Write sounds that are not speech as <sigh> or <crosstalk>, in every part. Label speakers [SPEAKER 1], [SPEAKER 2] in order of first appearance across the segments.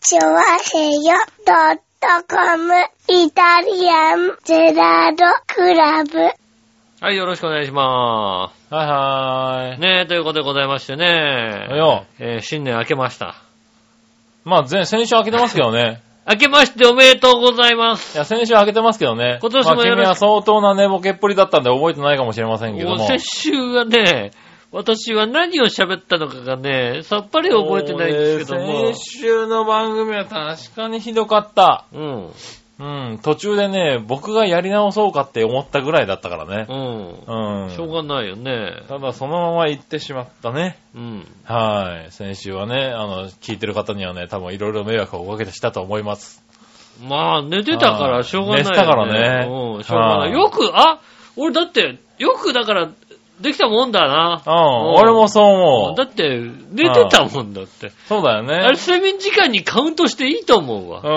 [SPEAKER 1] チョワヘヨドットコムイタリアンゼラードクラブ。
[SPEAKER 2] はい、よろしくお願いしま
[SPEAKER 3] はいはー
[SPEAKER 2] す。
[SPEAKER 3] い。
[SPEAKER 2] ねえ、ということでございまして
[SPEAKER 3] お
[SPEAKER 2] ね。
[SPEAKER 3] よ。
[SPEAKER 2] えー新年明けました。
[SPEAKER 3] まあ、前、先週開けてますけど
[SPEAKER 2] <laughs>
[SPEAKER 3] ね。
[SPEAKER 2] 明けましておめでとうございます。
[SPEAKER 3] いや、先週開けてますけどね。
[SPEAKER 2] 今年も
[SPEAKER 3] まあ
[SPEAKER 2] よろしく
[SPEAKER 3] 君は相当な寝ぼけっぷりだったんで覚えてないかもしれませんけど
[SPEAKER 2] もう
[SPEAKER 3] も。
[SPEAKER 2] 先週はね、私は何を喋ったのかがね、さっぱり覚えてないんですけど
[SPEAKER 3] そう
[SPEAKER 2] も
[SPEAKER 3] ね。先週の番組は確かにひどかった。
[SPEAKER 2] うん。
[SPEAKER 3] うん、途中でね、僕がやり直そうかって思ったぐらいだったからね。
[SPEAKER 2] う。
[SPEAKER 3] うんん。
[SPEAKER 2] しょうがないよね。
[SPEAKER 3] ただそのまま行ってしまったね。
[SPEAKER 2] うん。
[SPEAKER 3] はい。先週はね、あの、聞いてる方にはね、多分いろいろ迷惑をおかけしたと思います。
[SPEAKER 2] まあ、寝てたからしょうがない、ね。
[SPEAKER 3] 寝てたからね
[SPEAKER 2] うん、しょうがな。
[SPEAKER 3] はいい
[SPEAKER 2] よく、あ、俺だって、よくだから、できたもんだな。
[SPEAKER 3] うん、俺もそう思う
[SPEAKER 2] だ。って、寝てたもんだって。
[SPEAKER 3] そうだよね。
[SPEAKER 2] あれ、睡眠時間にカウントしていいと思うわ。う
[SPEAKER 3] うん。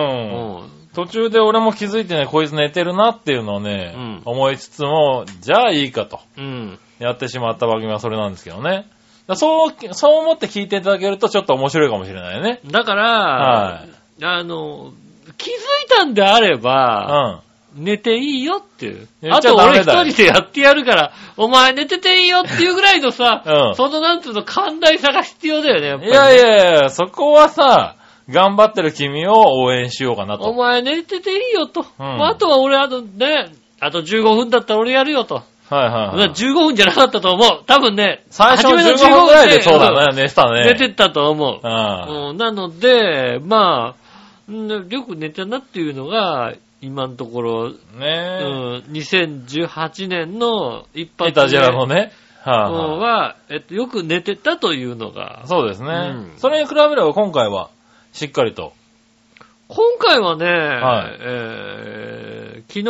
[SPEAKER 2] ん。
[SPEAKER 3] 途中で俺も気づいてね、こいつ寝てるなっていうのをね、
[SPEAKER 2] うん
[SPEAKER 3] 思いつつも、じゃあいいかと、
[SPEAKER 2] うん。
[SPEAKER 3] やってしまった番組はそれなんですけどね。だそう、そう思って聞いていただけるとちょっと面白いかもしれないね。
[SPEAKER 2] だから、
[SPEAKER 3] は
[SPEAKER 2] あの、気づいたんであれ
[SPEAKER 3] う
[SPEAKER 2] ば、
[SPEAKER 3] ん。
[SPEAKER 2] 寝ていいよっていう。
[SPEAKER 3] 寝ちゃ
[SPEAKER 2] あと
[SPEAKER 3] ダ
[SPEAKER 2] 俺
[SPEAKER 3] メだよ
[SPEAKER 2] 一人でやってやるから、お前寝てていいよっていうぐらいのさ、
[SPEAKER 3] うん
[SPEAKER 2] そのなんつうの寛大さが必要だよね、やっぱり
[SPEAKER 3] い
[SPEAKER 2] ね
[SPEAKER 3] やいやいや、そこはさ、頑張ってる君を応援しようかな
[SPEAKER 2] お
[SPEAKER 3] と。
[SPEAKER 2] 前寝てていいよと。
[SPEAKER 3] うん
[SPEAKER 2] まあ、あとは俺あとね、あと15分だったら俺やるよと。
[SPEAKER 3] はいはい、はい。
[SPEAKER 2] 15分じゃなかったと思う。多分ね、
[SPEAKER 3] 最初の
[SPEAKER 2] 初めの
[SPEAKER 3] 15分ぐらいで
[SPEAKER 2] 15
[SPEAKER 3] そうだね、寝てたね。
[SPEAKER 2] 寝てったと思う。
[SPEAKER 3] うん。
[SPEAKER 2] うんなので、まあ、んよく寝たなっていうのが、今のところ、う
[SPEAKER 3] ね
[SPEAKER 2] ん、2018年の一
[SPEAKER 3] え。
[SPEAKER 2] 発目
[SPEAKER 3] イタジェラのね。
[SPEAKER 2] う
[SPEAKER 3] はい
[SPEAKER 2] ん
[SPEAKER 3] はい、
[SPEAKER 2] は、えっと、よく寝てたというのが、
[SPEAKER 3] そうですね、
[SPEAKER 2] うん
[SPEAKER 3] それに比べれば今回は、しっかりと。
[SPEAKER 2] 今回はね、
[SPEAKER 3] はい
[SPEAKER 2] えー昨日、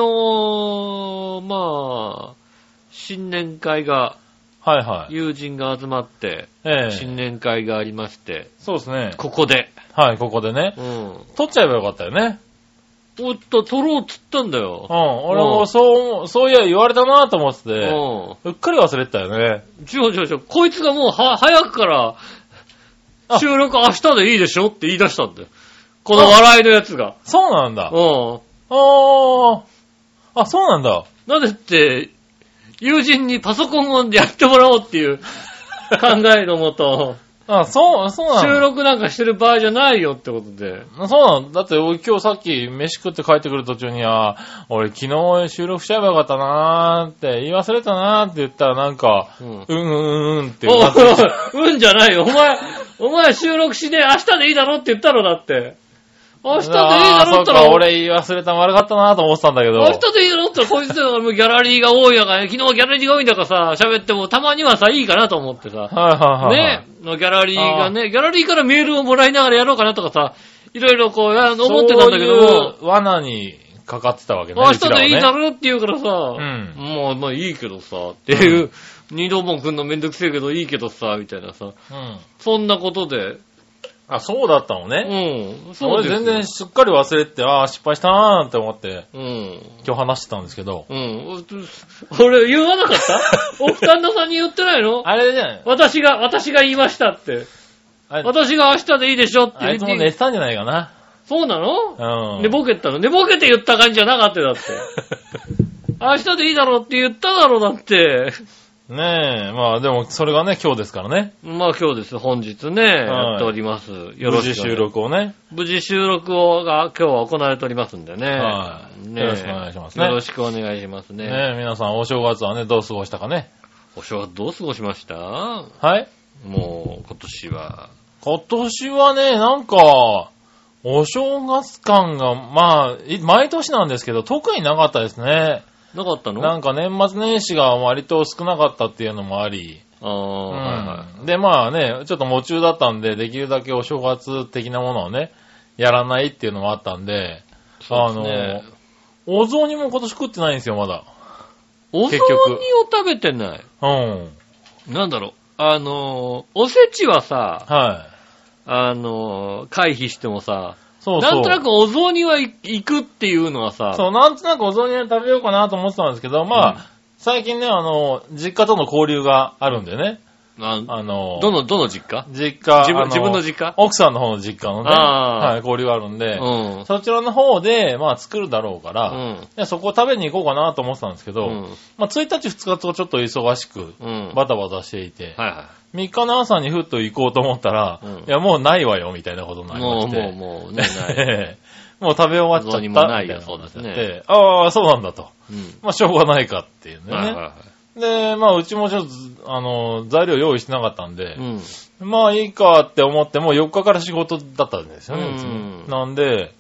[SPEAKER 2] まあ、新年会が、
[SPEAKER 3] はいはい。
[SPEAKER 2] 友人が集まって、
[SPEAKER 3] ええ
[SPEAKER 2] 新年会がありまして、
[SPEAKER 3] そうですね。
[SPEAKER 2] ここで、
[SPEAKER 3] はい、ここでね。
[SPEAKER 2] うん。
[SPEAKER 3] 撮っちゃえばよかったよね。
[SPEAKER 2] おっと、撮ろうっつったんだ
[SPEAKER 3] うん。
[SPEAKER 2] よ。
[SPEAKER 3] 俺
[SPEAKER 2] う
[SPEAKER 3] も
[SPEAKER 2] ん
[SPEAKER 3] そう思う、そういや言われたなと思って
[SPEAKER 2] う
[SPEAKER 3] て、
[SPEAKER 2] ん。
[SPEAKER 3] うっかり忘れてたよね。
[SPEAKER 2] 違う違う違う。こいつがもうは、早くから、
[SPEAKER 3] あ
[SPEAKER 2] 収録明日でいいでしょって言い出したんだよ。この笑いのやつが。
[SPEAKER 3] そうなんだ。
[SPEAKER 2] うん。
[SPEAKER 3] あー。あ、そうなんだ。
[SPEAKER 2] なぜって、友人にパソコンをやってもらおうっていう <laughs> 考えのもと、
[SPEAKER 3] あ、そう、そうなんだ。
[SPEAKER 2] 収録なんかしてる場合じゃないよってことで。
[SPEAKER 3] そうなのだって俺今日さっき飯食って帰ってくる途中に、あー俺昨日収録しちゃえばよかったなーって言い忘れたなーって言ったらなんか、
[SPEAKER 2] うん。
[SPEAKER 3] うんうんうんって
[SPEAKER 2] おい
[SPEAKER 3] なってきた。
[SPEAKER 2] おいうんじゃないよ。お前、お前収録しねえ、明日でいいだろって言ったろだって。明日でいいだ
[SPEAKER 3] あー
[SPEAKER 2] ろ
[SPEAKER 3] そ
[SPEAKER 2] っ
[SPEAKER 3] う
[SPEAKER 2] た、
[SPEAKER 3] から俺言い忘れた悪かったなーと思ってたんだけど。
[SPEAKER 2] 明日でいいだろったら、こいつはもうギャラリーが多い中ね、昨日ギャラリーが多いんだからさ、喋ってもたまにはさ、いいかなと思ってさ。
[SPEAKER 3] はいはいはいはい。
[SPEAKER 2] ね、のギャラリーがね、ギャラリーからメールをもらいながらやろうかなとかさ、いろいろこう、あの思ってたんだけども、
[SPEAKER 3] そういう罠にかかってたわけね。
[SPEAKER 2] 明
[SPEAKER 3] うち
[SPEAKER 2] 日
[SPEAKER 3] らは
[SPEAKER 2] で
[SPEAKER 3] ね
[SPEAKER 2] いいだろって言うからさ、
[SPEAKER 3] うん
[SPEAKER 2] もう、まあいいけどさ、っていう、二度も来んのめんどくせえけどいいけどさ、みたいなさ、
[SPEAKER 3] うん。
[SPEAKER 2] そんなことで、
[SPEAKER 3] あ、そうだったのね。
[SPEAKER 2] うん、そう
[SPEAKER 3] 俺
[SPEAKER 2] ですよ
[SPEAKER 3] 全然すっかり忘れてて、ああ、失敗したなーって思って、
[SPEAKER 2] うん。
[SPEAKER 3] 今日話してたんですけど。
[SPEAKER 2] うん。お俺言わなかった
[SPEAKER 3] <laughs>
[SPEAKER 2] おふたんなさんに言ってないの
[SPEAKER 3] あれじゃない
[SPEAKER 2] 私が、私が言いましたって。
[SPEAKER 3] あれ
[SPEAKER 2] 私が明日でいいでしょって
[SPEAKER 3] あいつも寝てたんじゃないかな。
[SPEAKER 2] そうなの、
[SPEAKER 3] うん。
[SPEAKER 2] 寝ぼけたの寝ぼけて言った感じじゃなかったよだって。明日でいいだろって言っただろだって。
[SPEAKER 3] <laughs> ねえ、まあでもそれがね、今日ですからね。
[SPEAKER 2] まあ今日です。本日ね、
[SPEAKER 3] い
[SPEAKER 2] やっております。よろ
[SPEAKER 3] 無
[SPEAKER 2] しくお願いしま
[SPEAKER 3] 事
[SPEAKER 2] す。
[SPEAKER 3] 収録をね。
[SPEAKER 2] 無事収録をが今日は行われておりますんでね。
[SPEAKER 3] はい
[SPEAKER 2] ね
[SPEAKER 3] よろしくお願いしますね
[SPEAKER 2] よろしくお願いしますね。
[SPEAKER 3] ねえ、皆さんお正月はね、どう過ごしたかね。
[SPEAKER 2] お正月どう過ごしました
[SPEAKER 3] はい
[SPEAKER 2] もう今年は。
[SPEAKER 3] 今年はね、なんか、お正月感が、まあ、い毎年なんですけど、特になかったですね。
[SPEAKER 2] なかったの
[SPEAKER 3] なんか年末年始が割と少なかったっていうのもあり、
[SPEAKER 2] ああ、はいはい。
[SPEAKER 3] うんで、まあね、ちょっと夢中だったんで、できるだけお正月的なものをね、やらないっていうのもあったんで、
[SPEAKER 2] そうですね
[SPEAKER 3] あの、お雑煮も今年食ってないんですよ、まだ。
[SPEAKER 2] お雑煮
[SPEAKER 3] 結局
[SPEAKER 2] を食べてない。
[SPEAKER 3] うん。
[SPEAKER 2] なんだろう。あのー、おせちはさ、
[SPEAKER 3] はい。
[SPEAKER 2] あのー、回避してもさ、
[SPEAKER 3] そうそう。
[SPEAKER 2] なんとなくお雑煮はい行くっていうのはさ、
[SPEAKER 3] そう、なんとなくお雑煮を食べようかなと思ってたんですけど、まあ、
[SPEAKER 2] うん
[SPEAKER 3] 最近ね、あの、実家との交流があるんでね、
[SPEAKER 2] まあ、
[SPEAKER 3] あの、
[SPEAKER 2] どの、どの実家
[SPEAKER 3] 実家、
[SPEAKER 2] 自分
[SPEAKER 3] あ
[SPEAKER 2] 自分の実家
[SPEAKER 3] 奥さんの方の実家のね、
[SPEAKER 2] あー
[SPEAKER 3] はい、交流があるん
[SPEAKER 2] う
[SPEAKER 3] で、
[SPEAKER 2] ん。
[SPEAKER 3] そちらの方で、まあ作るだろうか
[SPEAKER 2] う
[SPEAKER 3] ら、
[SPEAKER 2] ん。
[SPEAKER 3] でそこを食べに行こうかなと思ってたんですけど、
[SPEAKER 2] うん。
[SPEAKER 3] まあ1日2日とちょっと忙しく、
[SPEAKER 2] うん。
[SPEAKER 3] バタバタしていて、
[SPEAKER 2] はいは
[SPEAKER 3] 3日の朝にふっと行こうと思ったら、
[SPEAKER 2] うん。
[SPEAKER 3] いやもうないわよ、みたいなことにないりま
[SPEAKER 2] もう、
[SPEAKER 3] して。
[SPEAKER 2] もう、もう、ね、
[SPEAKER 3] <laughs>
[SPEAKER 2] ない。
[SPEAKER 3] ええもう食べ終わっちゃった
[SPEAKER 2] どうに
[SPEAKER 3] み
[SPEAKER 2] も
[SPEAKER 3] たい
[SPEAKER 2] な
[SPEAKER 3] ない
[SPEAKER 2] よ
[SPEAKER 3] ことになっちゃっ
[SPEAKER 2] そ
[SPEAKER 3] て。
[SPEAKER 2] うです
[SPEAKER 3] ああ、そうなんだと。
[SPEAKER 2] うん。
[SPEAKER 3] まあ、しょうがないかっていうね。
[SPEAKER 2] はいはいは
[SPEAKER 3] で、まあ、うちもちょっと、あの、材料用意してなかったんで
[SPEAKER 2] い。う、ん。
[SPEAKER 3] まあ、いいかって思って、もう4日から仕事だったんですよね、
[SPEAKER 2] うん
[SPEAKER 3] うちもなんで、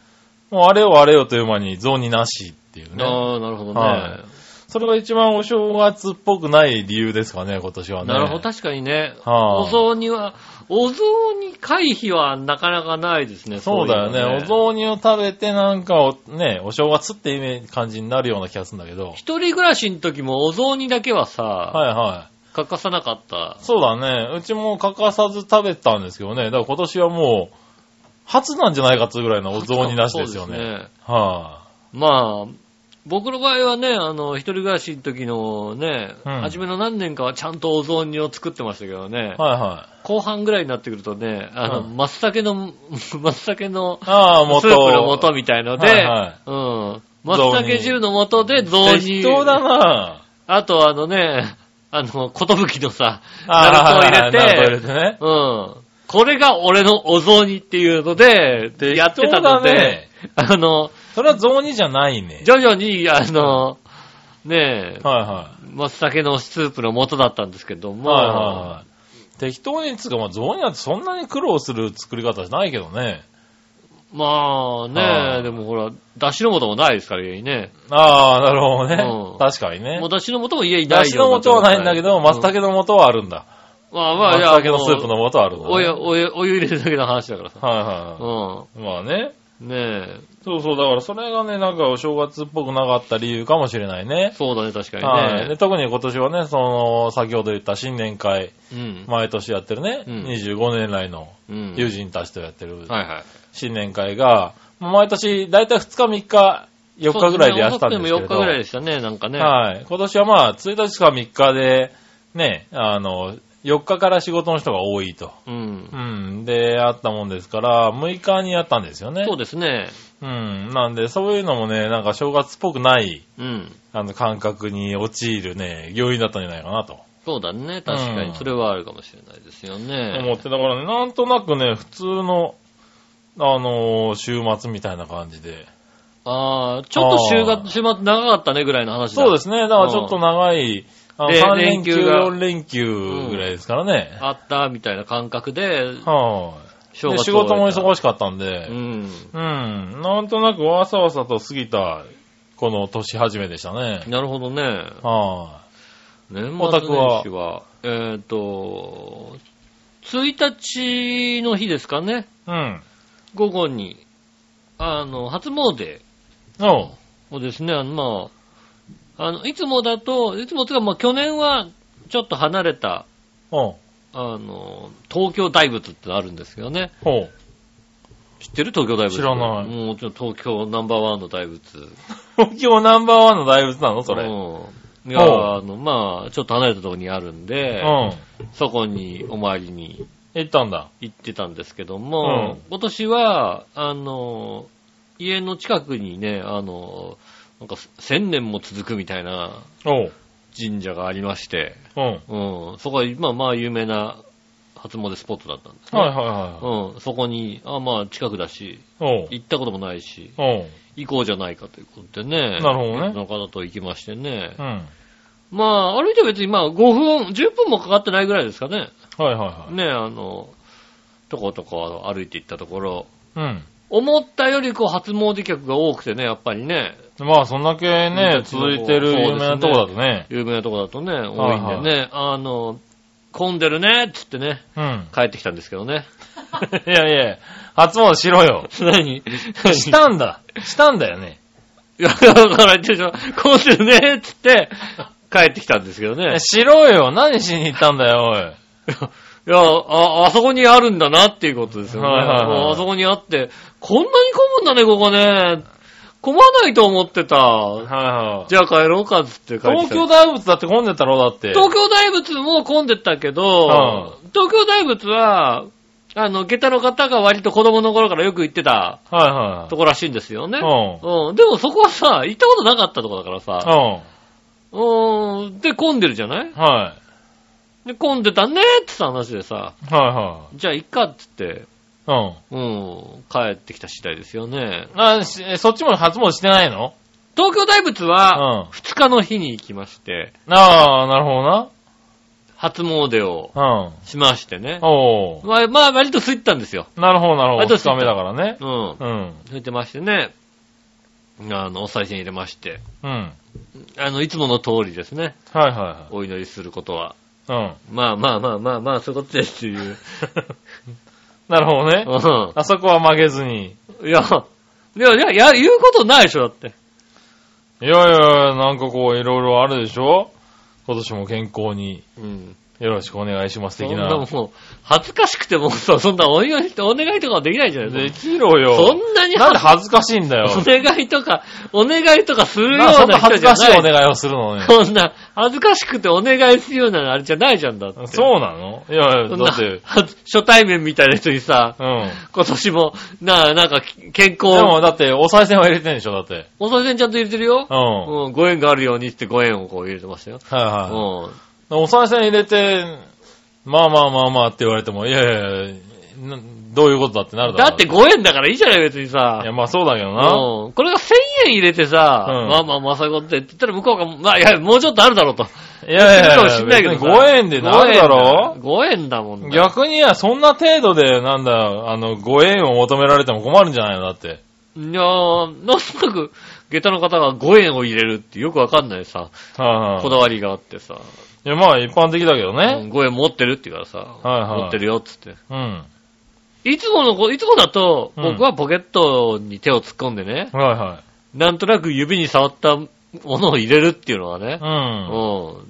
[SPEAKER 3] もうあれよあれよという間に雑煮なしっていうね。
[SPEAKER 2] ああ、なるほど
[SPEAKER 3] は
[SPEAKER 2] ね
[SPEAKER 3] い。それが一番お正月っぽくない理由ですかね、今年はね。
[SPEAKER 2] なるほど、確かにね。
[SPEAKER 3] はい
[SPEAKER 2] お雑煮は、お雑煮回避はなかなかないですね。
[SPEAKER 3] そうだよ
[SPEAKER 2] いの
[SPEAKER 3] ね。お雑煮を食べてなんかお、ね、お正月ってイメージ感じになるような気がするんだけど。
[SPEAKER 2] 一人暮らしの時もお雑煮だけはさ、
[SPEAKER 3] はいはい。
[SPEAKER 2] 欠かさなかった。
[SPEAKER 3] そうだね。うちも欠かさず食べてたんですけどね。だから今年はもう、初なんじゃないかっていうぐらいのお雑煮なしですよね。
[SPEAKER 2] そうです
[SPEAKER 3] は
[SPEAKER 2] まあ、僕の場合はね、あの、一人暮らしの時のね、
[SPEAKER 3] うん
[SPEAKER 2] 初めの何年かはちゃんとお雑煮を作ってましたけどね
[SPEAKER 3] い、、はいはい。
[SPEAKER 2] 後半ぐらいになってくるとね、あの、
[SPEAKER 3] う
[SPEAKER 2] 松茸の、 <laughs> 松茸の、
[SPEAKER 3] ああ、
[SPEAKER 2] ス
[SPEAKER 3] 元。
[SPEAKER 2] ープの素みたいので、
[SPEAKER 3] はいはい
[SPEAKER 2] うん。松茸汁の素で雑煮。
[SPEAKER 3] 適当だな
[SPEAKER 2] あとあのね、あの、ことぶきのさ、
[SPEAKER 3] あ
[SPEAKER 2] ナ
[SPEAKER 3] ー
[SPEAKER 2] ルトを
[SPEAKER 3] はいは
[SPEAKER 2] 入
[SPEAKER 3] いナ
[SPEAKER 2] れ
[SPEAKER 3] ル
[SPEAKER 2] て、
[SPEAKER 3] トを入れてね。
[SPEAKER 2] うん。これが俺のお雑煮っていうので、やってたの
[SPEAKER 3] 適当だ
[SPEAKER 2] で
[SPEAKER 3] ね、
[SPEAKER 2] あの、
[SPEAKER 3] それは雑煮じゃないね。
[SPEAKER 2] 徐々に、あの、ねえ、
[SPEAKER 3] はいは
[SPEAKER 2] 松茸のスープの素だったんですけど
[SPEAKER 3] い。
[SPEAKER 2] も、
[SPEAKER 3] はいはいはい。適当につうか、まあ、雑煮なんてそんなに苦労する作り方じゃないけどね。
[SPEAKER 2] まあね、
[SPEAKER 3] はい
[SPEAKER 2] でもほら、だしの素もないですから、家にね。
[SPEAKER 3] ああ、なるほどね。
[SPEAKER 2] うん
[SPEAKER 3] 確かにね
[SPEAKER 2] もう。だしの素も家にな
[SPEAKER 3] だ
[SPEAKER 2] い
[SPEAKER 3] し
[SPEAKER 2] よう
[SPEAKER 3] の素はないんだけど、松
[SPEAKER 2] うん
[SPEAKER 3] 茸の素はあるんだ。
[SPEAKER 2] まあまあ、
[SPEAKER 3] 松
[SPEAKER 2] いや、
[SPEAKER 3] 茸のスープの素はあるんだね。
[SPEAKER 2] お湯、お湯、お湯入れるだけの話だからさ。
[SPEAKER 3] はいはいは
[SPEAKER 2] う
[SPEAKER 3] い。まあね。
[SPEAKER 2] ん。ね
[SPEAKER 3] そうそう、だからそれがね、なんかお正月っぽくなかった理由かもしれない
[SPEAKER 2] え、
[SPEAKER 3] ね。
[SPEAKER 2] そうだね、確か
[SPEAKER 3] はい
[SPEAKER 2] に
[SPEAKER 3] で
[SPEAKER 2] ね。
[SPEAKER 3] 特に今年はね、その、先ほど言った新年会、
[SPEAKER 2] うん。
[SPEAKER 3] 毎年やってるね、
[SPEAKER 2] うん
[SPEAKER 3] 25年来の
[SPEAKER 2] うん。
[SPEAKER 3] 友人たちとやってる
[SPEAKER 2] はいはい。
[SPEAKER 3] 新年会が、まあ毎年、だいたい2日、3日、4日ぐらいでやってたんですけ
[SPEAKER 2] そう
[SPEAKER 3] ど、
[SPEAKER 2] ね遅くても4日ぐらいでしたね、なんかね。
[SPEAKER 3] はい。今年はまあ、1日か3日で、ね、あの、4日から仕事の人が多いと。
[SPEAKER 2] うん
[SPEAKER 3] う。ん。で、あったもんですから、6日にやったんですよね。
[SPEAKER 2] そうですね。
[SPEAKER 3] うん。なんで、そういうのもね、なんか正月っぽくない、
[SPEAKER 2] うん。
[SPEAKER 3] あの、感覚に陥るね、要因だったんじゃないかなと。
[SPEAKER 2] そうだね、確か
[SPEAKER 3] う
[SPEAKER 2] に。
[SPEAKER 3] ん
[SPEAKER 2] それはあるかもしれないですよ
[SPEAKER 3] 思っ
[SPEAKER 2] ね。
[SPEAKER 3] て、だからね、なんとなくね、普通の、あのー週末みたいな感じで。
[SPEAKER 2] ああ、ちょっと週
[SPEAKER 3] あー
[SPEAKER 2] 末、週末長かったねぐらいの話だ
[SPEAKER 3] そうですね、だからちょっと長い、あの、
[SPEAKER 2] で
[SPEAKER 3] 3連休、
[SPEAKER 2] 連休が
[SPEAKER 3] 4連休ぐらいですからね。
[SPEAKER 2] あった、みたいな感覚で、
[SPEAKER 3] はい、
[SPEAKER 2] 正
[SPEAKER 3] で
[SPEAKER 2] 月
[SPEAKER 3] 仕事も
[SPEAKER 2] し
[SPEAKER 3] 忙しかったんで、
[SPEAKER 2] い。うん。
[SPEAKER 3] うん、なんとなくわさわさと過ぎた、この年始めでしたね。
[SPEAKER 2] なるほどね。
[SPEAKER 3] は
[SPEAKER 2] 年末
[SPEAKER 3] お宅
[SPEAKER 2] 年
[SPEAKER 3] は
[SPEAKER 2] 始は、えっ、と、1日の日ですかね、
[SPEAKER 3] い、うん。
[SPEAKER 2] 午後に、あの、初詣
[SPEAKER 3] おう
[SPEAKER 2] をですね、あの、まあ、あの、いつもだと、いつもというか、まあ、去年はちょっと離れた、
[SPEAKER 3] おう
[SPEAKER 2] あの、東京大仏ってのあるんですけどね。
[SPEAKER 3] ほう。 <laughs>
[SPEAKER 2] 知ってる東京大仏。
[SPEAKER 3] 知らない
[SPEAKER 2] もうちょっと東京ナンバーワンの大仏。
[SPEAKER 3] 東京ナンバーワンの大仏なのそれ。うん。
[SPEAKER 2] うん。いや、
[SPEAKER 3] ほ
[SPEAKER 2] あの、まあ、ちょっと離れたところにあるんで、そこにお参りに
[SPEAKER 3] 行ったんだ。
[SPEAKER 2] 行ってたんですけども、
[SPEAKER 3] う
[SPEAKER 2] 今年は、あの、家の近くにね、あの、なんか千年も続くみたいな
[SPEAKER 3] おう。
[SPEAKER 2] 神社がありまして、
[SPEAKER 3] うん。
[SPEAKER 2] うん、そこは今まあ有名な初詣スポットだったんですね。
[SPEAKER 3] はいはいはい。
[SPEAKER 2] うん、そこに、あまあ近くだし、
[SPEAKER 3] おう。
[SPEAKER 2] 行ったこともないし、
[SPEAKER 3] おう。
[SPEAKER 2] 行こうじゃないかということでね。
[SPEAKER 3] なるほどね
[SPEAKER 2] 別の方と行きましてね
[SPEAKER 3] う。ん。
[SPEAKER 2] まあ、歩いて別にまあ5分、10分もかかってないぐらいですかね。
[SPEAKER 3] はいはいはい。
[SPEAKER 2] ね、あの、とことこ歩いて行ったところ、
[SPEAKER 3] うん。
[SPEAKER 2] 思ったよりこう初詣客が多くてね、やっぱりね、
[SPEAKER 3] まあ、そんだけね、
[SPEAKER 2] そうで
[SPEAKER 3] 続
[SPEAKER 2] すね
[SPEAKER 3] いてる有名なとこだとね。
[SPEAKER 2] 有名なとこだとね、多いんでね、あの、混んでるね、っつってね、
[SPEAKER 3] うん。
[SPEAKER 2] 帰ってきたんですけど
[SPEAKER 3] <laughs>
[SPEAKER 2] ね。
[SPEAKER 3] いやいや、初詣しろ <laughs> よ。
[SPEAKER 2] <laughs> 何
[SPEAKER 3] し
[SPEAKER 2] 下
[SPEAKER 3] たんだ。したんだよね。
[SPEAKER 2] いや、だから言ってるでしょ、混んでるね、っつって、帰ってきたんですけど
[SPEAKER 3] <laughs>
[SPEAKER 2] ね。
[SPEAKER 3] しろよ。何しに行ったんだよ、
[SPEAKER 2] <laughs> いや、あ、あそこにあるんだなっていうことですよね。
[SPEAKER 3] はいはいはい
[SPEAKER 2] もうあそこにあって、こんなに混むんだね、ここね。混まないと思って
[SPEAKER 3] はい
[SPEAKER 2] た。
[SPEAKER 3] はい。
[SPEAKER 2] じゃあ帰ろうかっつって帰ってき
[SPEAKER 3] 東
[SPEAKER 2] た
[SPEAKER 3] 京大仏だって混んでたろ、だって。
[SPEAKER 2] 東京大仏も混んでたけど、東京大仏は、あの、下駄の方が割と子供の頃からよく行ってた
[SPEAKER 3] はいは
[SPEAKER 2] とこらしいんですよね。
[SPEAKER 3] う
[SPEAKER 2] うんでもそこはさ、行ったことなかったとこだからさ、う
[SPEAKER 3] い。
[SPEAKER 2] ーん、で混んでるじゃない
[SPEAKER 3] うん。はい。
[SPEAKER 2] で、混んでたねってさ、話でさ、
[SPEAKER 3] は
[SPEAKER 2] じゃあ行っかってって、
[SPEAKER 3] いはい。うん。
[SPEAKER 2] うん、帰ってきた次第ですよね。
[SPEAKER 3] あ、しえそっちも初詣してないの
[SPEAKER 2] 東京大仏
[SPEAKER 3] う
[SPEAKER 2] は、
[SPEAKER 3] ん。
[SPEAKER 2] 2日の日に行きまして、
[SPEAKER 3] ああ、なるほ
[SPEAKER 2] 初詣を
[SPEAKER 3] どな。
[SPEAKER 2] しましてね
[SPEAKER 3] うん。。おー。
[SPEAKER 2] まあ、まあ、割と空いてたんですよ。
[SPEAKER 3] なるほど、なるほ
[SPEAKER 2] あ
[SPEAKER 3] ど。
[SPEAKER 2] と
[SPEAKER 3] 2日目だからね。
[SPEAKER 2] うん。
[SPEAKER 3] うん。
[SPEAKER 2] 吹いてましてね。あの、お賽銭入れまして。
[SPEAKER 3] うん。
[SPEAKER 2] あの、いつもの通りですね。
[SPEAKER 3] はいは
[SPEAKER 2] お祈りすることは。
[SPEAKER 3] いはい。うん。
[SPEAKER 2] まあまあまあまあまあ、そういうことですっていう。
[SPEAKER 3] なるほどね。
[SPEAKER 2] う
[SPEAKER 3] あそこは曲げずに。
[SPEAKER 2] ん。いや、いや、いや、いや言うことないでしょ、だって。
[SPEAKER 3] いやいやいや、なんかこう、いろいろあるでしょ今年も健康に
[SPEAKER 2] うん。
[SPEAKER 3] よろしくお願いします
[SPEAKER 2] そ
[SPEAKER 3] 的
[SPEAKER 2] んな
[SPEAKER 3] な。
[SPEAKER 2] もう、恥ずかしくてもさ、そんなお祈りお願いとかはできないじゃない
[SPEAKER 3] で
[SPEAKER 2] ですか。
[SPEAKER 3] きろよ。
[SPEAKER 2] そんなに
[SPEAKER 3] なんで
[SPEAKER 2] 恥
[SPEAKER 3] 恥ずかしいんだよ。
[SPEAKER 2] お願いとか、お願いとかするよう
[SPEAKER 3] なんでそんな
[SPEAKER 2] な人
[SPEAKER 3] 恥ず
[SPEAKER 2] じゃ
[SPEAKER 3] かしいお
[SPEAKER 2] ない。
[SPEAKER 3] 願いをするのね。
[SPEAKER 2] そんな、恥ずかしくてお願いするようなあれじゃないじゃんだって。
[SPEAKER 3] そうなのいやいや、
[SPEAKER 2] そんな
[SPEAKER 3] だって、
[SPEAKER 2] 初初対面みたいな人にさ、
[SPEAKER 3] うん。
[SPEAKER 2] 今年も、なあ、なんか、き健
[SPEAKER 3] で
[SPEAKER 2] 康、
[SPEAKER 3] もだって、お賽銭は入れてんでしょ、だって。
[SPEAKER 2] お賽銭ちゃんと入れてるよ
[SPEAKER 3] う。ん。はい
[SPEAKER 2] うん、ご縁があるようにってご縁をこう入れてましたよ。う
[SPEAKER 3] は
[SPEAKER 2] ん。
[SPEAKER 3] い。お賽銭入れて、まあまあまあまあって言われても、いやいやいや、などういうことだってなるだ
[SPEAKER 2] だ
[SPEAKER 3] ろう
[SPEAKER 2] って、ご縁だからいいじゃない、別にさ
[SPEAKER 3] いや、。まあそうだけど
[SPEAKER 2] う
[SPEAKER 3] な。
[SPEAKER 2] ん。これが1000円入れてさ、
[SPEAKER 3] うん
[SPEAKER 2] まあまあまあそういうことでって言ったら向こうが、まあいや、もうちょっとあるだろうと。
[SPEAKER 3] い
[SPEAKER 2] <laughs> 言ってる
[SPEAKER 3] やいや
[SPEAKER 2] かも
[SPEAKER 3] い
[SPEAKER 2] し
[SPEAKER 3] や、
[SPEAKER 2] んないけど
[SPEAKER 3] 5円でなるだろ
[SPEAKER 2] ご縁だもんね。
[SPEAKER 3] 逆にいや、そんな程度で、なんだ、あの、ご縁を求められても困るんじゃないのだって。
[SPEAKER 2] いやー、なんとなく、下駄の方がご縁を入れるってよくわかんないさ、
[SPEAKER 3] はい
[SPEAKER 2] こ
[SPEAKER 3] は
[SPEAKER 2] だわりがあってさ、
[SPEAKER 3] い。いや、まあ一般的だけど
[SPEAKER 2] うん
[SPEAKER 3] ね。
[SPEAKER 2] ご縁持ってるって言うからさ、
[SPEAKER 3] はいはい
[SPEAKER 2] 持ってるよってって。
[SPEAKER 3] うん。
[SPEAKER 2] いつものこ、いつもだと、
[SPEAKER 3] うん
[SPEAKER 2] 僕はポケットに手を突っ込んでね、
[SPEAKER 3] はいは
[SPEAKER 2] なんとなく指に触ったものを入れるっていうのはね
[SPEAKER 3] い。、うん。
[SPEAKER 2] うん。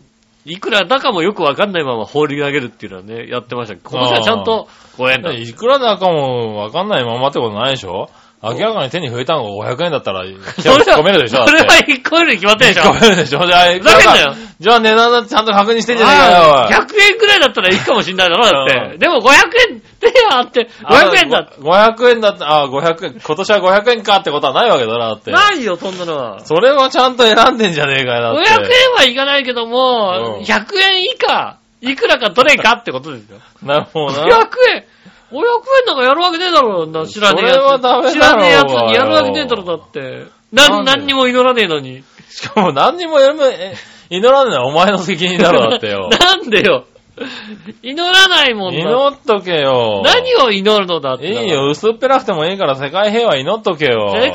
[SPEAKER 2] いくらだかもよくわかんないまま放り投げるっていうのはね、やってましたけど、今年はちゃんと、ご縁だ。
[SPEAKER 3] いくらだかもわかんないままってことないでしょ明らかに手に増えたのが500円だったら、手を突っ込めるでしょだっ
[SPEAKER 2] そ
[SPEAKER 3] て
[SPEAKER 2] れは一個より決まってるでしょ。
[SPEAKER 3] 突っ込めるでしょじゃあ、いくら
[SPEAKER 2] ふざけんなよ
[SPEAKER 3] だじゃあ値段ちゃんと確認してんじゃねえ
[SPEAKER 2] ああ
[SPEAKER 3] かよ。
[SPEAKER 2] 100円くらいだったらいいかもしんないだろ、だっ
[SPEAKER 3] う
[SPEAKER 2] て。でも500円手あって、
[SPEAKER 3] あ
[SPEAKER 2] 500円だって。
[SPEAKER 3] 500円だった、あ、500円、今年は500円かってことはないわけだな、だって。
[SPEAKER 2] ないよ、そんなのは。
[SPEAKER 3] それはちゃんと選んでんじゃねえかよ、だ
[SPEAKER 2] 500
[SPEAKER 3] っ
[SPEAKER 2] 円
[SPEAKER 3] て。
[SPEAKER 2] はいかないけども、
[SPEAKER 3] うん
[SPEAKER 2] 100円以下、いくらかどれかってことですよ。
[SPEAKER 3] なるほ
[SPEAKER 2] 500
[SPEAKER 3] どな。
[SPEAKER 2] 円 !500 円なんかやるわけねえだろ、な知らねえやつ。
[SPEAKER 3] それはダメだろ
[SPEAKER 2] 知らねえやつにやるわけねえだろ、だって。な、
[SPEAKER 3] なんんで
[SPEAKER 2] 何にも祈らねえのに。。
[SPEAKER 3] しかも何にもやるめ、え祈らないのはお前の責任だろ、だってよ
[SPEAKER 2] <laughs> なんでよ。祈らないもんだ。
[SPEAKER 3] 祈っとけよ。
[SPEAKER 2] 何を祈るのだって。
[SPEAKER 3] いい。よ、薄っぺらくてもいいから世界平和祈っとけよ。
[SPEAKER 2] 世界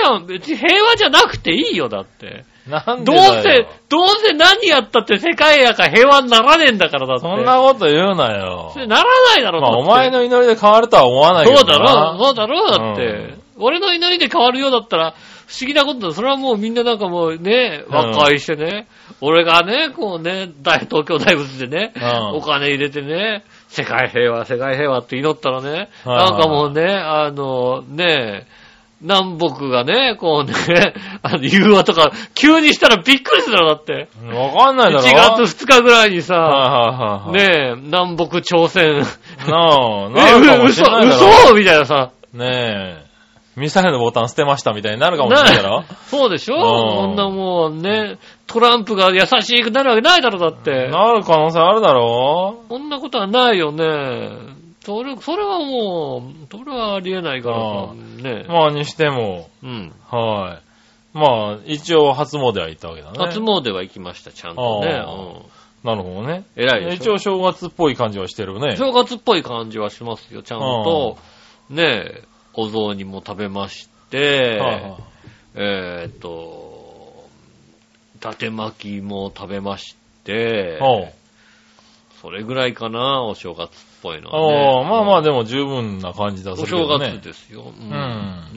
[SPEAKER 2] 平和、別に平和じゃなくていいよ、だって。
[SPEAKER 3] なん
[SPEAKER 2] ど
[SPEAKER 3] で
[SPEAKER 2] う
[SPEAKER 3] だよ
[SPEAKER 2] せ、どうせ何やったって世界やか平和にならねえんだからだって。
[SPEAKER 3] そんなこと言うなよ
[SPEAKER 2] そ。れならないだろ、
[SPEAKER 3] まあ、
[SPEAKER 2] だって
[SPEAKER 3] お前の祈りで変わるとは思わないけ
[SPEAKER 2] そう
[SPEAKER 3] ど
[SPEAKER 2] だ
[SPEAKER 3] な。
[SPEAKER 2] ろ、そうだろ、だって。
[SPEAKER 3] うん
[SPEAKER 2] 俺の祈りで変わるようだったら、不思議なことだ。それはもうみんななんかもうね、
[SPEAKER 3] うん
[SPEAKER 2] 和解してね、俺がね、こうね、大東京大仏でね、
[SPEAKER 3] うん
[SPEAKER 2] お金入れてね、世界平和、世界平和って祈ったらね、
[SPEAKER 3] はいはい
[SPEAKER 2] なんかもうね、あの、ね、南北がね、 <laughs> こうね、あの、融和とか、急にしたらびっくりするだろ、だって。
[SPEAKER 3] わかんない
[SPEAKER 2] 1
[SPEAKER 3] だろ。
[SPEAKER 2] 月2日ぐらいにさ、
[SPEAKER 3] はいはいはいは
[SPEAKER 2] ね
[SPEAKER 3] い。
[SPEAKER 2] 南北朝鮮、
[SPEAKER 3] なあ、
[SPEAKER 2] え、
[SPEAKER 3] なるかもし
[SPEAKER 2] 嘘、
[SPEAKER 3] れないだろ。
[SPEAKER 2] 嘘みたいなさ、
[SPEAKER 3] ねえ。ミサイルのボタン捨てましたみたいになるかもしれないだろ。
[SPEAKER 2] そうでしょ
[SPEAKER 3] うん
[SPEAKER 2] こんなもうね、トランプが優しくなるわけないだろ、だって。
[SPEAKER 3] なる可能性あるだろ。
[SPEAKER 2] こんなことはないよね。それ、それはもう、それはありえないからさ
[SPEAKER 3] う、
[SPEAKER 2] ね。
[SPEAKER 3] まあ、にしても、
[SPEAKER 2] うん。
[SPEAKER 3] はい。まあ、一応初詣は行ったわけだね。
[SPEAKER 2] 初詣は行きました、ちゃんとね。
[SPEAKER 3] なるほどね。
[SPEAKER 2] うん。偉いでし
[SPEAKER 3] 一
[SPEAKER 2] ょ
[SPEAKER 3] 応。正月っぽい感じはしてるね。
[SPEAKER 2] 正月っぽい感じはしますよ、ちゃんと。ねお雑煮も食べまして、
[SPEAKER 3] はいはい
[SPEAKER 2] えーっと、縦巻きも食べまして、
[SPEAKER 3] おう
[SPEAKER 2] それぐらいかな、お正月っぽいのは、ね。
[SPEAKER 3] おうまあまあでも十分な感じだ
[SPEAKER 2] お
[SPEAKER 3] するけ
[SPEAKER 2] 正
[SPEAKER 3] ど
[SPEAKER 2] 月
[SPEAKER 3] ね。
[SPEAKER 2] ですよ。うん
[SPEAKER 3] ん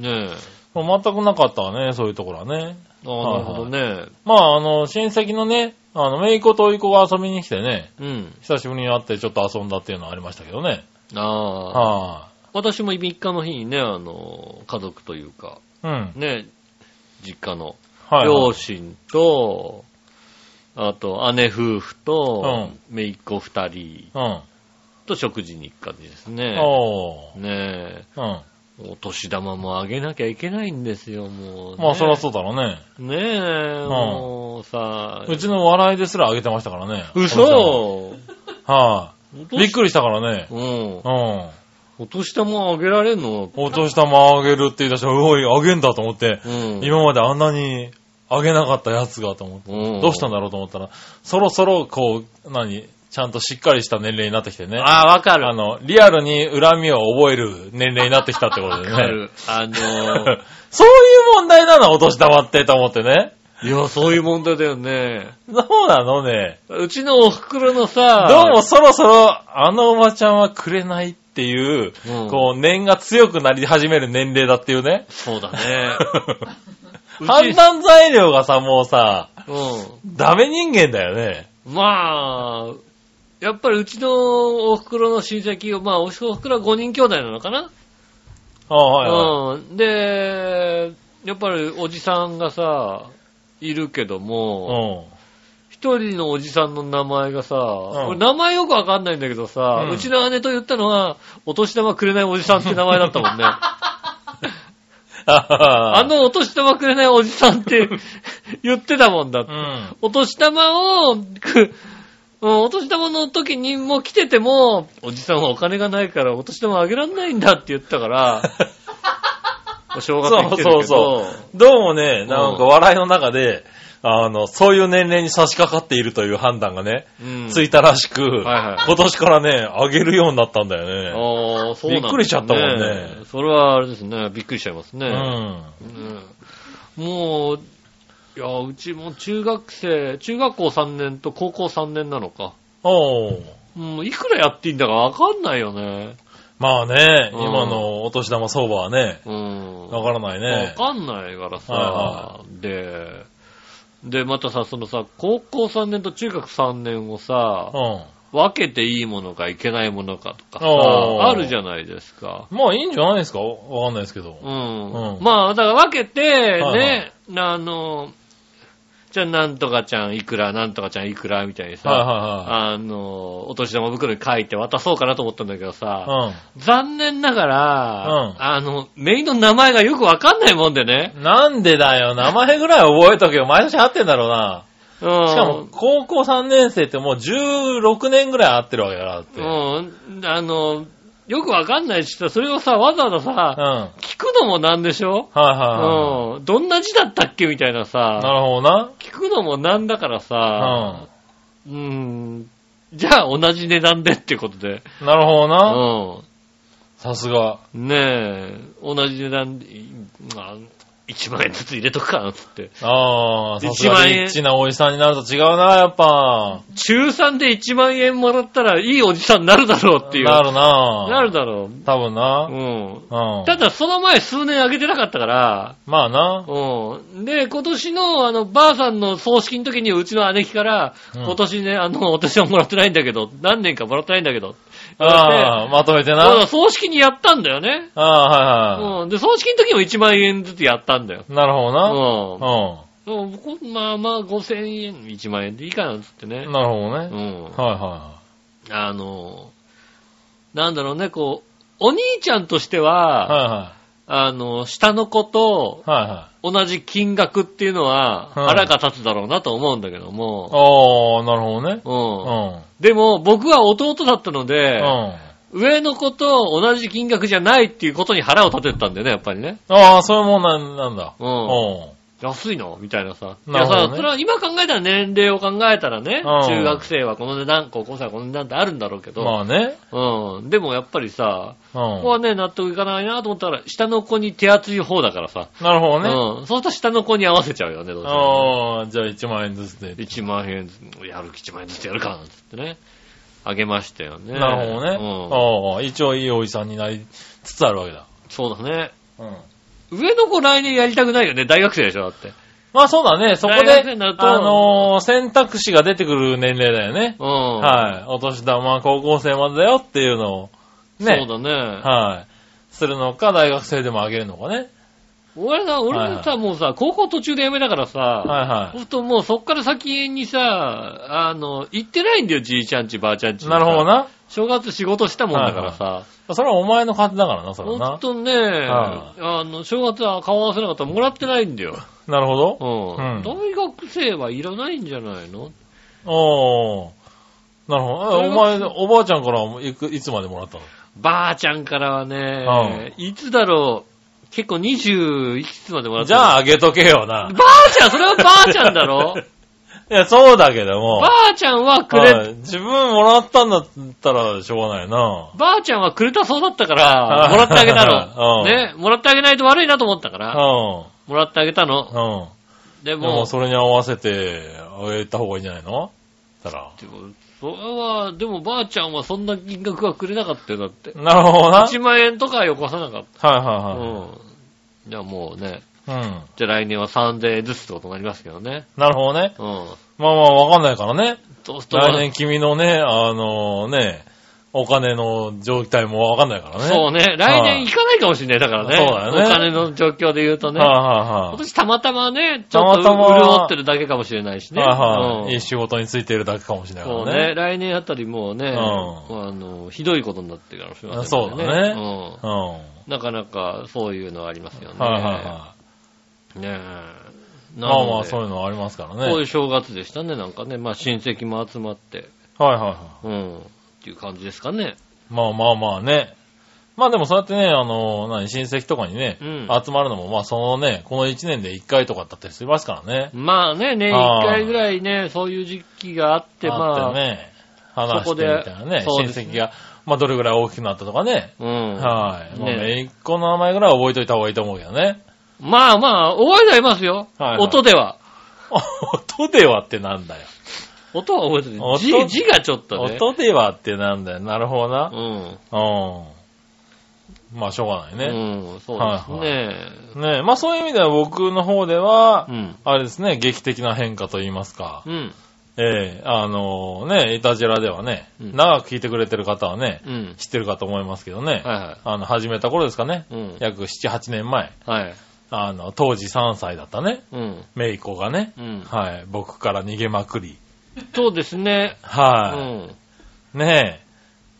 [SPEAKER 2] ねえ。
[SPEAKER 3] まあ全くなかったわね、そういうところはね。
[SPEAKER 2] ああ、なるほどね。
[SPEAKER 3] まああの、親戚のね、あの、めいことおいこが遊びに来てね、
[SPEAKER 2] うん。
[SPEAKER 3] 久しぶりに会ってちょっと遊んだっていうのはありましたけどね。
[SPEAKER 2] ああ。
[SPEAKER 3] は
[SPEAKER 2] 私も3日の日にね、あの、家族というか、
[SPEAKER 3] い、うん。
[SPEAKER 2] ね、実家の。
[SPEAKER 3] はい、
[SPEAKER 2] 両
[SPEAKER 3] はい。
[SPEAKER 2] 親と、あと姉夫婦と、姪っ子二人
[SPEAKER 3] うん。
[SPEAKER 2] と食事に行く感じですね。
[SPEAKER 3] おー。
[SPEAKER 2] ね
[SPEAKER 3] うん。
[SPEAKER 2] え。お年玉もあげなきゃいけないんですよ、もう、ね。
[SPEAKER 3] まあ、そらそうだろうね。
[SPEAKER 2] う。ねえ、もうさ。
[SPEAKER 3] うちの笑いですらあげてましたからね。
[SPEAKER 2] 嘘
[SPEAKER 3] は
[SPEAKER 2] お
[SPEAKER 3] い。びっくりしたからね。
[SPEAKER 2] うん。
[SPEAKER 3] うん。
[SPEAKER 2] お年玉あげられんの
[SPEAKER 3] お年玉あげるって言い出したら、うおい、あげんだと思って、
[SPEAKER 2] うん。
[SPEAKER 3] 今まであんなにあげなかったやつがと思って、
[SPEAKER 2] うん、
[SPEAKER 3] どうしたん
[SPEAKER 2] だ
[SPEAKER 3] だろうと思ったら、そろそろ、こう、何、ちゃんとしっかりした年齢になってきてね。
[SPEAKER 2] ああ、わかる。
[SPEAKER 3] あの、リアルに恨みを覚える年齢になってきたってことで
[SPEAKER 2] わか
[SPEAKER 3] ね。
[SPEAKER 2] る。あ
[SPEAKER 3] <laughs>
[SPEAKER 2] の
[SPEAKER 3] そういう問題なの、お年玉ってと思ってね。
[SPEAKER 2] ー、いや、そういう問題だよね。
[SPEAKER 3] そうなのね。
[SPEAKER 2] うちのお袋のさ、
[SPEAKER 3] どうもそろそろ、あのおばちゃんはくれないっていう、
[SPEAKER 2] うん
[SPEAKER 3] こう、念が強くなり始める年齢だっていうね。
[SPEAKER 2] そうだ
[SPEAKER 3] <laughs>
[SPEAKER 2] ね。うち
[SPEAKER 3] 判断材料がさ、もうさ、
[SPEAKER 2] う
[SPEAKER 3] ダメ人間だよね。
[SPEAKER 2] ん。まあ、やっぱりうちのお袋の親戚を、まあ、お袋は5人兄弟なのかな、
[SPEAKER 3] あはいは
[SPEAKER 2] うん。で、やっぱりおじさんがさ、いるけど
[SPEAKER 3] い。
[SPEAKER 2] も、
[SPEAKER 3] うん。
[SPEAKER 2] 一人のおじさんの名前がさ、
[SPEAKER 3] ん
[SPEAKER 2] 俺名前よくわかんないんだけどさ、
[SPEAKER 3] う
[SPEAKER 2] うんちの姉と言ったのは、お年玉くれないおじさんって名前だったもん
[SPEAKER 3] <laughs>
[SPEAKER 2] ね。あ
[SPEAKER 3] あ、
[SPEAKER 2] のお年玉くれないおじさんって <laughs> 言ってたもんだって
[SPEAKER 3] うん。
[SPEAKER 2] お年玉を、くうんお年玉の時にもう来てても、おじさんはお金がないからお年玉あげられないんだって言った
[SPEAKER 3] <laughs>
[SPEAKER 2] から、お正月に来てるけど、
[SPEAKER 3] そうどうもね、なんか笑いの中で、あの、そういう年齢に差し掛かっているという判断がね、
[SPEAKER 2] うん
[SPEAKER 3] ついたらしく、
[SPEAKER 2] はい
[SPEAKER 3] 今年からね、あげるようになったんだよね。
[SPEAKER 2] ああ、そうなんですね
[SPEAKER 3] びっくりしちゃったもんね
[SPEAKER 2] それはあれですね、びっくりしちゃいます
[SPEAKER 3] う
[SPEAKER 2] ね。
[SPEAKER 3] ん。
[SPEAKER 2] うんもう、いや、うちも中学生、中学校3年と高校3年なのか。
[SPEAKER 3] おう
[SPEAKER 2] もういくらやっていいんだかわかんないよね。
[SPEAKER 3] まあね、
[SPEAKER 2] うん
[SPEAKER 3] 今のお年玉相場はね、
[SPEAKER 2] うん。
[SPEAKER 3] わからな
[SPEAKER 2] わ
[SPEAKER 3] いね。
[SPEAKER 2] かんないからさ、
[SPEAKER 3] は
[SPEAKER 2] で、で、またさ、そのさ、高校3年と中学3年をさ
[SPEAKER 3] う、ん。
[SPEAKER 2] 分けていいものかいけないものかとかさ、
[SPEAKER 3] おー
[SPEAKER 2] あるじゃないですか。
[SPEAKER 3] まあいいんじゃないですかわかんないですけど
[SPEAKER 2] う。ん。
[SPEAKER 3] うん
[SPEAKER 2] まあ、だから分けて、ね、
[SPEAKER 3] はいはい
[SPEAKER 2] あの、じゃあ、なんとかちゃんいくら、なんとかちゃんいくらみたいにさ、
[SPEAKER 3] はいは
[SPEAKER 2] あの、お年玉袋に書いて渡そうかなと思ったんだけど
[SPEAKER 3] い
[SPEAKER 2] さ、
[SPEAKER 3] はい。
[SPEAKER 2] 残念ながら、
[SPEAKER 3] うん
[SPEAKER 2] あの、メインの名前がよくわかんないもんでね。
[SPEAKER 3] うん。なんでだよ、名前ぐらい覚えとけよ。毎年会ってんだろうな。
[SPEAKER 2] うん
[SPEAKER 3] しかも、高校3年生ってもう16年ぐらい会ってるわけだからだって。
[SPEAKER 2] うん、あの、よくわかんないしさ、それをさ、わざわざ
[SPEAKER 3] うん。
[SPEAKER 2] さ、
[SPEAKER 3] はい
[SPEAKER 2] 聞くのもなんでしょ
[SPEAKER 3] は
[SPEAKER 2] うん、どんな字だったっけみたいない
[SPEAKER 3] はい。
[SPEAKER 2] さ、
[SPEAKER 3] なるほど
[SPEAKER 2] 聞くのもなんだから
[SPEAKER 3] な。
[SPEAKER 2] さ、うん、じゃあ同じ値段でってことで、
[SPEAKER 3] うん。なるほど
[SPEAKER 2] う
[SPEAKER 3] な。
[SPEAKER 2] ん、
[SPEAKER 3] さすが。
[SPEAKER 2] ねえ、同じ値段で、いまあ、1万円ずつ入れとくかなっつって。
[SPEAKER 3] ああ、さす
[SPEAKER 2] 一
[SPEAKER 3] が
[SPEAKER 2] 万円
[SPEAKER 3] リッチなおじさんになると違うな、やっぱ。
[SPEAKER 2] 中3で1万円もらったらいいおじさんになるだろうっていう。
[SPEAKER 3] なるな。
[SPEAKER 2] なるだろ
[SPEAKER 3] 多分な
[SPEAKER 2] う。う。ん。
[SPEAKER 3] うん。
[SPEAKER 2] ただその前数年あげてなかったから、
[SPEAKER 3] まあな。
[SPEAKER 2] うん。で、今年の、あの、ばあさんの葬式の時に、うちの姉貴から、
[SPEAKER 3] うん
[SPEAKER 2] 今年ね、あの、私はもらってないんだけど、何年かもらってないんだけど、言われて
[SPEAKER 3] ああ、まとめて
[SPEAKER 2] そうだ
[SPEAKER 3] な。
[SPEAKER 2] 葬式にやったんだよね。
[SPEAKER 3] ああ、はいは
[SPEAKER 2] うん。で、葬式の時も1万円ずつやったんだよ。
[SPEAKER 3] い。なるほど
[SPEAKER 2] う
[SPEAKER 3] な。
[SPEAKER 2] ん。
[SPEAKER 3] う
[SPEAKER 2] でもこまあまあ、5000円、1万円でいいかな、つってね
[SPEAKER 3] ん。。なるほど
[SPEAKER 2] う
[SPEAKER 3] ね。
[SPEAKER 2] ん。
[SPEAKER 3] はいは
[SPEAKER 2] あの、なんだろうね、こう、お兄ちゃんとして
[SPEAKER 3] いはい。
[SPEAKER 2] は、
[SPEAKER 3] は
[SPEAKER 2] あの、下の子と
[SPEAKER 3] いはい。はいはい。
[SPEAKER 2] 同じ金額っていうのは、
[SPEAKER 3] うん
[SPEAKER 2] 腹が立つだろうなと思うんだけども、
[SPEAKER 3] ああ、なるほどね。う
[SPEAKER 2] うん。
[SPEAKER 3] ん。
[SPEAKER 2] でも、僕は弟だったので、
[SPEAKER 3] うん。
[SPEAKER 2] 上の子と同じ金額じゃないっていうことに腹を立ててたんだよね、やっぱりね。
[SPEAKER 3] ああ、そういうもんなんなんだ。
[SPEAKER 2] うん
[SPEAKER 3] うん。
[SPEAKER 2] 安いのみたいなさ。
[SPEAKER 3] なるほど
[SPEAKER 2] い
[SPEAKER 3] ね
[SPEAKER 2] やさ、それは今考えたら年齢を考えたらね、
[SPEAKER 3] うん
[SPEAKER 2] 中学生はこの値段、高校生はこの値段ってあるんだろうけど、
[SPEAKER 3] まあね。
[SPEAKER 2] うん。でもやっぱりさ、
[SPEAKER 3] う
[SPEAKER 2] ここ
[SPEAKER 3] ん。
[SPEAKER 2] はね、納得いかないなと思ったら、下の子に手厚い方だからさ、
[SPEAKER 3] なるほどね。
[SPEAKER 2] うん。そうすると下の子に合わせちゃうよね、どうしても
[SPEAKER 3] ああ、じゃあ1万円ずつで。
[SPEAKER 2] 1万円ずつ、やる気1万円ずつやるかなんつってね、あげましたよね。
[SPEAKER 3] なるほどね。
[SPEAKER 2] うん。
[SPEAKER 3] ああ、一応いいおじさんになりつつあるわけだ。
[SPEAKER 2] そうだね。
[SPEAKER 3] うん。
[SPEAKER 2] 上の子来年やりたくないよね。大学生でしょ、だって。
[SPEAKER 3] まあそうだね。そこ
[SPEAKER 2] 大学
[SPEAKER 3] で
[SPEAKER 2] 生にな、ると
[SPEAKER 3] あのー選択肢が出てくる年齢だよね。
[SPEAKER 2] うん。
[SPEAKER 3] はい。お年玉高校生までだよっていうのを。ね。
[SPEAKER 2] そうだね。
[SPEAKER 3] はい。するのか、大学生でもあげるのかね。
[SPEAKER 2] 俺さ、俺
[SPEAKER 3] はい
[SPEAKER 2] さ、
[SPEAKER 3] は
[SPEAKER 2] もうさ、高校途中で辞めたからさ、
[SPEAKER 3] はいは
[SPEAKER 2] ほんともうそっから先にさ、あの、行ってないんだよ、じいちゃんち、ばあちゃんち
[SPEAKER 3] い。
[SPEAKER 2] に
[SPEAKER 3] な
[SPEAKER 2] さ
[SPEAKER 3] るほど。な。
[SPEAKER 2] 正月仕事したもんだからさ、
[SPEAKER 3] それはお前の勝手だからな、それ
[SPEAKER 2] ほ
[SPEAKER 3] は
[SPEAKER 2] ん
[SPEAKER 3] な。
[SPEAKER 2] とね、
[SPEAKER 3] は
[SPEAKER 2] あの、正月は顔合わせなかったらもらってないんだよ。
[SPEAKER 3] なるほ
[SPEAKER 2] う
[SPEAKER 3] ど。
[SPEAKER 2] ん。
[SPEAKER 3] うん
[SPEAKER 2] 大学生はいらないんじゃないの
[SPEAKER 3] おー。なるほど。えお前、おばあちゃんからいくいつまでもらったの
[SPEAKER 2] ばあちゃんからはね、いつだろう、結構20いくつまでもらった
[SPEAKER 3] じゃ
[SPEAKER 2] あ
[SPEAKER 3] ああげとけよ
[SPEAKER 2] ば。
[SPEAKER 3] な
[SPEAKER 2] あちゃん、それはばあちゃんだ
[SPEAKER 3] <laughs>
[SPEAKER 2] ろ
[SPEAKER 3] いや、そうだけども。
[SPEAKER 2] ばあちゃんはくれ、
[SPEAKER 3] はい自分もらったんだったらしょうがないな。
[SPEAKER 2] ばあちゃんはくれたそうだったから、
[SPEAKER 3] はい
[SPEAKER 2] もらってあげたの。
[SPEAKER 3] <laughs> うん
[SPEAKER 2] ね、もらってあげないと悪いなと思ったから、
[SPEAKER 3] う
[SPEAKER 2] もらってあげたの。
[SPEAKER 3] ん。うん。
[SPEAKER 2] で
[SPEAKER 3] でも、
[SPEAKER 2] も、
[SPEAKER 3] それに合わせて、あげた方がいいんじゃないのたら。
[SPEAKER 2] でもそれは、でもばあちゃんはそんな金額はくれなかったよ、だって。
[SPEAKER 3] なるほどな。はい
[SPEAKER 2] 1万円とかはよこさなかっ
[SPEAKER 3] は
[SPEAKER 2] た。う
[SPEAKER 3] いは
[SPEAKER 2] ん。じゃあもうね、
[SPEAKER 3] い。うん。
[SPEAKER 2] じゃあ来年は3000円ずつってことになりますけどね。
[SPEAKER 3] なるほどね。
[SPEAKER 2] うん。
[SPEAKER 3] まあまあ、わかんないからね。
[SPEAKER 2] そうすると、
[SPEAKER 3] 来年君のね、あのね、お金の状態もわかんないからね。
[SPEAKER 2] そう
[SPEAKER 3] ね。
[SPEAKER 2] ね。来年行かないかもしれない。だからね。
[SPEAKER 3] そうだよね
[SPEAKER 2] お金の状況で言うとね。
[SPEAKER 3] は
[SPEAKER 2] 今
[SPEAKER 3] い
[SPEAKER 2] 年たまたまね、ちょっと
[SPEAKER 3] たまたま
[SPEAKER 2] 潤ってるだけかもしれないしね。
[SPEAKER 3] はいは
[SPEAKER 2] う
[SPEAKER 3] い。
[SPEAKER 2] ん
[SPEAKER 3] いい仕事についているだけかもしれないか
[SPEAKER 2] そう
[SPEAKER 3] ら
[SPEAKER 2] ね。
[SPEAKER 3] ね。
[SPEAKER 2] 来年あたりもうね、あ
[SPEAKER 3] ん
[SPEAKER 2] の、ひどいことになってるかもしれない、
[SPEAKER 3] そうだ
[SPEAKER 2] ね。
[SPEAKER 3] う
[SPEAKER 2] う
[SPEAKER 3] ん。
[SPEAKER 2] ん。なかなかそういうのはありますよね。
[SPEAKER 3] はいはいはい。
[SPEAKER 2] ねえ。
[SPEAKER 3] まあまあ、
[SPEAKER 2] そ
[SPEAKER 3] そう
[SPEAKER 2] う
[SPEAKER 3] いうのはありますからね。
[SPEAKER 2] ね。こういう正月でしたね、なんかね。まあ親戚も集まって、
[SPEAKER 3] はいはいは
[SPEAKER 2] う
[SPEAKER 3] い。
[SPEAKER 2] ん。っていう感じですかね。
[SPEAKER 3] まあまあまあね。まあでもそうやってね、あの、何、親戚とかにね、
[SPEAKER 2] うん
[SPEAKER 3] 集まるのも、まあそのね、この1年で1回とかだったりしますからね。
[SPEAKER 2] まあね、年
[SPEAKER 3] あ
[SPEAKER 2] 一
[SPEAKER 3] ー
[SPEAKER 2] 回ぐらいね、そういう時期があって、
[SPEAKER 3] あ
[SPEAKER 2] ま
[SPEAKER 3] っ
[SPEAKER 2] あ、
[SPEAKER 3] てね、話
[SPEAKER 2] そ
[SPEAKER 3] し
[SPEAKER 2] こ
[SPEAKER 3] て
[SPEAKER 2] で
[SPEAKER 3] みたいなね、
[SPEAKER 2] そう
[SPEAKER 3] 親
[SPEAKER 2] ですね
[SPEAKER 3] 戚が、まあどれぐらい大きくなったとかね。
[SPEAKER 2] うん。
[SPEAKER 3] はい。ま
[SPEAKER 2] ね
[SPEAKER 3] あ、姪っ子の名前ぐらいは覚えといた方がいいと思うけどね。 <laughs>
[SPEAKER 2] まあまあ、覚えてありますよ。
[SPEAKER 3] はいはい
[SPEAKER 2] 音では。
[SPEAKER 3] 音ではってなんだよ。
[SPEAKER 2] 音は覚えて
[SPEAKER 3] 音
[SPEAKER 2] る。字、字がちょっとね。
[SPEAKER 3] 音ではってなんだよ。なるほどな
[SPEAKER 2] う。ん。
[SPEAKER 3] うん。まあしょうがないね。
[SPEAKER 2] うん、そうですね。
[SPEAKER 3] ねまあそういう意味では僕の方では、
[SPEAKER 2] うん。
[SPEAKER 3] あれですね、劇的な変化と言いますか。
[SPEAKER 2] うん。
[SPEAKER 3] ええあのね、イタジラではね、
[SPEAKER 2] うん
[SPEAKER 3] 長く聞いてくれてる方はね、
[SPEAKER 2] うん。
[SPEAKER 3] 知ってるかと思いますけどね、
[SPEAKER 2] はいは
[SPEAKER 3] あの、始めた頃ですかね、
[SPEAKER 2] い。うん。
[SPEAKER 3] 約7、8年前、
[SPEAKER 2] はい。
[SPEAKER 3] あの、当時3歳だったね、
[SPEAKER 2] うん。
[SPEAKER 3] メイコがね、
[SPEAKER 2] うん。
[SPEAKER 3] はい、僕から逃げまくり、
[SPEAKER 2] そうですね。う
[SPEAKER 3] はい、
[SPEAKER 2] ん。
[SPEAKER 3] ねえ、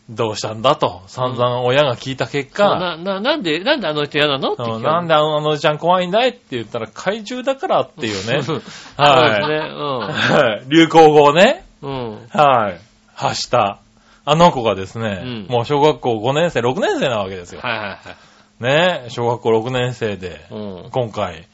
[SPEAKER 3] どうしたんだと、散々親が聞いた結
[SPEAKER 2] そう
[SPEAKER 3] 果、
[SPEAKER 2] な、な、なんで、なんであの人嫌なのって
[SPEAKER 3] うん
[SPEAKER 2] 聞か、
[SPEAKER 3] なんであの、あのちゃん怖いんだいって言ったら怪獣だからっていう
[SPEAKER 2] <laughs>
[SPEAKER 3] ね
[SPEAKER 2] そうです
[SPEAKER 3] はい、
[SPEAKER 2] ね。
[SPEAKER 3] はい流行語をね、
[SPEAKER 2] うん。うん。
[SPEAKER 3] はい。発した。あの子がですね、
[SPEAKER 2] うん
[SPEAKER 3] もう小学校5年生、6年生なわけですよ。
[SPEAKER 2] はいはいはい。
[SPEAKER 3] ねえ小学校6年生で、
[SPEAKER 2] うん。
[SPEAKER 3] 今回、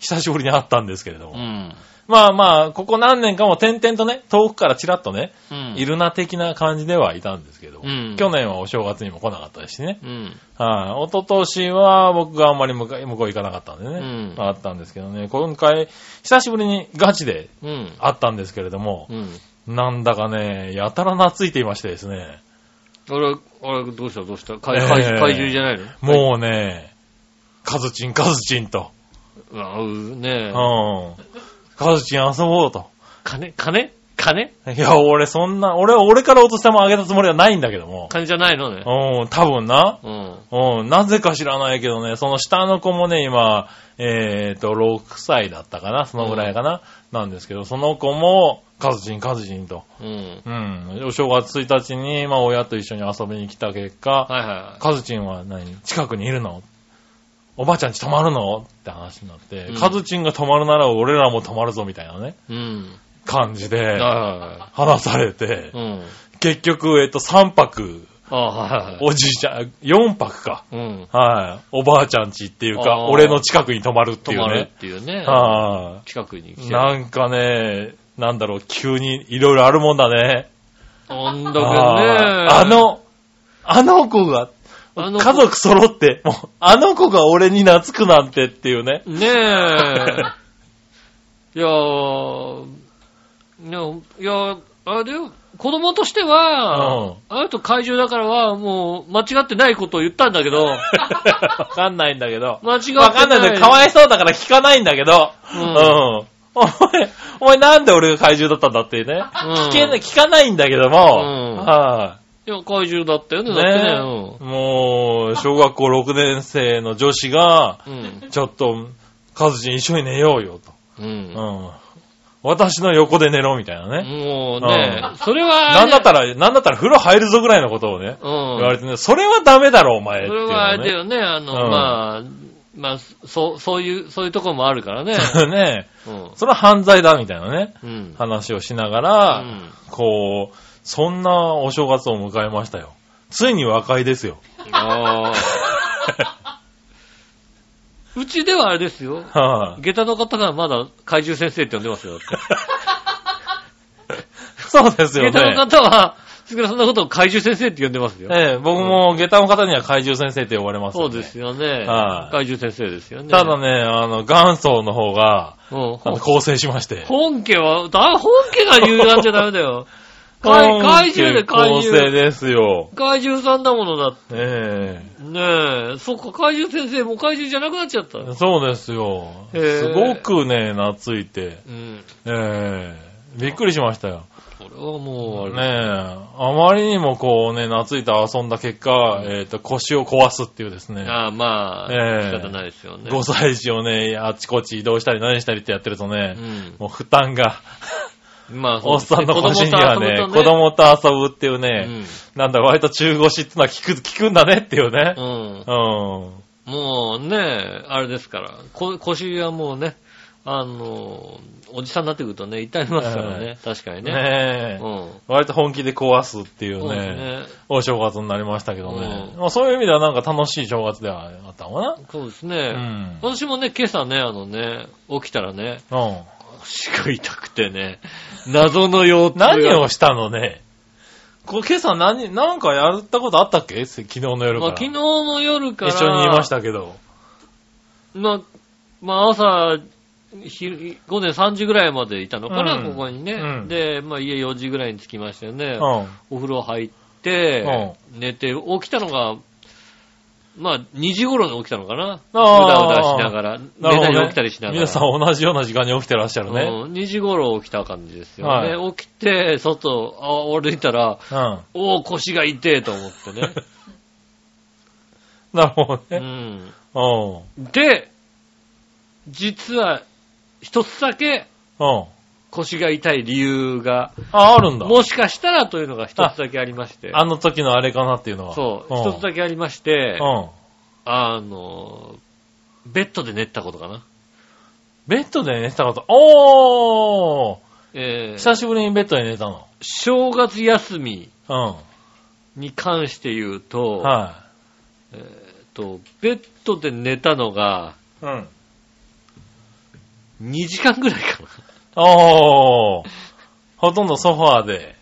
[SPEAKER 3] 久しぶりに会ったんですけれども。
[SPEAKER 2] うん。
[SPEAKER 3] まあまあ、ここ何年かも点々とね、遠くからチラッとね、
[SPEAKER 2] うん。
[SPEAKER 3] いるな的な感じではいたんですけど、
[SPEAKER 2] うん
[SPEAKER 3] 去年はお正月にも来なかったですしね。
[SPEAKER 2] うん。
[SPEAKER 3] はい。一昨年は僕があんまり向か向こう行かなかったんでね、
[SPEAKER 2] うん
[SPEAKER 3] あったんですけどね、今回、久しぶりにガチで
[SPEAKER 2] うん。
[SPEAKER 3] 会ったんですけれども、
[SPEAKER 2] うん。
[SPEAKER 3] なんだかね、やたら懐いていましてですね。
[SPEAKER 2] 俺、俺、どうしたどうした怪怪
[SPEAKER 3] ええ
[SPEAKER 2] 怪獣じゃないの
[SPEAKER 3] もうね、カズチン、カズチンと。
[SPEAKER 2] うわう
[SPEAKER 3] う
[SPEAKER 2] ねえ
[SPEAKER 3] ん。。カズチン遊ぼうと。
[SPEAKER 2] 金金金
[SPEAKER 3] いや、俺そんな、俺、俺からお年玉あげたつもりはないんだけども。
[SPEAKER 2] 金じゃないのね。
[SPEAKER 3] うん、多分な。
[SPEAKER 2] うん。
[SPEAKER 3] うん、なぜか知らないけどね、その下の子もね、今、えーと、6歳だったかな、そのぐらいかな、なんですけど、その子も、カズチン、カズチンと。
[SPEAKER 2] うん。
[SPEAKER 3] うん、お正月1日に、まあ、親と一緒に遊びに来た結果、
[SPEAKER 2] はいは
[SPEAKER 3] カズチンは何近くにいるのおばあちゃんち泊まるのって話になって、
[SPEAKER 2] うん
[SPEAKER 3] カズチンが泊まるなら俺らも泊まるぞみたいなね、
[SPEAKER 2] い。うん。
[SPEAKER 3] 感じで
[SPEAKER 2] は
[SPEAKER 3] 話されて
[SPEAKER 2] いはいはい。、うん。
[SPEAKER 3] 結局、えっと、3泊、
[SPEAKER 2] あはいはいはい。
[SPEAKER 3] おじいちゃん、4泊か。
[SPEAKER 2] うん。
[SPEAKER 3] はい。おばあちゃんちっていうか、
[SPEAKER 2] あー
[SPEAKER 3] 俺の近くに泊まるって
[SPEAKER 2] 泊
[SPEAKER 3] いう
[SPEAKER 2] まる
[SPEAKER 3] ね。
[SPEAKER 2] っていうね。
[SPEAKER 3] は
[SPEAKER 2] 近くに来
[SPEAKER 3] い。
[SPEAKER 2] て。な
[SPEAKER 3] なんかね、なんだろう、急にいろいろあるもんだね。
[SPEAKER 2] んだけどね。
[SPEAKER 3] あーあ、の、あの子が、
[SPEAKER 2] あの
[SPEAKER 3] 家族揃って、もう、あの子が俺に懐くなんてってい
[SPEAKER 2] <laughs>
[SPEAKER 3] うね。 <laughs>
[SPEAKER 2] ねえ。いやー、いや、いやあれだよ、子供としては、
[SPEAKER 3] うん
[SPEAKER 2] あなた怪獣だからは、もう、間違ってないことを言ったんだけ
[SPEAKER 3] <laughs>
[SPEAKER 2] ど、
[SPEAKER 3] わかんないんだけど。
[SPEAKER 2] 間違ってない。
[SPEAKER 3] わかんないんだけど、かわいそうだから聞かないんだけど。
[SPEAKER 2] う
[SPEAKER 3] うんん。お前、お前なんで俺が怪獣だったんだってね。
[SPEAKER 2] うん
[SPEAKER 3] 聞けない、聞かないんだけども。
[SPEAKER 2] うん
[SPEAKER 3] は
[SPEAKER 2] いや、怪獣だったよね、だ
[SPEAKER 3] ね
[SPEAKER 2] っ
[SPEAKER 3] もう、小学校6年生の女子が、
[SPEAKER 2] てね。
[SPEAKER 3] ちょっと、カズチン一緒に寝ようよと。
[SPEAKER 2] うん。うん。
[SPEAKER 3] う
[SPEAKER 2] うん
[SPEAKER 3] ん。私の横で寝ろみたいなね。
[SPEAKER 2] もうね
[SPEAKER 3] う、
[SPEAKER 2] それは、
[SPEAKER 3] なんだったら、なんだったら風呂入るぞぐらいのことをね、
[SPEAKER 2] う
[SPEAKER 3] 言わ
[SPEAKER 2] ん。
[SPEAKER 3] れてね、それはダメだろお前って
[SPEAKER 2] そ
[SPEAKER 3] い
[SPEAKER 2] れ
[SPEAKER 3] う
[SPEAKER 2] はあ
[SPEAKER 3] の
[SPEAKER 2] れだ
[SPEAKER 3] ね。
[SPEAKER 2] よね、あの、
[SPEAKER 3] うん
[SPEAKER 2] まあ、まあ、そう、そういう、そういうとこもあるから
[SPEAKER 3] <laughs>
[SPEAKER 2] ね。
[SPEAKER 3] ね、
[SPEAKER 2] うん。
[SPEAKER 3] それは犯罪だみたいなね、
[SPEAKER 2] うん。
[SPEAKER 3] 話をしなが
[SPEAKER 2] う
[SPEAKER 3] ら、
[SPEAKER 2] ん
[SPEAKER 3] こう、そんなお正月を迎えましたよ。ついに和解ですよ。 <laughs>
[SPEAKER 2] あーうちではあれですよ。
[SPEAKER 3] はい
[SPEAKER 2] 下駄の方がまだ怪獣先生って呼んでますよ。
[SPEAKER 3] そうです
[SPEAKER 2] 下
[SPEAKER 3] よ
[SPEAKER 2] 駄の
[SPEAKER 3] ね。
[SPEAKER 2] 方は、杉田さんのことを怪獣先生って呼んでますよ。
[SPEAKER 3] ええ、僕も下駄の方には怪獣先生って呼ばれます
[SPEAKER 2] そ
[SPEAKER 3] よ、
[SPEAKER 2] う
[SPEAKER 3] ね。
[SPEAKER 2] ですよね。
[SPEAKER 3] はい
[SPEAKER 2] 怪獣先生ですよね。
[SPEAKER 3] ただね、あの、元祖の方が、
[SPEAKER 2] うん、
[SPEAKER 3] あの、
[SPEAKER 2] ほ
[SPEAKER 3] 構成しまして。
[SPEAKER 2] 本家は、だ本家が言うなんじゃダメだ
[SPEAKER 3] <laughs>
[SPEAKER 2] よ。怪怪獣で怪
[SPEAKER 3] 構成
[SPEAKER 2] 獣。
[SPEAKER 3] ですよ。
[SPEAKER 2] 怪獣さんだものだって。
[SPEAKER 3] え
[SPEAKER 2] ねえ、そっか、怪獣先生も怪獣じゃなくなっちゃった。
[SPEAKER 3] えそうですよ。
[SPEAKER 2] へえ
[SPEAKER 3] すごくね、懐いて。
[SPEAKER 2] うん。
[SPEAKER 3] ええびっくりしましたよ。
[SPEAKER 2] これはもう、あ
[SPEAKER 3] ねえ、
[SPEAKER 2] れ。
[SPEAKER 3] あまりにもこうね、懐いて遊んだ結果、えっ、と、腰を壊すっていうですね。
[SPEAKER 2] ああ、まあ、
[SPEAKER 3] ええ
[SPEAKER 2] 仕方ないですよね。
[SPEAKER 3] 5歳児をね、あちこち移動したり何したりってやってると
[SPEAKER 2] う
[SPEAKER 3] ね、
[SPEAKER 2] ん。
[SPEAKER 3] もう負担が、
[SPEAKER 2] まあ、
[SPEAKER 3] おっさんの腰にはね、子
[SPEAKER 2] 子供
[SPEAKER 3] 供と遊ぶっていう
[SPEAKER 2] と遊ぶと
[SPEAKER 3] ね、なんだ、割と中腰ってのは効く、効くんだねっていうね
[SPEAKER 2] う。ん。うん。
[SPEAKER 3] うん。
[SPEAKER 2] もうね、あれですから、こ腰はもうね、あの、おじさんになってくるとね、痛いますからね、確かにね。
[SPEAKER 3] ねえ
[SPEAKER 2] うん。
[SPEAKER 3] 割と本気で壊すっていう
[SPEAKER 2] そうです
[SPEAKER 3] ね、
[SPEAKER 2] ね。
[SPEAKER 3] お正月になりましたけどね
[SPEAKER 2] う。ん
[SPEAKER 3] まあそういう意味ではなんか楽しい正月ではあったのかな。
[SPEAKER 2] そうです
[SPEAKER 3] う
[SPEAKER 2] ね。
[SPEAKER 3] ん。
[SPEAKER 2] 私もね、今朝ね、あのね、起きたらね、
[SPEAKER 3] うん。
[SPEAKER 2] 腰が痛くてね、謎の腰痛が。
[SPEAKER 3] 何をしたのねこ今朝何、なんかやったことあったっけせ昨日の夜
[SPEAKER 2] ま
[SPEAKER 3] か
[SPEAKER 2] あ
[SPEAKER 3] ら。
[SPEAKER 2] 昨日の夜から、
[SPEAKER 3] 一緒にいましたけど。
[SPEAKER 2] まあ、まあ朝、昼午前3時ぐらいまでいたのかな、
[SPEAKER 3] うん
[SPEAKER 2] ここにね、
[SPEAKER 3] うん
[SPEAKER 2] で、まあ家4時ぐらいに着きましたよね。
[SPEAKER 3] うん。
[SPEAKER 2] お風呂入って、寝て、起きたのが、まあ2時頃に起きたのかな。う
[SPEAKER 3] あー
[SPEAKER 2] だうだしながら、
[SPEAKER 3] な
[SPEAKER 2] 寝
[SPEAKER 3] るほ
[SPEAKER 2] た
[SPEAKER 3] ど
[SPEAKER 2] り
[SPEAKER 3] ね
[SPEAKER 2] 起きたりしながら。
[SPEAKER 3] 皆さん同じような時間に起きてらっしゃるね。
[SPEAKER 2] うん、2時頃起きた感じですよね。
[SPEAKER 3] は
[SPEAKER 2] 起きて、外、あ歩いたら、
[SPEAKER 3] うん。
[SPEAKER 2] おお、腰が痛えと思ってね。
[SPEAKER 3] <laughs> なるほど
[SPEAKER 2] う
[SPEAKER 3] ね。 <laughs>
[SPEAKER 2] ん、
[SPEAKER 3] うん。
[SPEAKER 2] で、実は、一つだけ
[SPEAKER 3] うん。
[SPEAKER 2] 腰が痛い理由が、
[SPEAKER 3] あ、あるんだ。
[SPEAKER 2] もしかしたらというのが一つだけありまして。
[SPEAKER 3] あの時のあれかなっていうのは。
[SPEAKER 2] そう、
[SPEAKER 3] ん
[SPEAKER 2] 一つだけありまして
[SPEAKER 3] う、ん。
[SPEAKER 2] あの、ベッドで寝てたことかな。
[SPEAKER 3] ベッドで寝てたこと。おー
[SPEAKER 2] えー
[SPEAKER 3] 久しぶりにベッドで寝たの。
[SPEAKER 2] 正月休み
[SPEAKER 3] う
[SPEAKER 2] に関して言うと、
[SPEAKER 3] ん。は
[SPEAKER 2] えっとベッドで寝たのが
[SPEAKER 3] い。うん。
[SPEAKER 2] 2時間ぐらいかな。
[SPEAKER 3] おーほとんどソファーで。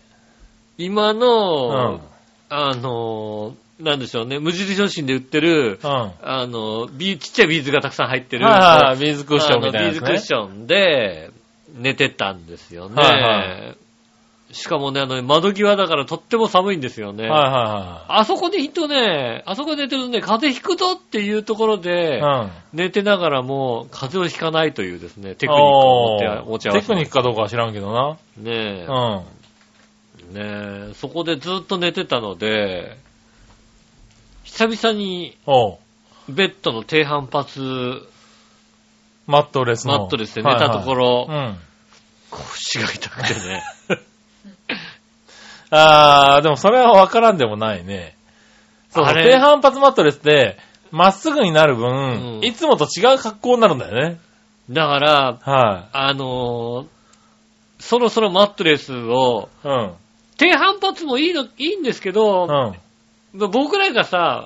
[SPEAKER 2] 今
[SPEAKER 3] うん。
[SPEAKER 2] の、
[SPEAKER 3] うん。
[SPEAKER 2] あの、なんでしょうね、無印良心で売ってる、
[SPEAKER 3] は
[SPEAKER 2] あの、ビーちっちゃいビーズがたくさん入って
[SPEAKER 3] い
[SPEAKER 2] る、
[SPEAKER 3] はい。ビーズクッションみたいな
[SPEAKER 2] あの
[SPEAKER 3] や
[SPEAKER 2] ビー
[SPEAKER 3] つ
[SPEAKER 2] ズ
[SPEAKER 3] ね。
[SPEAKER 2] クッションで寝てたんですよね。
[SPEAKER 3] はい
[SPEAKER 2] しかもね、あの、窓際だからとっても寒いんですよね。
[SPEAKER 3] はいは
[SPEAKER 2] あそこで人ね、あそこで寝てるとね、風邪ひくぞっていうところ
[SPEAKER 3] い
[SPEAKER 2] で、
[SPEAKER 3] はい。
[SPEAKER 2] 寝てながらも風邪をひかないというですね、テ
[SPEAKER 3] テ
[SPEAKER 2] クニックを持って持ち合わ
[SPEAKER 3] テ
[SPEAKER 2] せ
[SPEAKER 3] ク
[SPEAKER 2] て
[SPEAKER 3] ニックかどうかは知らんけどな。
[SPEAKER 2] ね
[SPEAKER 3] うん。
[SPEAKER 2] え、ねえ、そこでずっと寝てたので、久々に
[SPEAKER 3] おう
[SPEAKER 2] ベッドの低反発
[SPEAKER 3] マットレスの。
[SPEAKER 2] マットレスで寝たところ、
[SPEAKER 3] はいはいうん。
[SPEAKER 2] 腰が痛くてね。
[SPEAKER 3] あー、でもそれはわからんでもないね。 <laughs> そう
[SPEAKER 2] あ
[SPEAKER 3] そう、
[SPEAKER 2] れ
[SPEAKER 3] 低反発マットレスって、まっすぐになる分、
[SPEAKER 2] うん
[SPEAKER 3] いつもと違う格好になるんだよね。
[SPEAKER 2] だから、
[SPEAKER 3] は
[SPEAKER 2] あのーそろそろマットレスを、
[SPEAKER 3] い。うん。
[SPEAKER 2] 低反発もいいの、いいんですけど、
[SPEAKER 3] うん。
[SPEAKER 2] まあ僕らがさ、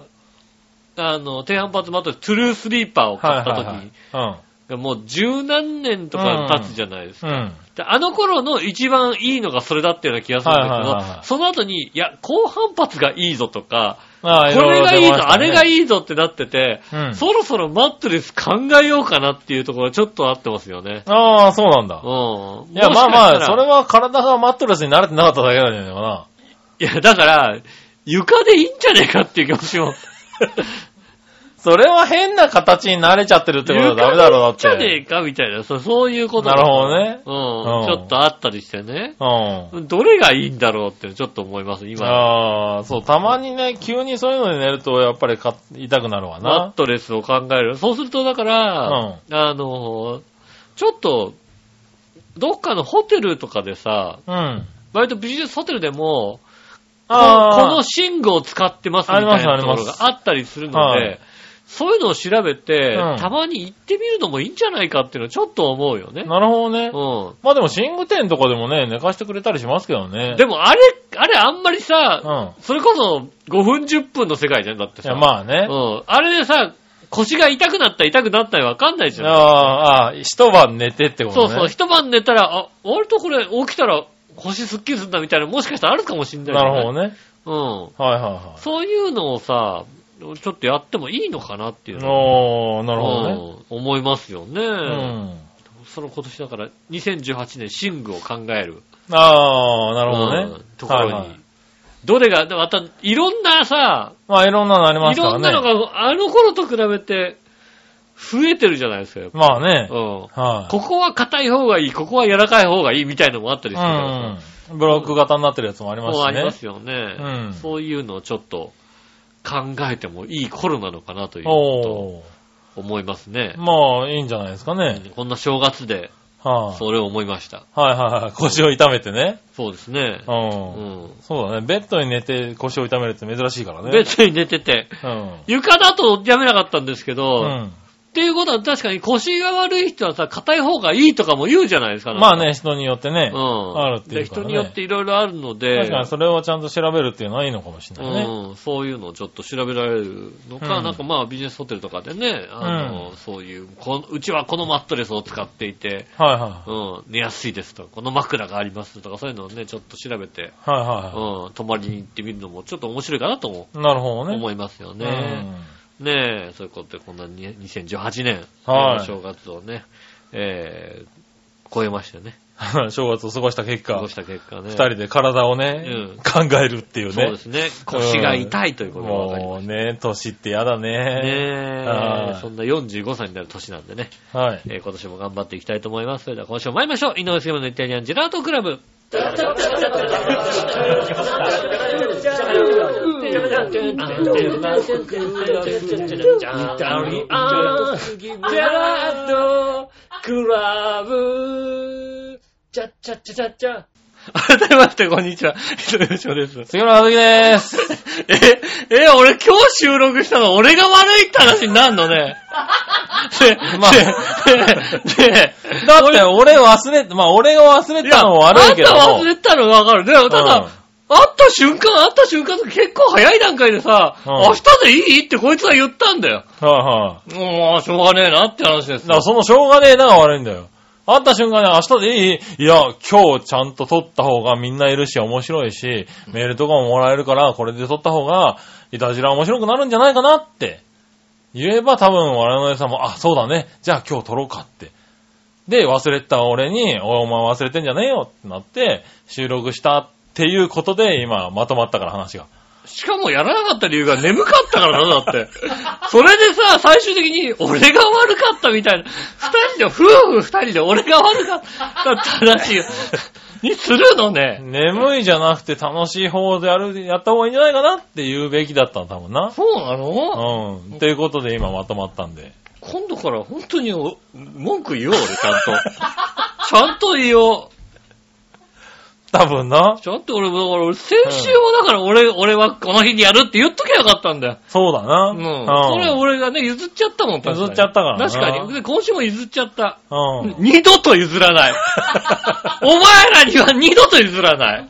[SPEAKER 2] あの、低反発マットレス、トゥルースリーパーを買った時、
[SPEAKER 3] はいは
[SPEAKER 2] がもう十何年とか経つじゃないです
[SPEAKER 3] い
[SPEAKER 2] か。
[SPEAKER 3] はい。うん。
[SPEAKER 2] であの頃の一番いいのがそれだったような気がするんですけど、
[SPEAKER 3] はいはいはいはい
[SPEAKER 2] その後に、いや、高反発がいいぞとか、
[SPEAKER 3] あ
[SPEAKER 2] これがいいぞ、あれが
[SPEAKER 3] い
[SPEAKER 2] いいぞってなってて、
[SPEAKER 3] ろ出ましたね。うん。
[SPEAKER 2] そろそろマットレス考えようかなっていうところがちょっとあってますよね。
[SPEAKER 3] ああ、そうなんだ
[SPEAKER 2] う。ん。
[SPEAKER 3] いや、
[SPEAKER 2] もし
[SPEAKER 3] まあ
[SPEAKER 2] かしたら
[SPEAKER 3] まあ、それは体がマットレスに慣れてなかっただけなんじゃないかな。 <laughs>
[SPEAKER 2] いや、だから、床でいいんじゃねえかっていう気持ちも。
[SPEAKER 3] それは変な形に慣れちゃってるってことはダメだろう、だっ
[SPEAKER 2] じゃね
[SPEAKER 3] て。
[SPEAKER 2] えかみたいな、そうそういうこと
[SPEAKER 3] なるほどね。
[SPEAKER 2] うん、
[SPEAKER 3] うん
[SPEAKER 2] ちょっとあったりしてね。
[SPEAKER 3] うん。
[SPEAKER 2] どれがいいんだろうってちょっと思います、今。
[SPEAKER 3] ああ、そう、たまにね、急にそういうのに寝ると、やっぱりか痛くなる
[SPEAKER 2] マ
[SPEAKER 3] わ
[SPEAKER 2] ッ
[SPEAKER 3] な。
[SPEAKER 2] トレスを考える。そうすると、だから、あの、ちょっと、どっかのホテルとかでさ、
[SPEAKER 3] うん。
[SPEAKER 2] 割とビジネスホテルでも、こ
[SPEAKER 3] あー
[SPEAKER 2] この寝具を使ってますみたい
[SPEAKER 3] あ
[SPEAKER 2] な
[SPEAKER 3] り
[SPEAKER 2] と
[SPEAKER 3] ま
[SPEAKER 2] こ
[SPEAKER 3] す
[SPEAKER 2] ろ
[SPEAKER 3] ありま
[SPEAKER 2] が
[SPEAKER 3] す
[SPEAKER 2] あったりするの
[SPEAKER 3] は
[SPEAKER 2] で
[SPEAKER 3] い、
[SPEAKER 2] そういうのを調べて、
[SPEAKER 3] うん
[SPEAKER 2] たまに行ってみるのもいいんじゃないかっていうのはちょっと思うよね。
[SPEAKER 3] なるほどね。
[SPEAKER 2] う
[SPEAKER 3] まあでも、寝具店とかでもね、寝かしてくれたりしますけどね
[SPEAKER 2] ん。。でもあれ、あれあんまりさ、
[SPEAKER 3] うん。
[SPEAKER 2] それこそ5分10分の世界じゃん、だって
[SPEAKER 3] い
[SPEAKER 2] さ。
[SPEAKER 3] や、まあね。
[SPEAKER 2] うん。あれでさ、腰が痛くなった痛くなったりわかんないじゃん。
[SPEAKER 3] あーあー、一晩寝てってこ
[SPEAKER 2] そ
[SPEAKER 3] と
[SPEAKER 2] う
[SPEAKER 3] ね。
[SPEAKER 2] そう、一晩寝たら、あ、割とこれ起きたら腰すっきりするんだみたいな、もしかしたらあるかもしんない、
[SPEAKER 3] なるほどね。
[SPEAKER 2] どね。
[SPEAKER 3] はいは
[SPEAKER 2] う
[SPEAKER 3] い
[SPEAKER 2] ん。そういうのをさ、ちょっとやってもいいのかなっていう
[SPEAKER 3] はい。
[SPEAKER 2] のを
[SPEAKER 3] おー、なるほどね。
[SPEAKER 2] うん思いますよね。
[SPEAKER 3] うん。
[SPEAKER 2] その今年だから、2018年寝具を考える。
[SPEAKER 3] ああ、なるほど
[SPEAKER 2] うん
[SPEAKER 3] ね。
[SPEAKER 2] ところに。
[SPEAKER 3] はいはい
[SPEAKER 2] どれが、でまた、いろんなさ、
[SPEAKER 3] まあ、いろんなのありま
[SPEAKER 2] い
[SPEAKER 3] すから
[SPEAKER 2] ろ
[SPEAKER 3] ね。
[SPEAKER 2] んなのが、あの頃と比べて、増えてるじゃないですか、やっぱ
[SPEAKER 3] まあね。
[SPEAKER 2] うん。
[SPEAKER 3] はい。
[SPEAKER 2] ここは硬い方がいい、ここは柔らかい方がいいみたいのもあったりするからさ
[SPEAKER 3] うん。ブロック型になってるやつもあります
[SPEAKER 2] そうあ
[SPEAKER 3] し
[SPEAKER 2] り
[SPEAKER 3] ね
[SPEAKER 2] ま。すよね、
[SPEAKER 3] うん
[SPEAKER 2] そういうのをちょっと考えてもいい頃なのかなということ
[SPEAKER 3] お
[SPEAKER 2] を
[SPEAKER 3] ー。
[SPEAKER 2] 思いますね。
[SPEAKER 3] まあ、いいんじゃないですかね。
[SPEAKER 2] こんな正月で、
[SPEAKER 3] はい、
[SPEAKER 2] それを思いました。
[SPEAKER 3] はいはいはい。腰を痛めてね。
[SPEAKER 2] そうですね
[SPEAKER 3] う。。
[SPEAKER 2] うんん。
[SPEAKER 3] そうだね。ベッドに寝て腰を痛めるって珍しいからね。
[SPEAKER 2] 別に寝てて、
[SPEAKER 3] うん。
[SPEAKER 2] 床だとやめなかったんですけど、
[SPEAKER 3] う
[SPEAKER 2] っ
[SPEAKER 3] ん。
[SPEAKER 2] ていうことは確かに腰が悪い人はさ、硬い方がいいとかも言うじゃないですか。なんか
[SPEAKER 3] まあ。ね、人によってね。
[SPEAKER 2] うん。
[SPEAKER 3] あるっていう
[SPEAKER 2] で
[SPEAKER 3] から
[SPEAKER 2] 人
[SPEAKER 3] ね
[SPEAKER 2] によっていろいろあるので、
[SPEAKER 3] 確かにそれをちゃんと調べるっていうのはいいのかもしれないね。
[SPEAKER 2] うん、そういうのをちょっと調べられるのか、
[SPEAKER 3] うん
[SPEAKER 2] なんかまあビジネスホテルとかでね、あの、そういうこ、うちはこのマットレスを使っていて、
[SPEAKER 3] はいは
[SPEAKER 2] うん、寝やすいですとか、この枕がありますとか、そういうのをね、ちょっと調べて、
[SPEAKER 3] い。はいはいは
[SPEAKER 2] うん、泊まりに行ってみるのもちょっと面白いかなとも
[SPEAKER 3] い。なるほどね。
[SPEAKER 2] 思いますよね。ねえ、そういうことでこんなに2018年、
[SPEAKER 3] は
[SPEAKER 2] お
[SPEAKER 3] い
[SPEAKER 2] 正月をね、えー、超えましたね。
[SPEAKER 3] うん。 <laughs> 正月を過ごした結
[SPEAKER 2] 過
[SPEAKER 3] 果
[SPEAKER 2] ご、した結果ね。
[SPEAKER 3] 二人で体をね、
[SPEAKER 2] うん
[SPEAKER 3] 考えるっていう
[SPEAKER 2] そう
[SPEAKER 3] ね
[SPEAKER 2] で。すね。腰が痛いということが分かりま
[SPEAKER 3] も
[SPEAKER 2] し
[SPEAKER 3] うね、年ってやだ
[SPEAKER 2] た。
[SPEAKER 3] ね。
[SPEAKER 2] ね
[SPEAKER 3] は
[SPEAKER 2] え、
[SPEAKER 3] い
[SPEAKER 2] そんな45歳になる年なんでね。
[SPEAKER 3] はい。
[SPEAKER 2] えー今年も頑張っていきたいと思います。それでは今週も参りましょう。井上杉村のイタリアンジェラートクラブ。改めまして、こんにちは。井上翔です。
[SPEAKER 3] 杉村和樹でーす。
[SPEAKER 2] え、え、俺今日収録したの俺が悪いって話になんのね。で、
[SPEAKER 3] まあ
[SPEAKER 2] で、で、で
[SPEAKER 3] <laughs> だって俺忘れ、まあ俺が忘れたのも悪いけど
[SPEAKER 2] あんた忘
[SPEAKER 3] も。
[SPEAKER 2] れてたのわかる。でもただ、
[SPEAKER 3] うん
[SPEAKER 2] 会った瞬間、会った瞬間、結構早い段階でさ、
[SPEAKER 3] うん
[SPEAKER 2] 明日でいいってこいつは言ったんだよ。
[SPEAKER 3] はいはい。
[SPEAKER 2] もう、しょうがねえなって話です
[SPEAKER 3] だか。らそのしょうがねえなが悪いんだよ。会った瞬間ね、明日でいいいや、今日ちゃんと撮った方がみんないるし面白いし、メールとかももらえるから、これで撮った方が、いたじら面白くなるんじゃないかなって、言えば多分我々さんも、あ、そうだね、じゃあ今日撮ろうかって。で、忘れてた俺に、おいお前忘れてんじゃねえよってなって、収録したっていうことで、今、まとまったから話が。
[SPEAKER 2] しかもやらなかった理由が眠かったからな、だって。それでさ、最終的に俺が悪かったみたいな。二人で、夫婦二人で俺が悪かったって
[SPEAKER 3] <laughs>
[SPEAKER 2] 話にするのね。
[SPEAKER 3] 眠いじゃなくて楽しい方でやる、やった方がいいんじゃないかなって言うべきだったんだ多分な。
[SPEAKER 2] そうなの
[SPEAKER 3] うん。ということで今まとまったんで。
[SPEAKER 2] 今度から本当にお文句言おう、俺、ちゃんと。 <laughs> ちゃんと言お
[SPEAKER 3] 多分な
[SPEAKER 2] う。。ちゃんと俺も、だから俺、先週もだから俺、俺はこの日にやるって言っときゃよかったんだよ。
[SPEAKER 3] そうだな。
[SPEAKER 2] うん。
[SPEAKER 3] う
[SPEAKER 2] それは俺がね、譲っちゃったもん、確かに
[SPEAKER 3] 譲っちゃったからな
[SPEAKER 2] 確かに。で今週も譲っちゃった。
[SPEAKER 3] うん。
[SPEAKER 2] 二度と譲ら
[SPEAKER 3] <laughs>
[SPEAKER 2] ない。お前らには二度と譲らない。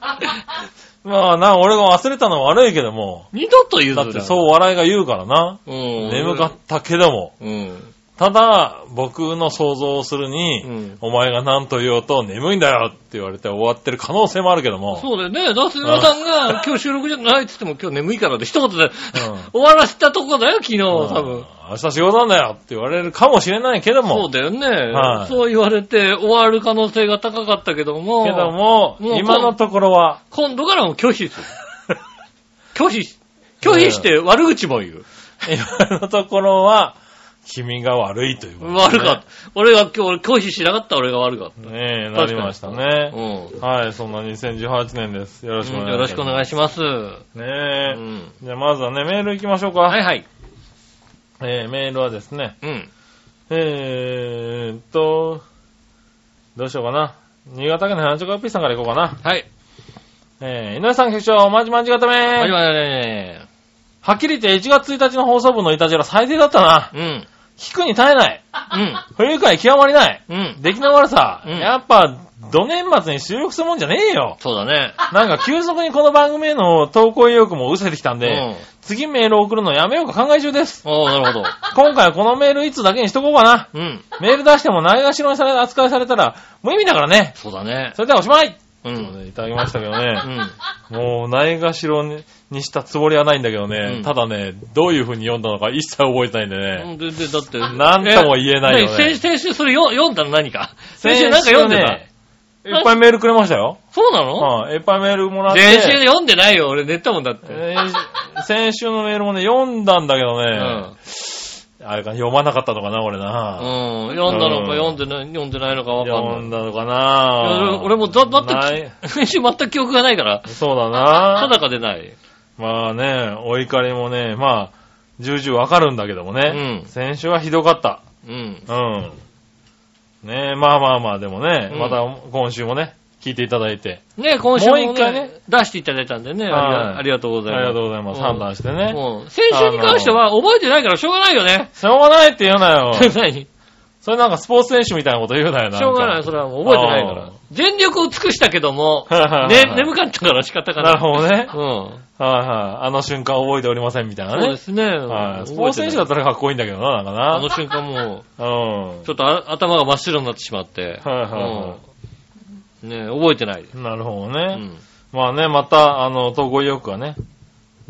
[SPEAKER 3] まあな、俺が忘れたのは悪いけども。
[SPEAKER 2] 二度と譲ら
[SPEAKER 3] だっ
[SPEAKER 2] ない。
[SPEAKER 3] てそう笑いが言うからな。
[SPEAKER 2] うん。
[SPEAKER 3] 眠かったけども。
[SPEAKER 2] うん。
[SPEAKER 3] ただ、僕の想像をするに、
[SPEAKER 2] うん
[SPEAKER 3] お前が何と言おうと眠いんだよって言われて終わってる可能性もあるけども。
[SPEAKER 2] そうだよね。ダス皆さんが今日収録じゃないって言っても今日眠いからで一言で、 <laughs> 終わらせたとこだよ、昨日、
[SPEAKER 3] うん
[SPEAKER 2] 多分。
[SPEAKER 3] 明日仕事なんだよって言われるかもしれないけど
[SPEAKER 2] そう
[SPEAKER 3] も。
[SPEAKER 2] だよね、
[SPEAKER 3] はい
[SPEAKER 2] そう言われて終わる可能性が高かったけども、
[SPEAKER 3] けども、
[SPEAKER 2] もう
[SPEAKER 3] 今のところは、
[SPEAKER 2] 今度からもう拒否する。拒否し、拒否して悪口も言う。
[SPEAKER 3] <laughs> 今のところは、君が悪いということです
[SPEAKER 2] 悪
[SPEAKER 3] ね、
[SPEAKER 2] かった。俺が今日、拒否しなかった俺が悪かった。
[SPEAKER 3] ねえ、なりました
[SPEAKER 2] う
[SPEAKER 3] ね。
[SPEAKER 2] ん。
[SPEAKER 3] はい、そんな2018年です。よろしくお願いします。
[SPEAKER 2] よろしくお願いします。
[SPEAKER 3] ねえ。
[SPEAKER 2] うん
[SPEAKER 3] じゃあまずはね、メール行きましょうか。
[SPEAKER 2] はいはい。
[SPEAKER 3] えー、メールはですね、
[SPEAKER 2] うん。
[SPEAKER 3] えーっと、どうしようかな。新潟県の花ちょこよっぴーさんから行こうかな。
[SPEAKER 2] はい。
[SPEAKER 3] えー、井上さん局長、おまじまんじがため
[SPEAKER 2] まじ
[SPEAKER 3] は
[SPEAKER 2] まじね。
[SPEAKER 3] っきり言って1月1日の放送部のいたじら最低だったな。
[SPEAKER 2] うん。
[SPEAKER 3] 聞くに耐えない。
[SPEAKER 2] うん。
[SPEAKER 3] 不愉快極まりない。
[SPEAKER 2] うん。
[SPEAKER 3] 出来の悪さ。
[SPEAKER 2] うん
[SPEAKER 3] やっぱ、ど年末に収録するもんじゃねえよ。
[SPEAKER 2] そうだね。
[SPEAKER 3] なんか急速にこの番組への投稿意欲も失せてきたんで、
[SPEAKER 2] うん
[SPEAKER 3] 次メールを送るのやめようか考え中です。
[SPEAKER 2] おー、なるほど。
[SPEAKER 3] 今回はこのメールいつだけにしとこうかな。
[SPEAKER 2] うん。
[SPEAKER 3] メール出してもないがしろにされ扱いされたら無意味だからね。
[SPEAKER 2] そうだね。
[SPEAKER 3] それではおしまい、
[SPEAKER 2] う
[SPEAKER 3] ということ
[SPEAKER 2] ん。
[SPEAKER 3] でいただきましたけど
[SPEAKER 2] う
[SPEAKER 3] ね。
[SPEAKER 2] ん。
[SPEAKER 3] もうないがしろにしたつもりはないんだけどね、
[SPEAKER 2] うん
[SPEAKER 3] ただね、どういう風に読んだのか一切覚えてないんで
[SPEAKER 2] で、
[SPEAKER 3] ね。
[SPEAKER 2] で、だって。
[SPEAKER 3] なんとも言えないよね
[SPEAKER 2] え先先週それよ読んだの何か。先週なんか読んでた。
[SPEAKER 3] 先週ねいっぱいメールくれましたよ。
[SPEAKER 2] そうなの
[SPEAKER 3] はい、いっぱいメールもらって。
[SPEAKER 2] 先週読んでないよ。俺寝たもんだって。
[SPEAKER 3] えー先週のメールもね、読んだんだけど
[SPEAKER 2] う
[SPEAKER 3] ね
[SPEAKER 2] ん、。
[SPEAKER 3] あれか、読まなかったのかな、俺な。
[SPEAKER 2] うん。読んだのか読んでない、読んでないのかわか
[SPEAKER 3] 読
[SPEAKER 2] ん
[SPEAKER 3] ん
[SPEAKER 2] ない。
[SPEAKER 3] だのか
[SPEAKER 2] いや
[SPEAKER 3] な。
[SPEAKER 2] 俺もだ、だっ
[SPEAKER 3] な
[SPEAKER 2] て
[SPEAKER 3] い。
[SPEAKER 2] き、先週全く記憶がないから、
[SPEAKER 3] そうだな。
[SPEAKER 2] 定かでない。
[SPEAKER 3] まあね、お怒りもね、まあ、重々わかるんだけどもね、
[SPEAKER 2] うん
[SPEAKER 3] 先週はひどかった。
[SPEAKER 2] うん。
[SPEAKER 3] うん。ねえ、まあまあまあ、でもね、
[SPEAKER 2] うん
[SPEAKER 3] また今週もね、聞いていただいて、
[SPEAKER 2] ね、今週も、ね、
[SPEAKER 3] もう一回ね
[SPEAKER 2] 出していただいたんでね、あり
[SPEAKER 3] はい
[SPEAKER 2] がありがとうご
[SPEAKER 3] あ
[SPEAKER 2] ざい
[SPEAKER 3] り
[SPEAKER 2] ます。
[SPEAKER 3] がとうございます。
[SPEAKER 2] うん
[SPEAKER 3] 判断してね。
[SPEAKER 2] うん先週に関しては覚えてないからしょうがないよね。
[SPEAKER 3] しょうがないって言うなよ。
[SPEAKER 2] <laughs> 何
[SPEAKER 3] それなんかスポーツ選手みたいなこと言うなよ、なんか
[SPEAKER 2] しょうがない、それはもう覚えてないから
[SPEAKER 3] あー。、
[SPEAKER 2] 全力を尽くしたけども
[SPEAKER 3] <laughs> はいはい
[SPEAKER 2] ね
[SPEAKER 3] は、い
[SPEAKER 2] 眠かったから仕方がな。
[SPEAKER 3] ないるほどね。
[SPEAKER 2] ど。うん。
[SPEAKER 3] はいはい。あの瞬間覚えておりませんみたいな
[SPEAKER 2] そうで
[SPEAKER 3] ね。
[SPEAKER 2] すね。
[SPEAKER 3] はい。ス
[SPEAKER 2] 覚
[SPEAKER 3] ポー
[SPEAKER 2] え
[SPEAKER 3] ツ
[SPEAKER 2] てな
[SPEAKER 3] 選
[SPEAKER 2] い
[SPEAKER 3] 手だったらかっこいいんだけどな、なんか
[SPEAKER 2] あの
[SPEAKER 3] な。
[SPEAKER 2] 瞬間も
[SPEAKER 3] う
[SPEAKER 2] う、ちょっとあ頭が真っ白になってしまって。
[SPEAKER 3] はいはいは
[SPEAKER 2] うんね覚えてないです。
[SPEAKER 3] ん。なるほど
[SPEAKER 2] う
[SPEAKER 3] ね。
[SPEAKER 2] ん。
[SPEAKER 3] まあね、また、あの、統合意欲がね、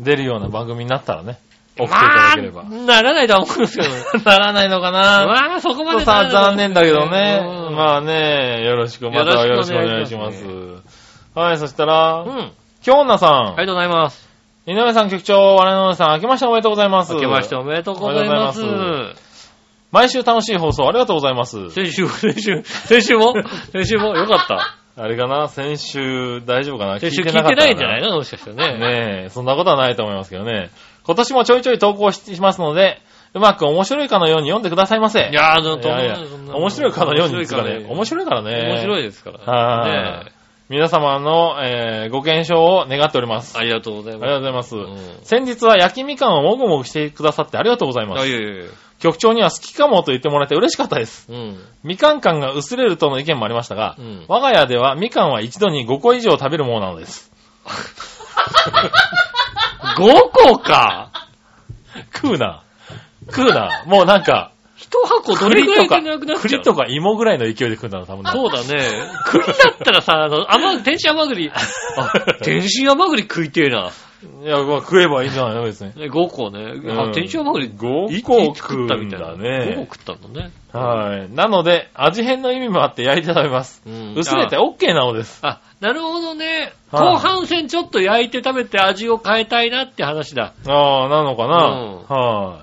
[SPEAKER 3] 出るような番組になったらね、送っていただければ。
[SPEAKER 2] まあならないとは思うんですけど。
[SPEAKER 3] <laughs> ならないのかな
[SPEAKER 2] まあ、そこ
[SPEAKER 3] ちょ
[SPEAKER 2] ま
[SPEAKER 3] っ
[SPEAKER 2] で
[SPEAKER 3] と
[SPEAKER 2] なら
[SPEAKER 3] さ
[SPEAKER 2] ない
[SPEAKER 3] 残念だけどね。
[SPEAKER 2] うん
[SPEAKER 3] まあね、よろしく、またよ
[SPEAKER 2] よ
[SPEAKER 3] ろ
[SPEAKER 2] ろ
[SPEAKER 3] し
[SPEAKER 2] し
[SPEAKER 3] く
[SPEAKER 2] くお
[SPEAKER 3] お願
[SPEAKER 2] 願
[SPEAKER 3] い
[SPEAKER 2] い
[SPEAKER 3] し
[SPEAKER 2] し
[SPEAKER 3] ま
[SPEAKER 2] ますす。
[SPEAKER 3] はい、そした
[SPEAKER 2] う
[SPEAKER 3] ら、
[SPEAKER 2] ん。
[SPEAKER 3] 京奈さ
[SPEAKER 2] ありがとうございます。
[SPEAKER 3] ん、井上さん局長、我々の皆さん、明けましておめでとうございます。
[SPEAKER 2] 明けましておめでとうございます
[SPEAKER 3] ありがとうご。毎週楽しい放送ありがとうございます。
[SPEAKER 2] 先週、先週、先週も先週もよかった。
[SPEAKER 3] あれかな、先週大丈夫かな
[SPEAKER 2] 先週聞いてないんじゃない
[SPEAKER 3] い
[SPEAKER 2] のもしかしてね。
[SPEAKER 3] ねえ、そんなことはないと思いますけどね。今年もちょいちょい投稿ししますので、うまく面白いかのように読んでくださいませ。
[SPEAKER 2] いやー、どう
[SPEAKER 3] い
[SPEAKER 2] と思う
[SPEAKER 3] やい
[SPEAKER 2] よ
[SPEAKER 3] や
[SPEAKER 2] そんなの
[SPEAKER 3] 面白いかのようにですかね。
[SPEAKER 2] 面
[SPEAKER 3] 面
[SPEAKER 2] 白い
[SPEAKER 3] 白いから
[SPEAKER 2] から
[SPEAKER 3] ね。
[SPEAKER 2] 面白
[SPEAKER 3] い。
[SPEAKER 2] いですか
[SPEAKER 3] は
[SPEAKER 2] ら。
[SPEAKER 3] い
[SPEAKER 2] ね
[SPEAKER 3] 皆様の、えーご健勝を願っております。あ
[SPEAKER 2] ありがとうござい
[SPEAKER 3] りがと
[SPEAKER 2] ま
[SPEAKER 3] うございます。
[SPEAKER 2] す。うん
[SPEAKER 3] 先日は焼きみかんをもぐもぐしてくださってありがとうございま
[SPEAKER 2] あ、い
[SPEAKER 3] す。
[SPEAKER 2] やいやいや。
[SPEAKER 3] 局長には好きかもと言ってもらえて嬉しかったです。
[SPEAKER 2] うん。
[SPEAKER 3] みかん感が薄れるとの意見もありましたが、
[SPEAKER 2] うん
[SPEAKER 3] 我が家ではみかんは一度に5個以上食べるものなのです。
[SPEAKER 2] 5個か
[SPEAKER 3] 食うな。食うな。もうなんか、
[SPEAKER 2] 一箱どれ
[SPEAKER 3] 栗
[SPEAKER 2] くら
[SPEAKER 3] と
[SPEAKER 2] いで
[SPEAKER 3] か
[SPEAKER 2] なくな、っちゃ
[SPEAKER 3] 栗
[SPEAKER 2] う
[SPEAKER 3] とか芋ぐらいの勢いで食うんだろう、多分ね
[SPEAKER 2] そうだね。栗だったらさ、あの、甘、天津甘栗。あ、
[SPEAKER 3] <laughs>
[SPEAKER 2] 天津甘栗食いてえな。
[SPEAKER 3] いや、まあ食えばいいんじゃないの別に。
[SPEAKER 2] ね5個ね。
[SPEAKER 3] うん
[SPEAKER 2] あ、天津甘栗
[SPEAKER 3] 5
[SPEAKER 2] 一
[SPEAKER 3] 個
[SPEAKER 2] 個
[SPEAKER 3] 食
[SPEAKER 2] 食
[SPEAKER 3] う
[SPEAKER 2] っ
[SPEAKER 3] ん
[SPEAKER 2] たみたいな。
[SPEAKER 3] だね
[SPEAKER 2] 5個食ったんだね。
[SPEAKER 3] はい。なので、味変の意味もあって焼いて食べます。
[SPEAKER 2] うん
[SPEAKER 3] 薄れて OK なのです。
[SPEAKER 2] あ、なるほどね。
[SPEAKER 3] はい
[SPEAKER 2] 後半戦ちょっと焼いて食べて味を変えたいなって話だ。
[SPEAKER 3] ああ、なのか
[SPEAKER 2] うん
[SPEAKER 3] な。はい。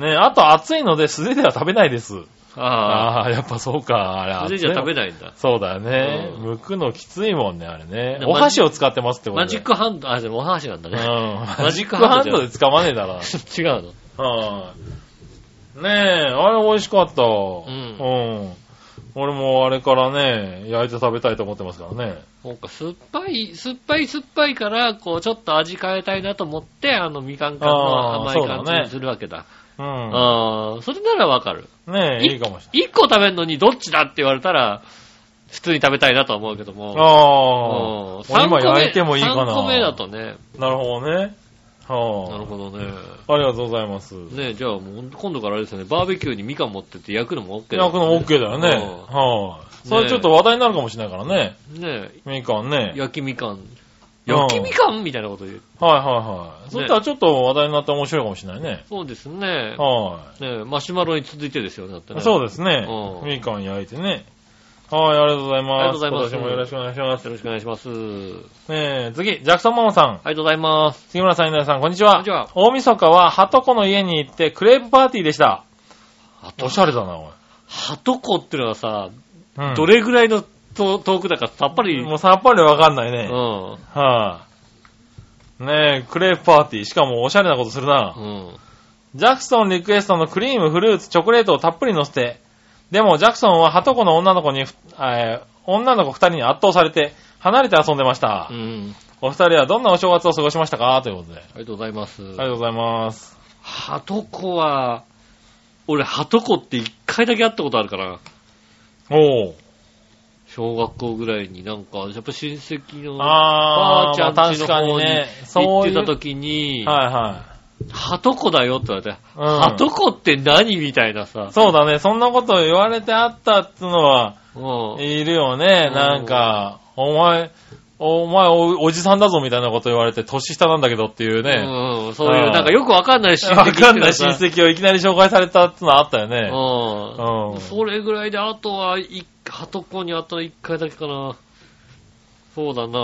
[SPEAKER 3] ねあと暑いので素手では食べないです。
[SPEAKER 2] あ
[SPEAKER 3] ああ、やっぱそうか。あれ
[SPEAKER 2] あ。そ
[SPEAKER 3] 暑いの
[SPEAKER 2] れじゃ食べないんだ。
[SPEAKER 3] そうだよね。
[SPEAKER 2] うん
[SPEAKER 3] 剥くのきついもんね、あれね
[SPEAKER 2] で。
[SPEAKER 3] お箸を使ってますってことで。
[SPEAKER 2] マジックハンド、あ、でもお話なんだ
[SPEAKER 3] う
[SPEAKER 2] ね。
[SPEAKER 3] ん。マ
[SPEAKER 2] マ
[SPEAKER 3] ジ
[SPEAKER 2] ジ
[SPEAKER 3] ッ
[SPEAKER 2] ッ
[SPEAKER 3] ク
[SPEAKER 2] ク
[SPEAKER 3] ハ
[SPEAKER 2] ハンド
[SPEAKER 3] ン
[SPEAKER 2] じゃん
[SPEAKER 3] ドで掴まねえだろ。
[SPEAKER 2] <laughs> 違うの。
[SPEAKER 3] はい。ねえ、あれ美味しかった。うんん。俺もあれからね、焼いて食べたいと思ってますからね。
[SPEAKER 2] そうか、酸っぱい、酸っぱい酸っぱいから、こう、ちょっと味変えたいなと思って、あの、みかん缶の
[SPEAKER 3] あー
[SPEAKER 2] 甘い
[SPEAKER 3] そ
[SPEAKER 2] 感
[SPEAKER 3] う
[SPEAKER 2] じ
[SPEAKER 3] だね
[SPEAKER 2] にするわけだ。
[SPEAKER 3] う
[SPEAKER 2] ああ、それならわかる。
[SPEAKER 3] ん。ねえ、いいかもしれ
[SPEAKER 2] 一個食べるのにどっちだって言われたら、普通に食べたいなとは思うけども。
[SPEAKER 3] ない。ああ。
[SPEAKER 2] 三
[SPEAKER 3] 今焼いてもいいかな。
[SPEAKER 2] 3個目だとね。
[SPEAKER 3] なるほどね。はあ。
[SPEAKER 2] なるほどね。
[SPEAKER 3] ありがとうございます。
[SPEAKER 2] ねじゃあもう、今度からあれですよね、バーベキューにみかん持ってって焼くのも OK だ、
[SPEAKER 3] 焼くの OK だよね。
[SPEAKER 2] う
[SPEAKER 3] はい。そ
[SPEAKER 2] ね
[SPEAKER 3] れ
[SPEAKER 2] え
[SPEAKER 3] ちょっと話題になるかもしれないからね。
[SPEAKER 2] ね
[SPEAKER 3] みかんね。
[SPEAKER 2] 焼きみかん。焼きみかんみたいなこと言う。
[SPEAKER 3] はいはいはい。そしたらちょっと話題になって面白いかもしれないね。
[SPEAKER 2] そうですね。
[SPEAKER 3] は
[SPEAKER 2] ねマシュマロに続いてですよね、だって
[SPEAKER 3] い。
[SPEAKER 2] ね。
[SPEAKER 3] そうですね
[SPEAKER 2] う。ん
[SPEAKER 3] みかん焼いてね。はい、ありがとうございます。
[SPEAKER 2] ありがとうございます
[SPEAKER 3] 今年もよろしくお願いします。
[SPEAKER 2] よろしくお願いします。あり
[SPEAKER 3] ねえ、次、ジャクソンママさん。
[SPEAKER 2] がとうございます。
[SPEAKER 3] 杉村さん、稲田さん、こんにちは。
[SPEAKER 2] こんにちは
[SPEAKER 3] 大晦日は、ハトコの家に行って、クレープパーティーでした。
[SPEAKER 2] あと
[SPEAKER 3] おしゃれだな、おい。
[SPEAKER 2] ハトコってのはさ、
[SPEAKER 3] うん
[SPEAKER 2] どれぐらいのと遠くだかさっぱり、
[SPEAKER 3] もうさっぱりわかんないね。
[SPEAKER 2] う
[SPEAKER 3] はい、
[SPEAKER 2] ん。
[SPEAKER 3] ねえ、クレープパーティー。しかも、おしゃれなことするな。
[SPEAKER 2] うん。
[SPEAKER 3] ジャクソンリクエストのクリーム、フルーツ、チョコレートをたっぷり乗せて。でも、ジャクソンはハトコの女の子に、ふえー女の子二人に圧倒されて、離れて遊んでました。
[SPEAKER 2] うん。
[SPEAKER 3] お二人はどんなお正月を過ごしましたかということで。あ
[SPEAKER 2] ありがとうございます。
[SPEAKER 3] りがとうございます。
[SPEAKER 2] ハトコは、俺、ハトコって一回だけ会ったことあるから、
[SPEAKER 3] おー。
[SPEAKER 2] 小学校ぐらいになんか、やっぱ親戚のば
[SPEAKER 3] あ
[SPEAKER 2] あ
[SPEAKER 3] ー、
[SPEAKER 2] ちゃん
[SPEAKER 3] まあ
[SPEAKER 2] ち
[SPEAKER 3] 確
[SPEAKER 2] の
[SPEAKER 3] かに
[SPEAKER 2] 方に
[SPEAKER 3] ね。
[SPEAKER 2] 行っ
[SPEAKER 3] そうい
[SPEAKER 2] て
[SPEAKER 3] う。
[SPEAKER 2] た時に、
[SPEAKER 3] はいはい。
[SPEAKER 2] ハトコだよって言われて、
[SPEAKER 3] うん
[SPEAKER 2] ハトコって何みたいなさ、
[SPEAKER 3] そうだね、そんなこと言われてあったってのは、
[SPEAKER 2] うん
[SPEAKER 3] いるよね、
[SPEAKER 2] うん
[SPEAKER 3] なんか、お前、お前お、おじさんだぞみたいなこと言われて、年下なんだけどっていうね、
[SPEAKER 2] うんそういう、
[SPEAKER 3] うん
[SPEAKER 2] なんかよくわかんない親戚
[SPEAKER 3] わか
[SPEAKER 2] って
[SPEAKER 3] ん
[SPEAKER 2] の
[SPEAKER 3] ない
[SPEAKER 2] はさ
[SPEAKER 3] 親戚をいきなり紹介されたってのはあったよね。
[SPEAKER 2] うん。
[SPEAKER 3] うん
[SPEAKER 2] それぐらいで、あとは、いハトコにあったの一回だけかな。そうだな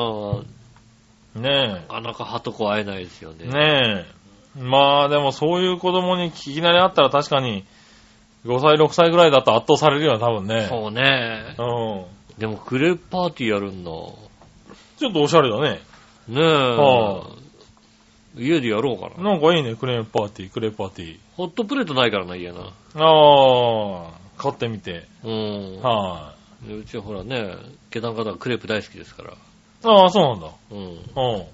[SPEAKER 3] ね
[SPEAKER 2] なかなかハトコ会えないですよ
[SPEAKER 3] え。
[SPEAKER 2] ね。
[SPEAKER 3] ねえ。まあでもそういう子供にいきなり会ったら確かに、5歳、6歳ぐらいだと圧倒されるよね、多分ね。
[SPEAKER 2] そうね。
[SPEAKER 3] うん。
[SPEAKER 2] でもクレープパーティーやるんだ。
[SPEAKER 3] ちょっとおしゃれだね。
[SPEAKER 2] ねえ。
[SPEAKER 3] は
[SPEAKER 2] 家でやろうかな。
[SPEAKER 3] なんかいいね、クレープパーティー、クレープパーティー。
[SPEAKER 2] ホットプレートないからな、家な。
[SPEAKER 3] ああ、買ってみて。
[SPEAKER 2] うん。
[SPEAKER 3] はい、
[SPEAKER 2] でうちはほらね、下段方がクレープ大好きですから。
[SPEAKER 3] ああ、そうなんだ。
[SPEAKER 2] うん。
[SPEAKER 3] う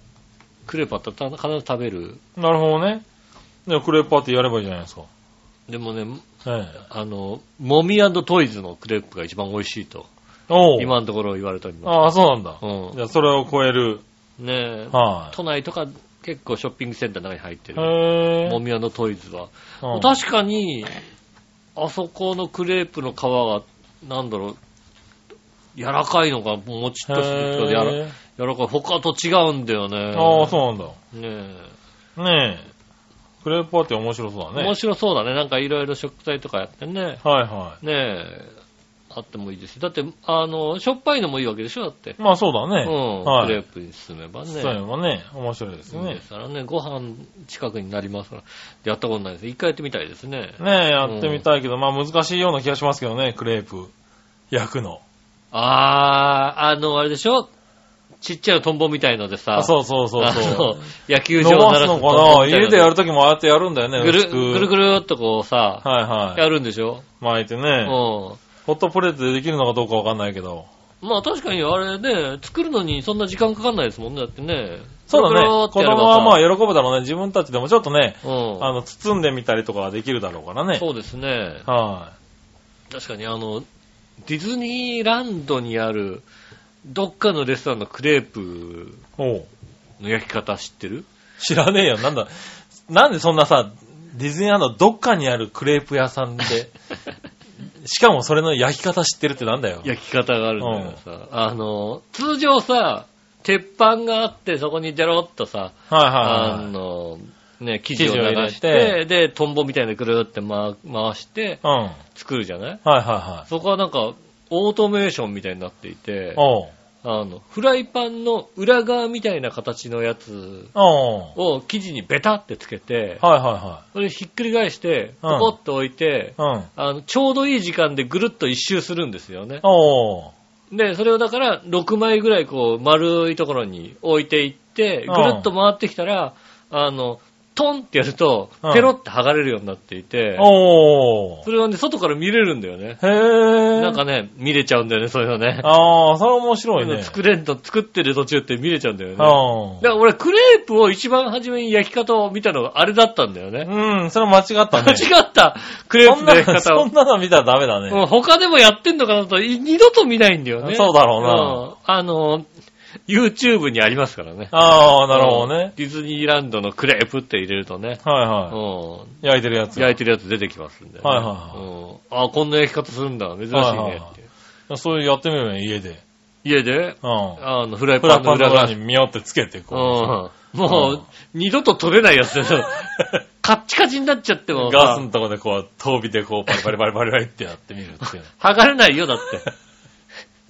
[SPEAKER 2] クレープあったら必ず食べる。
[SPEAKER 3] ん。なるほどね。じゃあクレープパーティーやればいいじゃないですか。
[SPEAKER 2] でもね、
[SPEAKER 3] ええ。
[SPEAKER 2] あの、モミトイズのクレープが一番美味しいと。
[SPEAKER 3] おう。
[SPEAKER 2] 今のところ言われております。
[SPEAKER 3] ああ、そうなんだ。
[SPEAKER 2] うん
[SPEAKER 3] じ。ゃあそれを超える。
[SPEAKER 2] ねえ、
[SPEAKER 3] は
[SPEAKER 2] 都内とか結構ショッピングセンターの中に入って
[SPEAKER 3] い。
[SPEAKER 2] る。
[SPEAKER 3] へえ。
[SPEAKER 2] もみ屋のトイズは。
[SPEAKER 3] うん
[SPEAKER 2] 確かに、あそこのクレープの皮が、なんだろう、柔らかいのがもちっとしてるけど、
[SPEAKER 3] へ
[SPEAKER 2] やら
[SPEAKER 3] え
[SPEAKER 2] 柔らかい。他と違うんだよね。
[SPEAKER 3] ああ、そうなんだ。
[SPEAKER 2] ねえ。
[SPEAKER 3] ねえ。クレープパーティー面白そうだね。
[SPEAKER 2] 面白そうだね。なんかいろいろ食材とかやってね。
[SPEAKER 3] はいは
[SPEAKER 2] ねえ。あってもいいですよだって、あの、しょっぱいのもいいわけでしょだって。
[SPEAKER 3] い。まあそうだ
[SPEAKER 2] う
[SPEAKER 3] ね。
[SPEAKER 2] ん。
[SPEAKER 3] はい。
[SPEAKER 2] クレープに進めばね。
[SPEAKER 3] そういうのもね、面白いです
[SPEAKER 2] そう
[SPEAKER 3] ね
[SPEAKER 2] で。すからね、ご飯近くになりますから、やったことないです。一回やってみたいですね。
[SPEAKER 3] ねえ、やってみたいけど、まあ難しいような気がしますけどね、クレープ。焼くの。
[SPEAKER 2] あー、あの、あれでしょちっちゃいトンボみたいのでさ、
[SPEAKER 3] あ、そうそうそうそう。
[SPEAKER 2] う。野球場
[SPEAKER 3] 伸
[SPEAKER 2] を
[SPEAKER 3] ば
[SPEAKER 2] 鳴
[SPEAKER 3] す
[SPEAKER 2] らす
[SPEAKER 3] の
[SPEAKER 2] トンボ <laughs>
[SPEAKER 3] かな
[SPEAKER 2] みたいの
[SPEAKER 3] 家でやるときもああやってやるんだよね。
[SPEAKER 2] ぐる、
[SPEAKER 3] 薄く
[SPEAKER 2] ぐるぐるっとこうさ、
[SPEAKER 3] はいはい。
[SPEAKER 2] やるんでしょ
[SPEAKER 3] 巻いて
[SPEAKER 2] う
[SPEAKER 3] ね。
[SPEAKER 2] ん。
[SPEAKER 3] ホットプレートでできるのかどうかわかんないけど。
[SPEAKER 2] まあ確かにあれね、作るのにそんな時間かかんないですもんね、だってね。
[SPEAKER 3] そうだね。子供はまあ
[SPEAKER 2] あ、
[SPEAKER 3] 喜ぶだろうね。自分たちでもちょっとね、
[SPEAKER 2] うん。
[SPEAKER 3] あの、包んでみたりとかはできるだろうからね。
[SPEAKER 2] そうですね。
[SPEAKER 3] は
[SPEAKER 2] 確かにあの、ディズニーランドにある、どっかのレストランのクレープ
[SPEAKER 3] い。おう
[SPEAKER 2] の焼き方知ってる
[SPEAKER 3] 知らねえよ。なんだ。なんでそんなさ、ディズニーランドどっかにあるクレープ屋さんで、
[SPEAKER 2] <laughs>
[SPEAKER 3] しかもそれの焼き方知ってるってなんだよ。
[SPEAKER 2] 焼き方があるんだよさ。あの、通常さ、鉄板があって、そこにデロッとさ、
[SPEAKER 3] はい
[SPEAKER 2] あ
[SPEAKER 3] はいはい。
[SPEAKER 2] の、ね、生地を
[SPEAKER 3] 生地を入
[SPEAKER 2] 流
[SPEAKER 3] れ
[SPEAKER 2] して、
[SPEAKER 3] て
[SPEAKER 2] で、トンボみたいなぐるーって回回して
[SPEAKER 3] うん。はい
[SPEAKER 2] 作るじゃない
[SPEAKER 3] はいはい。
[SPEAKER 2] そこはなんか、オートメーションみたいになっていて、
[SPEAKER 3] おう。
[SPEAKER 2] あの、フライパンの裏側みたいな形のやつ
[SPEAKER 3] おう。
[SPEAKER 2] を生地にベタってつけて、
[SPEAKER 3] はいは
[SPEAKER 2] それひっくり返して、ポ
[SPEAKER 3] うん
[SPEAKER 2] コッと置いて、
[SPEAKER 3] いはい。うん。
[SPEAKER 2] あの、ちょうどいい時間でぐるっと一周するんですよね。
[SPEAKER 3] おう。
[SPEAKER 2] で、それをだから、6枚ぐらいこう、丸いところに置いていって、ぐ
[SPEAKER 3] うん
[SPEAKER 2] るっと回ってきたら、あの、トンってやると
[SPEAKER 3] う、ん
[SPEAKER 2] ペロって剥がれるようになっていて、
[SPEAKER 3] おう。
[SPEAKER 2] それをね、外から見れるんだよね。
[SPEAKER 3] へえ。
[SPEAKER 2] なんかね、見れちゃうんだよね、そういうのね。
[SPEAKER 3] ああ、それ面白いね。
[SPEAKER 2] 作れんと、作ってる途中って見れちゃうんだよね。
[SPEAKER 3] うん
[SPEAKER 2] だから俺、クレープを一番初めに焼き方を見たのがあれだったんだよね。
[SPEAKER 3] うん、それ間違った
[SPEAKER 2] 間
[SPEAKER 3] ね。
[SPEAKER 2] 違った、クレー
[SPEAKER 3] そ
[SPEAKER 2] プ
[SPEAKER 3] ん
[SPEAKER 2] の焼き
[SPEAKER 3] な、
[SPEAKER 2] 方を
[SPEAKER 3] そん。なの見たらダメだね。
[SPEAKER 2] うん他でもやってんのかなと、い二度と見ないんだよね。
[SPEAKER 3] そうだろ
[SPEAKER 2] うん。あの、YouTube にありますからね。
[SPEAKER 3] ああ、なるほどね。
[SPEAKER 2] ディズニーランドのクレープって入れるとね、
[SPEAKER 3] はいう
[SPEAKER 2] ん、
[SPEAKER 3] はい。焼いてるやつ。
[SPEAKER 2] 焼いてるやつ出てきますんで、ね。
[SPEAKER 3] はいはいは
[SPEAKER 2] うん、あこんな焼き方するんだ、珍しいねって。
[SPEAKER 3] はいはいはいそういうやってみればいい家で。
[SPEAKER 2] 家で、
[SPEAKER 3] うん。
[SPEAKER 2] あの、フライ
[SPEAKER 3] フ
[SPEAKER 2] パ
[SPEAKER 3] ラ
[SPEAKER 2] ンの
[SPEAKER 3] パンの
[SPEAKER 2] 裏
[SPEAKER 3] 裏
[SPEAKER 2] 側
[SPEAKER 3] に
[SPEAKER 2] に。
[SPEAKER 3] 見よってつけて、
[SPEAKER 2] う
[SPEAKER 3] こ
[SPEAKER 2] んもう、二度と取れないやつだ
[SPEAKER 3] <laughs>
[SPEAKER 2] よ。カッチカチになっちゃって
[SPEAKER 3] う。
[SPEAKER 2] もさ、
[SPEAKER 3] ガスのとこでこう、遠火でこう、パリパリパリパリパリってやってみるっていう。
[SPEAKER 2] 剥がれないよ、だって。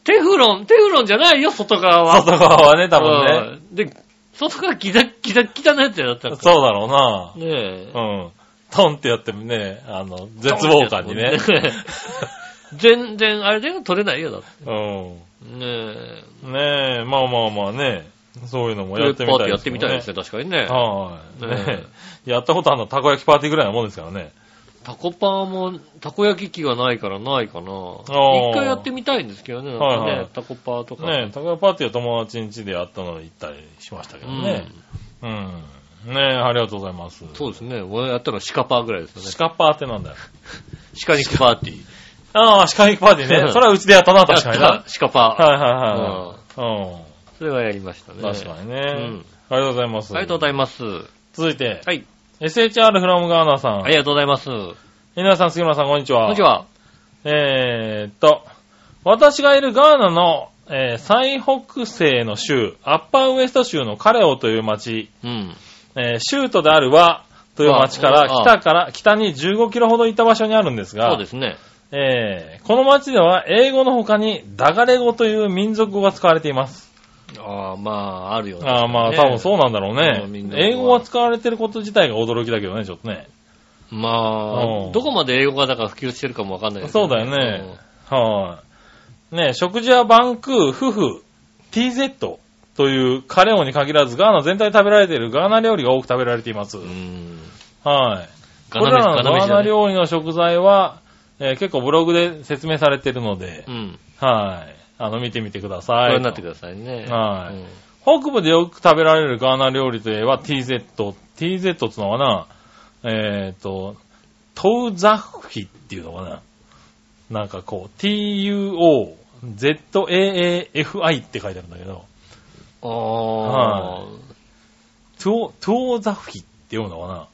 [SPEAKER 2] テフロン、テフロンじゃないよ、外側は。
[SPEAKER 3] 外側はね、多分ね。
[SPEAKER 2] うんで、外側ギザッギザッギザのやつやったから。
[SPEAKER 3] そうだろうな。
[SPEAKER 2] ねえ。
[SPEAKER 3] うん。トンってやってもね、あの、絶望感にね。
[SPEAKER 2] <laughs> 全然、あれで取れないよ、だって。
[SPEAKER 3] うん。
[SPEAKER 2] ね
[SPEAKER 3] ねえ、まあまあまあね。そういうの
[SPEAKER 2] え。
[SPEAKER 3] もやってみたい
[SPEAKER 2] やってみたいです
[SPEAKER 3] ね。
[SPEAKER 2] ね、確かにね。
[SPEAKER 3] はい。
[SPEAKER 2] ね
[SPEAKER 3] ねえやったことあるのたこ焼きパーティーぐらいなもんですからね。
[SPEAKER 2] タコパーも、たこ焼き器がないからないかな。
[SPEAKER 3] ー
[SPEAKER 2] 一回やってみたいんですけどね、なんか
[SPEAKER 3] はいはい
[SPEAKER 2] ね、タコパーとか。
[SPEAKER 3] ねえ、たこ焼きパーティーは友達ん家でやったのに行ったりしましたけ
[SPEAKER 2] う
[SPEAKER 3] どね
[SPEAKER 2] ん。。
[SPEAKER 3] うん。ねえ、ありがとうございます。
[SPEAKER 2] そうですね。俺やったのはシカパーぐらいですよね
[SPEAKER 3] シ。カパーってなんだよ。
[SPEAKER 2] シカ肉パーティー。
[SPEAKER 3] ああ、シカ肉パーティー
[SPEAKER 2] うん
[SPEAKER 3] ね。それはうちでやったな、確かに
[SPEAKER 2] やっ
[SPEAKER 3] な
[SPEAKER 2] た。シカパ
[SPEAKER 3] はいはい
[SPEAKER 2] ー。うん
[SPEAKER 3] はい。うん。
[SPEAKER 2] それはやりましたね。
[SPEAKER 3] 確かにね、
[SPEAKER 2] ん
[SPEAKER 3] ありがとうございます。
[SPEAKER 2] ありがとうござい
[SPEAKER 3] ま
[SPEAKER 2] ます。
[SPEAKER 3] す。続いて、
[SPEAKER 2] はい。
[SPEAKER 3] SHR フラムガーナさん。
[SPEAKER 2] ありがとうございます。こ
[SPEAKER 3] 皆さん、杉村さん、こんにちは。
[SPEAKER 2] んにち。は。
[SPEAKER 3] えーっと、私がいるガーナの、えー最北西の州、アッパーウエスト州のカレオという町、
[SPEAKER 2] うん。
[SPEAKER 3] えー州都であるワという町から、
[SPEAKER 2] ああ
[SPEAKER 3] 北から、北に15キロほど行った場所にあるんですが、
[SPEAKER 2] そうですね。
[SPEAKER 3] えーこの町では英語の他にダガレ語という民族語が使われています。
[SPEAKER 2] ああ、まあ、あるよね。
[SPEAKER 3] ああ、まあ
[SPEAKER 2] ね
[SPEAKER 3] 多分そうなんだろう
[SPEAKER 2] そう民
[SPEAKER 3] ね。
[SPEAKER 2] 族語は
[SPEAKER 3] 英語が使われてること自体が驚きだけどね、ちょっとね。
[SPEAKER 2] ま
[SPEAKER 3] う
[SPEAKER 2] あ、
[SPEAKER 3] ん
[SPEAKER 2] どこまで英語がだから普及してるかもわかんないです
[SPEAKER 3] そうだよね。はい、ね食事はバンクー、フフ、TZ というカレオに限らずガーナ全体で食べられているガーナ料理が多く食べられています。
[SPEAKER 2] うんうん。
[SPEAKER 3] はい。
[SPEAKER 2] ガ
[SPEAKER 3] これ
[SPEAKER 2] ナメ
[SPEAKER 3] ら
[SPEAKER 2] ガ
[SPEAKER 3] の
[SPEAKER 2] ナメ
[SPEAKER 3] ガ
[SPEAKER 2] じゃな
[SPEAKER 3] ーナ
[SPEAKER 2] い。
[SPEAKER 3] 料理の食材は、えー結構ブログで説明されているので、
[SPEAKER 2] うん。
[SPEAKER 3] はい。あの、見てみてくだ
[SPEAKER 2] ご
[SPEAKER 3] さい。
[SPEAKER 2] 覧になってくださいね。
[SPEAKER 3] はい
[SPEAKER 2] うん
[SPEAKER 3] 北部でよく食べられるガーナ料理といえば TZ。TZ ってのはな、えっ、と、トウザフヒっていうのかな。なんかこう、TUOZAAFI って書いてあるんだけど、
[SPEAKER 2] あ
[SPEAKER 3] は
[SPEAKER 2] あ。
[SPEAKER 3] トウトウザフヒって読むのかな。
[SPEAKER 2] あ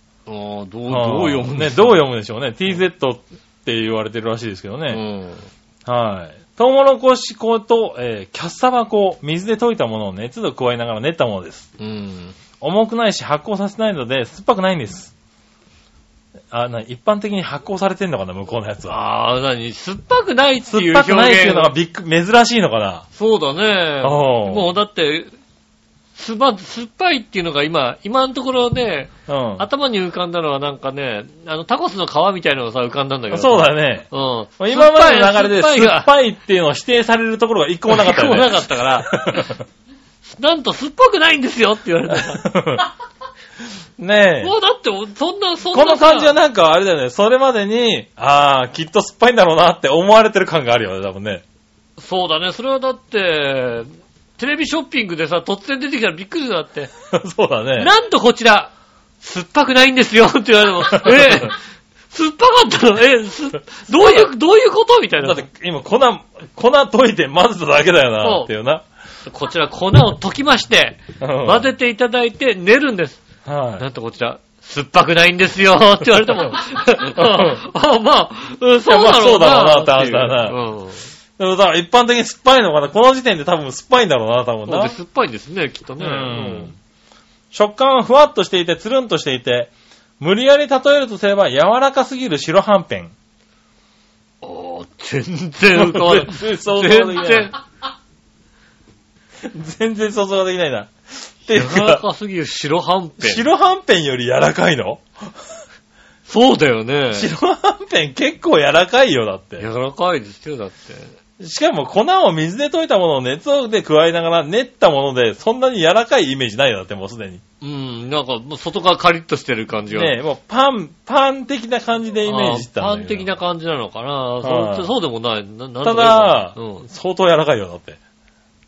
[SPEAKER 2] あ、どう、どう
[SPEAKER 3] はい
[SPEAKER 2] 読むん
[SPEAKER 3] ね、
[SPEAKER 2] で
[SPEAKER 3] どう
[SPEAKER 2] すか
[SPEAKER 3] 読むでしょうね。TZ って言われてるらしいですけど
[SPEAKER 2] う
[SPEAKER 3] ね。
[SPEAKER 2] ん。
[SPEAKER 3] はい。トウモロコシ粉と、えーキャッサバ粉を水で溶いたものを熱度を加えながら練ったものです。
[SPEAKER 2] うん。
[SPEAKER 3] 重くないし発酵させないので酸っぱくないんです。あ、な、一般的に発酵されてんのかな、向こうのやつは。
[SPEAKER 2] ああ、なに、酸っぱくないって
[SPEAKER 3] 酸っ
[SPEAKER 2] いう
[SPEAKER 3] ぱ
[SPEAKER 2] 表
[SPEAKER 3] くないってい
[SPEAKER 2] 現
[SPEAKER 3] うのが。びっく、珍しいのかな。
[SPEAKER 2] そうだね。
[SPEAKER 3] おう
[SPEAKER 2] もうだって、すば、酸っぱいっていうのが今、今のところね、
[SPEAKER 3] うん。
[SPEAKER 2] 頭に浮かんだのはなんかね、あの、タコスの皮みたいなのがさ、浮かんだんだけど。
[SPEAKER 3] そうだよね。
[SPEAKER 2] うん。
[SPEAKER 3] 今までの流れで
[SPEAKER 2] 酸っぱい
[SPEAKER 3] 酸
[SPEAKER 2] が
[SPEAKER 3] っぱいっていうのを否定されるところが一個もなかったよね。
[SPEAKER 2] 一個もなかったかなんと酸っぱくないんですよって言われた。
[SPEAKER 3] <laughs> ねえ
[SPEAKER 2] も。うだって、そんな、そんな
[SPEAKER 3] こ
[SPEAKER 2] さ。
[SPEAKER 3] の感じはなんかあれだよね、それまでに、ああ、きっと酸っぱいんだろうなって思われてる感があるよね、多分ね。 <laughs>
[SPEAKER 2] そうだね。それはだって、テレビショッピングでさ、突然出てきたらびっくりだって。
[SPEAKER 3] そうだね。
[SPEAKER 2] なんとこちら、酸っぱくないんですよって言われても、
[SPEAKER 3] <laughs>
[SPEAKER 2] ええ酸っぱかったのええすどういう、どういうことみたい
[SPEAKER 3] だ
[SPEAKER 2] な
[SPEAKER 3] っ。て今粉、粉溶いて混ぜただけだよな、っていうな。
[SPEAKER 2] こちら粉を溶きまして、
[SPEAKER 3] うん
[SPEAKER 2] 混ぜていただいて練るんです。
[SPEAKER 3] はい。
[SPEAKER 2] なんとこちら、酸っぱくないんですよって言われても、う
[SPEAKER 3] <laughs>
[SPEAKER 2] んあまあ、うんそうだろうなっていう。
[SPEAKER 3] まあそうだろ
[SPEAKER 2] うん
[SPEAKER 3] でもだから一般的に酸っぱいのかなこの時点で多分酸っぱいんだろうな、多分
[SPEAKER 2] そうで
[SPEAKER 3] な
[SPEAKER 2] す。酸っぱいんですね、きっとね。
[SPEAKER 3] うん食感はふわっとしていて、つるんとしていて、無理やり例えるとすれば柔らかすぎる白はんぺん。
[SPEAKER 2] おー全然浮かば
[SPEAKER 3] <laughs>
[SPEAKER 2] ない。
[SPEAKER 3] 全然想像でき
[SPEAKER 2] 全
[SPEAKER 3] ない
[SPEAKER 2] 然。、
[SPEAKER 3] 全然想像ができないな。っていう
[SPEAKER 2] 柔ら
[SPEAKER 3] か、
[SPEAKER 2] かすぎる白はんぺん。
[SPEAKER 3] 白はんぺんより柔らかいの
[SPEAKER 2] そうだよね。
[SPEAKER 3] 白はんぺん結構柔らかいよ、だって。
[SPEAKER 2] 柔らかいですよ、だって。
[SPEAKER 3] しかも粉を水で溶いたものを熱で加えながら練ったもので、そんなに柔らかいイメージないよ、だってもうすでに。
[SPEAKER 2] うん、なんか、もう外側カリッとしてる感じが。
[SPEAKER 3] ねえ、もうパン、パン的な感じでイメージしたん
[SPEAKER 2] あ
[SPEAKER 3] だ
[SPEAKER 2] ー
[SPEAKER 3] けど
[SPEAKER 2] パン的な感じなのかな、
[SPEAKER 3] はい
[SPEAKER 2] そうそうでもない。ななんだ
[SPEAKER 3] ただ
[SPEAKER 2] ろううん、
[SPEAKER 3] 相当柔らかいよ、だって。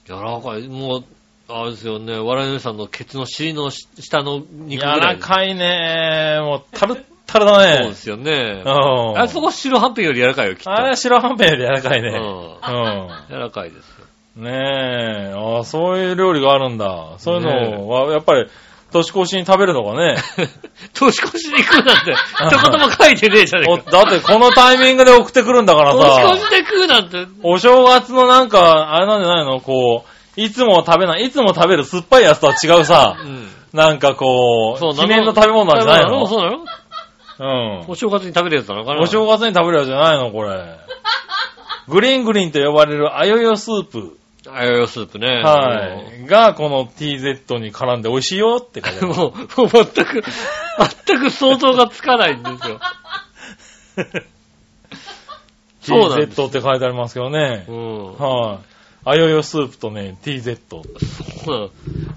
[SPEAKER 2] 柔らかい。もう、あれですよね、笑いのさんのケツの尻のし下の
[SPEAKER 3] 柔
[SPEAKER 2] 肉ぐらい
[SPEAKER 3] ら
[SPEAKER 2] です。
[SPEAKER 3] かいねもう、タルッタルだね。
[SPEAKER 2] そうですよね。
[SPEAKER 3] うん。
[SPEAKER 2] あそこ白はんぺんより柔らかいよ、きっと。
[SPEAKER 3] あれは白はんぺんより柔らかいね。
[SPEAKER 2] うん
[SPEAKER 3] う
[SPEAKER 2] 柔らかいですよ。 <laughs>
[SPEAKER 3] ん。ねえ、ああ、そういう料理があるんだ。そういうのは、やっぱり、年越しに食べるの
[SPEAKER 2] <laughs>
[SPEAKER 3] がね。
[SPEAKER 2] 年越しに行くなんて、一言も書いてねえじゃね
[SPEAKER 3] お
[SPEAKER 2] えか。
[SPEAKER 3] だってこのタイミングで送ってくるんだから
[SPEAKER 2] 年越
[SPEAKER 3] さ
[SPEAKER 2] し。で食うなんて、
[SPEAKER 3] お正月のなんか、あれなんじゃないのこう、いつも食べない、いつも食べる酸っぱいやつとは違うさ
[SPEAKER 2] う、ん。
[SPEAKER 3] なんかこ、
[SPEAKER 2] そううなの
[SPEAKER 3] 記念の食べ物なんじゃないの
[SPEAKER 2] そうなの
[SPEAKER 3] うん
[SPEAKER 2] お。正月に食べるやつなのかな <laughs>
[SPEAKER 3] お正月に食べるやつじゃないのこれ。グリーングリーンと呼ばれるあよよスープ、
[SPEAKER 2] あよよスープね。
[SPEAKER 3] はい、が、この TZ に絡んで美味しいよって書いてある
[SPEAKER 2] もう、もう全く、全く想像がつかないんです
[SPEAKER 3] <laughs>
[SPEAKER 2] よ。そうなんです
[SPEAKER 3] TZ って書いてありますけどね
[SPEAKER 2] う。ん。
[SPEAKER 3] はい、あ。よよスープとね、TZ。
[SPEAKER 2] そうなの。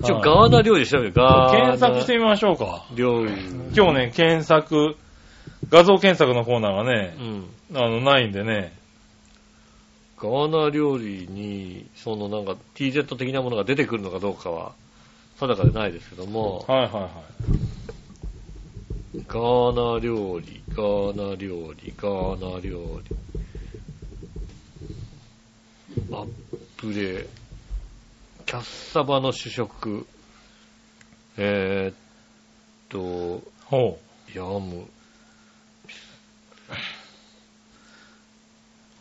[SPEAKER 2] ちょ、ガーナ料理調べる。ガーナ
[SPEAKER 3] 検索してみましょうか。
[SPEAKER 2] 料理。
[SPEAKER 3] 今日ね、検索、画像検索のコーナーがね
[SPEAKER 2] う、ん。
[SPEAKER 3] あの、ないんでね。
[SPEAKER 2] ガーナ料理に、そのなんか TZ 的なものが出てくるのかどうかは、定かでないですけども、
[SPEAKER 3] はいはいはい。
[SPEAKER 2] ガーナ料理、ガーナ料理、ガーナ料理。アップレ、キャッサバの主食、えー、っと、
[SPEAKER 3] ほ
[SPEAKER 2] ヤム、
[SPEAKER 3] う。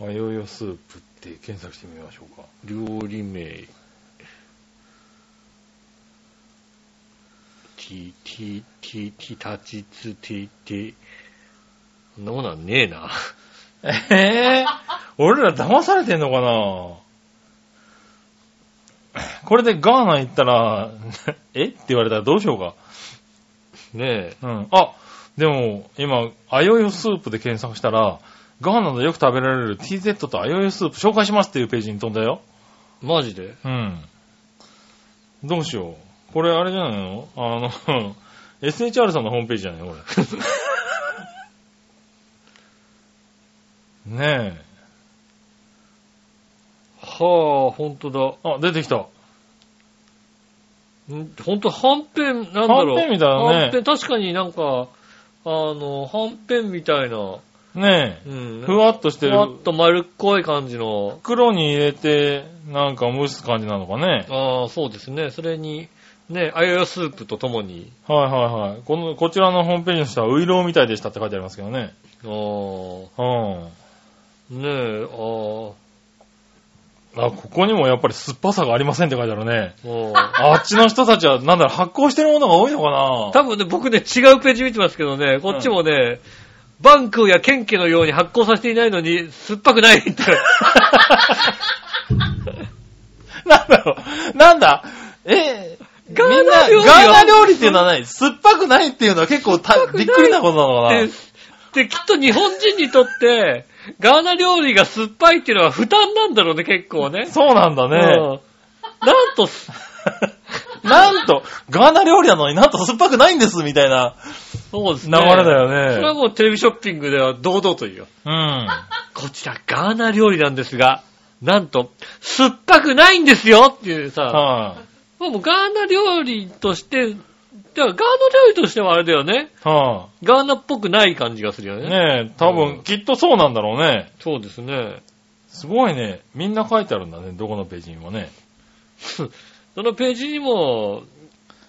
[SPEAKER 3] あよよスープって検索してみましょうか。
[SPEAKER 2] 料理名、t, t, t, t, たちつ、t, t, そんなものはねえな。 <laughs>
[SPEAKER 3] ええ俺ら騙されてんのかなこれでガーナ行ったら、えって言われたらどうしようか。
[SPEAKER 2] ねえ。
[SPEAKER 3] うん。あ、でも、今、あよよスープで検索したら、ガーナでよく食べられる TZ とあよよスープ紹介しますっていうページに飛んだよ。
[SPEAKER 2] マジで
[SPEAKER 3] うん。どうしよう。これあれじゃないのあの、SHR さんのホームページじゃないのこれ。 <laughs> ねえ。
[SPEAKER 2] はあ、ほんとだ。
[SPEAKER 3] あ、出てきた。
[SPEAKER 2] んほんと、はんぺん、なんだろう。
[SPEAKER 3] はんぺんみたいだね
[SPEAKER 2] はんぺん、確かになんか、あの、はんぺんみたいな、
[SPEAKER 3] ね
[SPEAKER 2] う
[SPEAKER 3] え。
[SPEAKER 2] ん。
[SPEAKER 3] ふわっとして
[SPEAKER 2] ふわっ
[SPEAKER 3] る。
[SPEAKER 2] と丸っこい感じの、
[SPEAKER 3] 袋に入れて、なんか蒸す感じなのかね。
[SPEAKER 2] ああ、そうですね。それに、ね、あややスープとともに、
[SPEAKER 3] はいはいはい。この、こちらのホームページの人は、ウイロウみたいでしたって書いてありますけどね。
[SPEAKER 2] ああ、
[SPEAKER 3] う
[SPEAKER 2] ね
[SPEAKER 3] ん。
[SPEAKER 2] え、あ
[SPEAKER 3] あ、ここにもやっぱり酸っぱさがありませんって書いてあるね。
[SPEAKER 2] あ、もう。
[SPEAKER 3] あっちの人たちは、なんだろう、発酵してるものが多いのかな
[SPEAKER 2] 多分ね、僕ね、違うページ見てますけどね、こっちもね、バンクーやケンケのように発酵させていないのに、酸っぱくない
[SPEAKER 3] <laughs>
[SPEAKER 2] って。
[SPEAKER 3] なんだろう、なんだ、え、
[SPEAKER 2] ガーナ
[SPEAKER 3] みんな
[SPEAKER 2] 料理は
[SPEAKER 3] ガーナ料理っていうのはない。酸っぱくないっていうのは結構た
[SPEAKER 2] 酸っぱくな
[SPEAKER 3] び
[SPEAKER 2] い
[SPEAKER 3] っくりなことなのかな
[SPEAKER 2] で。、できっと日本人にとって、ガーナ料理が酸っぱいっていうのは負担なんだろうね、結構ね。
[SPEAKER 3] そうなんだ
[SPEAKER 2] う
[SPEAKER 3] ね。
[SPEAKER 2] んなんと、
[SPEAKER 3] <laughs> なんと、ガーナ料理なのになんと酸っぱくないんです、みたいな
[SPEAKER 2] そうです
[SPEAKER 3] 流
[SPEAKER 2] ね。
[SPEAKER 3] れだ
[SPEAKER 2] それは
[SPEAKER 3] よね。
[SPEAKER 2] もうテレビショッピングでは堂々と言うよ。
[SPEAKER 3] うん。
[SPEAKER 2] こちらガーナ料理なんですが、なんと、酸っぱくないんですよっていうさ、
[SPEAKER 3] は
[SPEAKER 2] まあもうガーナ料理として、だからガーナ料理としてはあれだよね。
[SPEAKER 3] い。は
[SPEAKER 2] ガーナっぽくない感じがするよ
[SPEAKER 3] い。
[SPEAKER 2] ね。
[SPEAKER 3] ねえ、多
[SPEAKER 2] うん
[SPEAKER 3] 分、きっとそうなんだろうね。
[SPEAKER 2] そうですね。
[SPEAKER 3] すごいね。みんな書いてあるんだね、どこのページにもね。
[SPEAKER 2] そのページにも、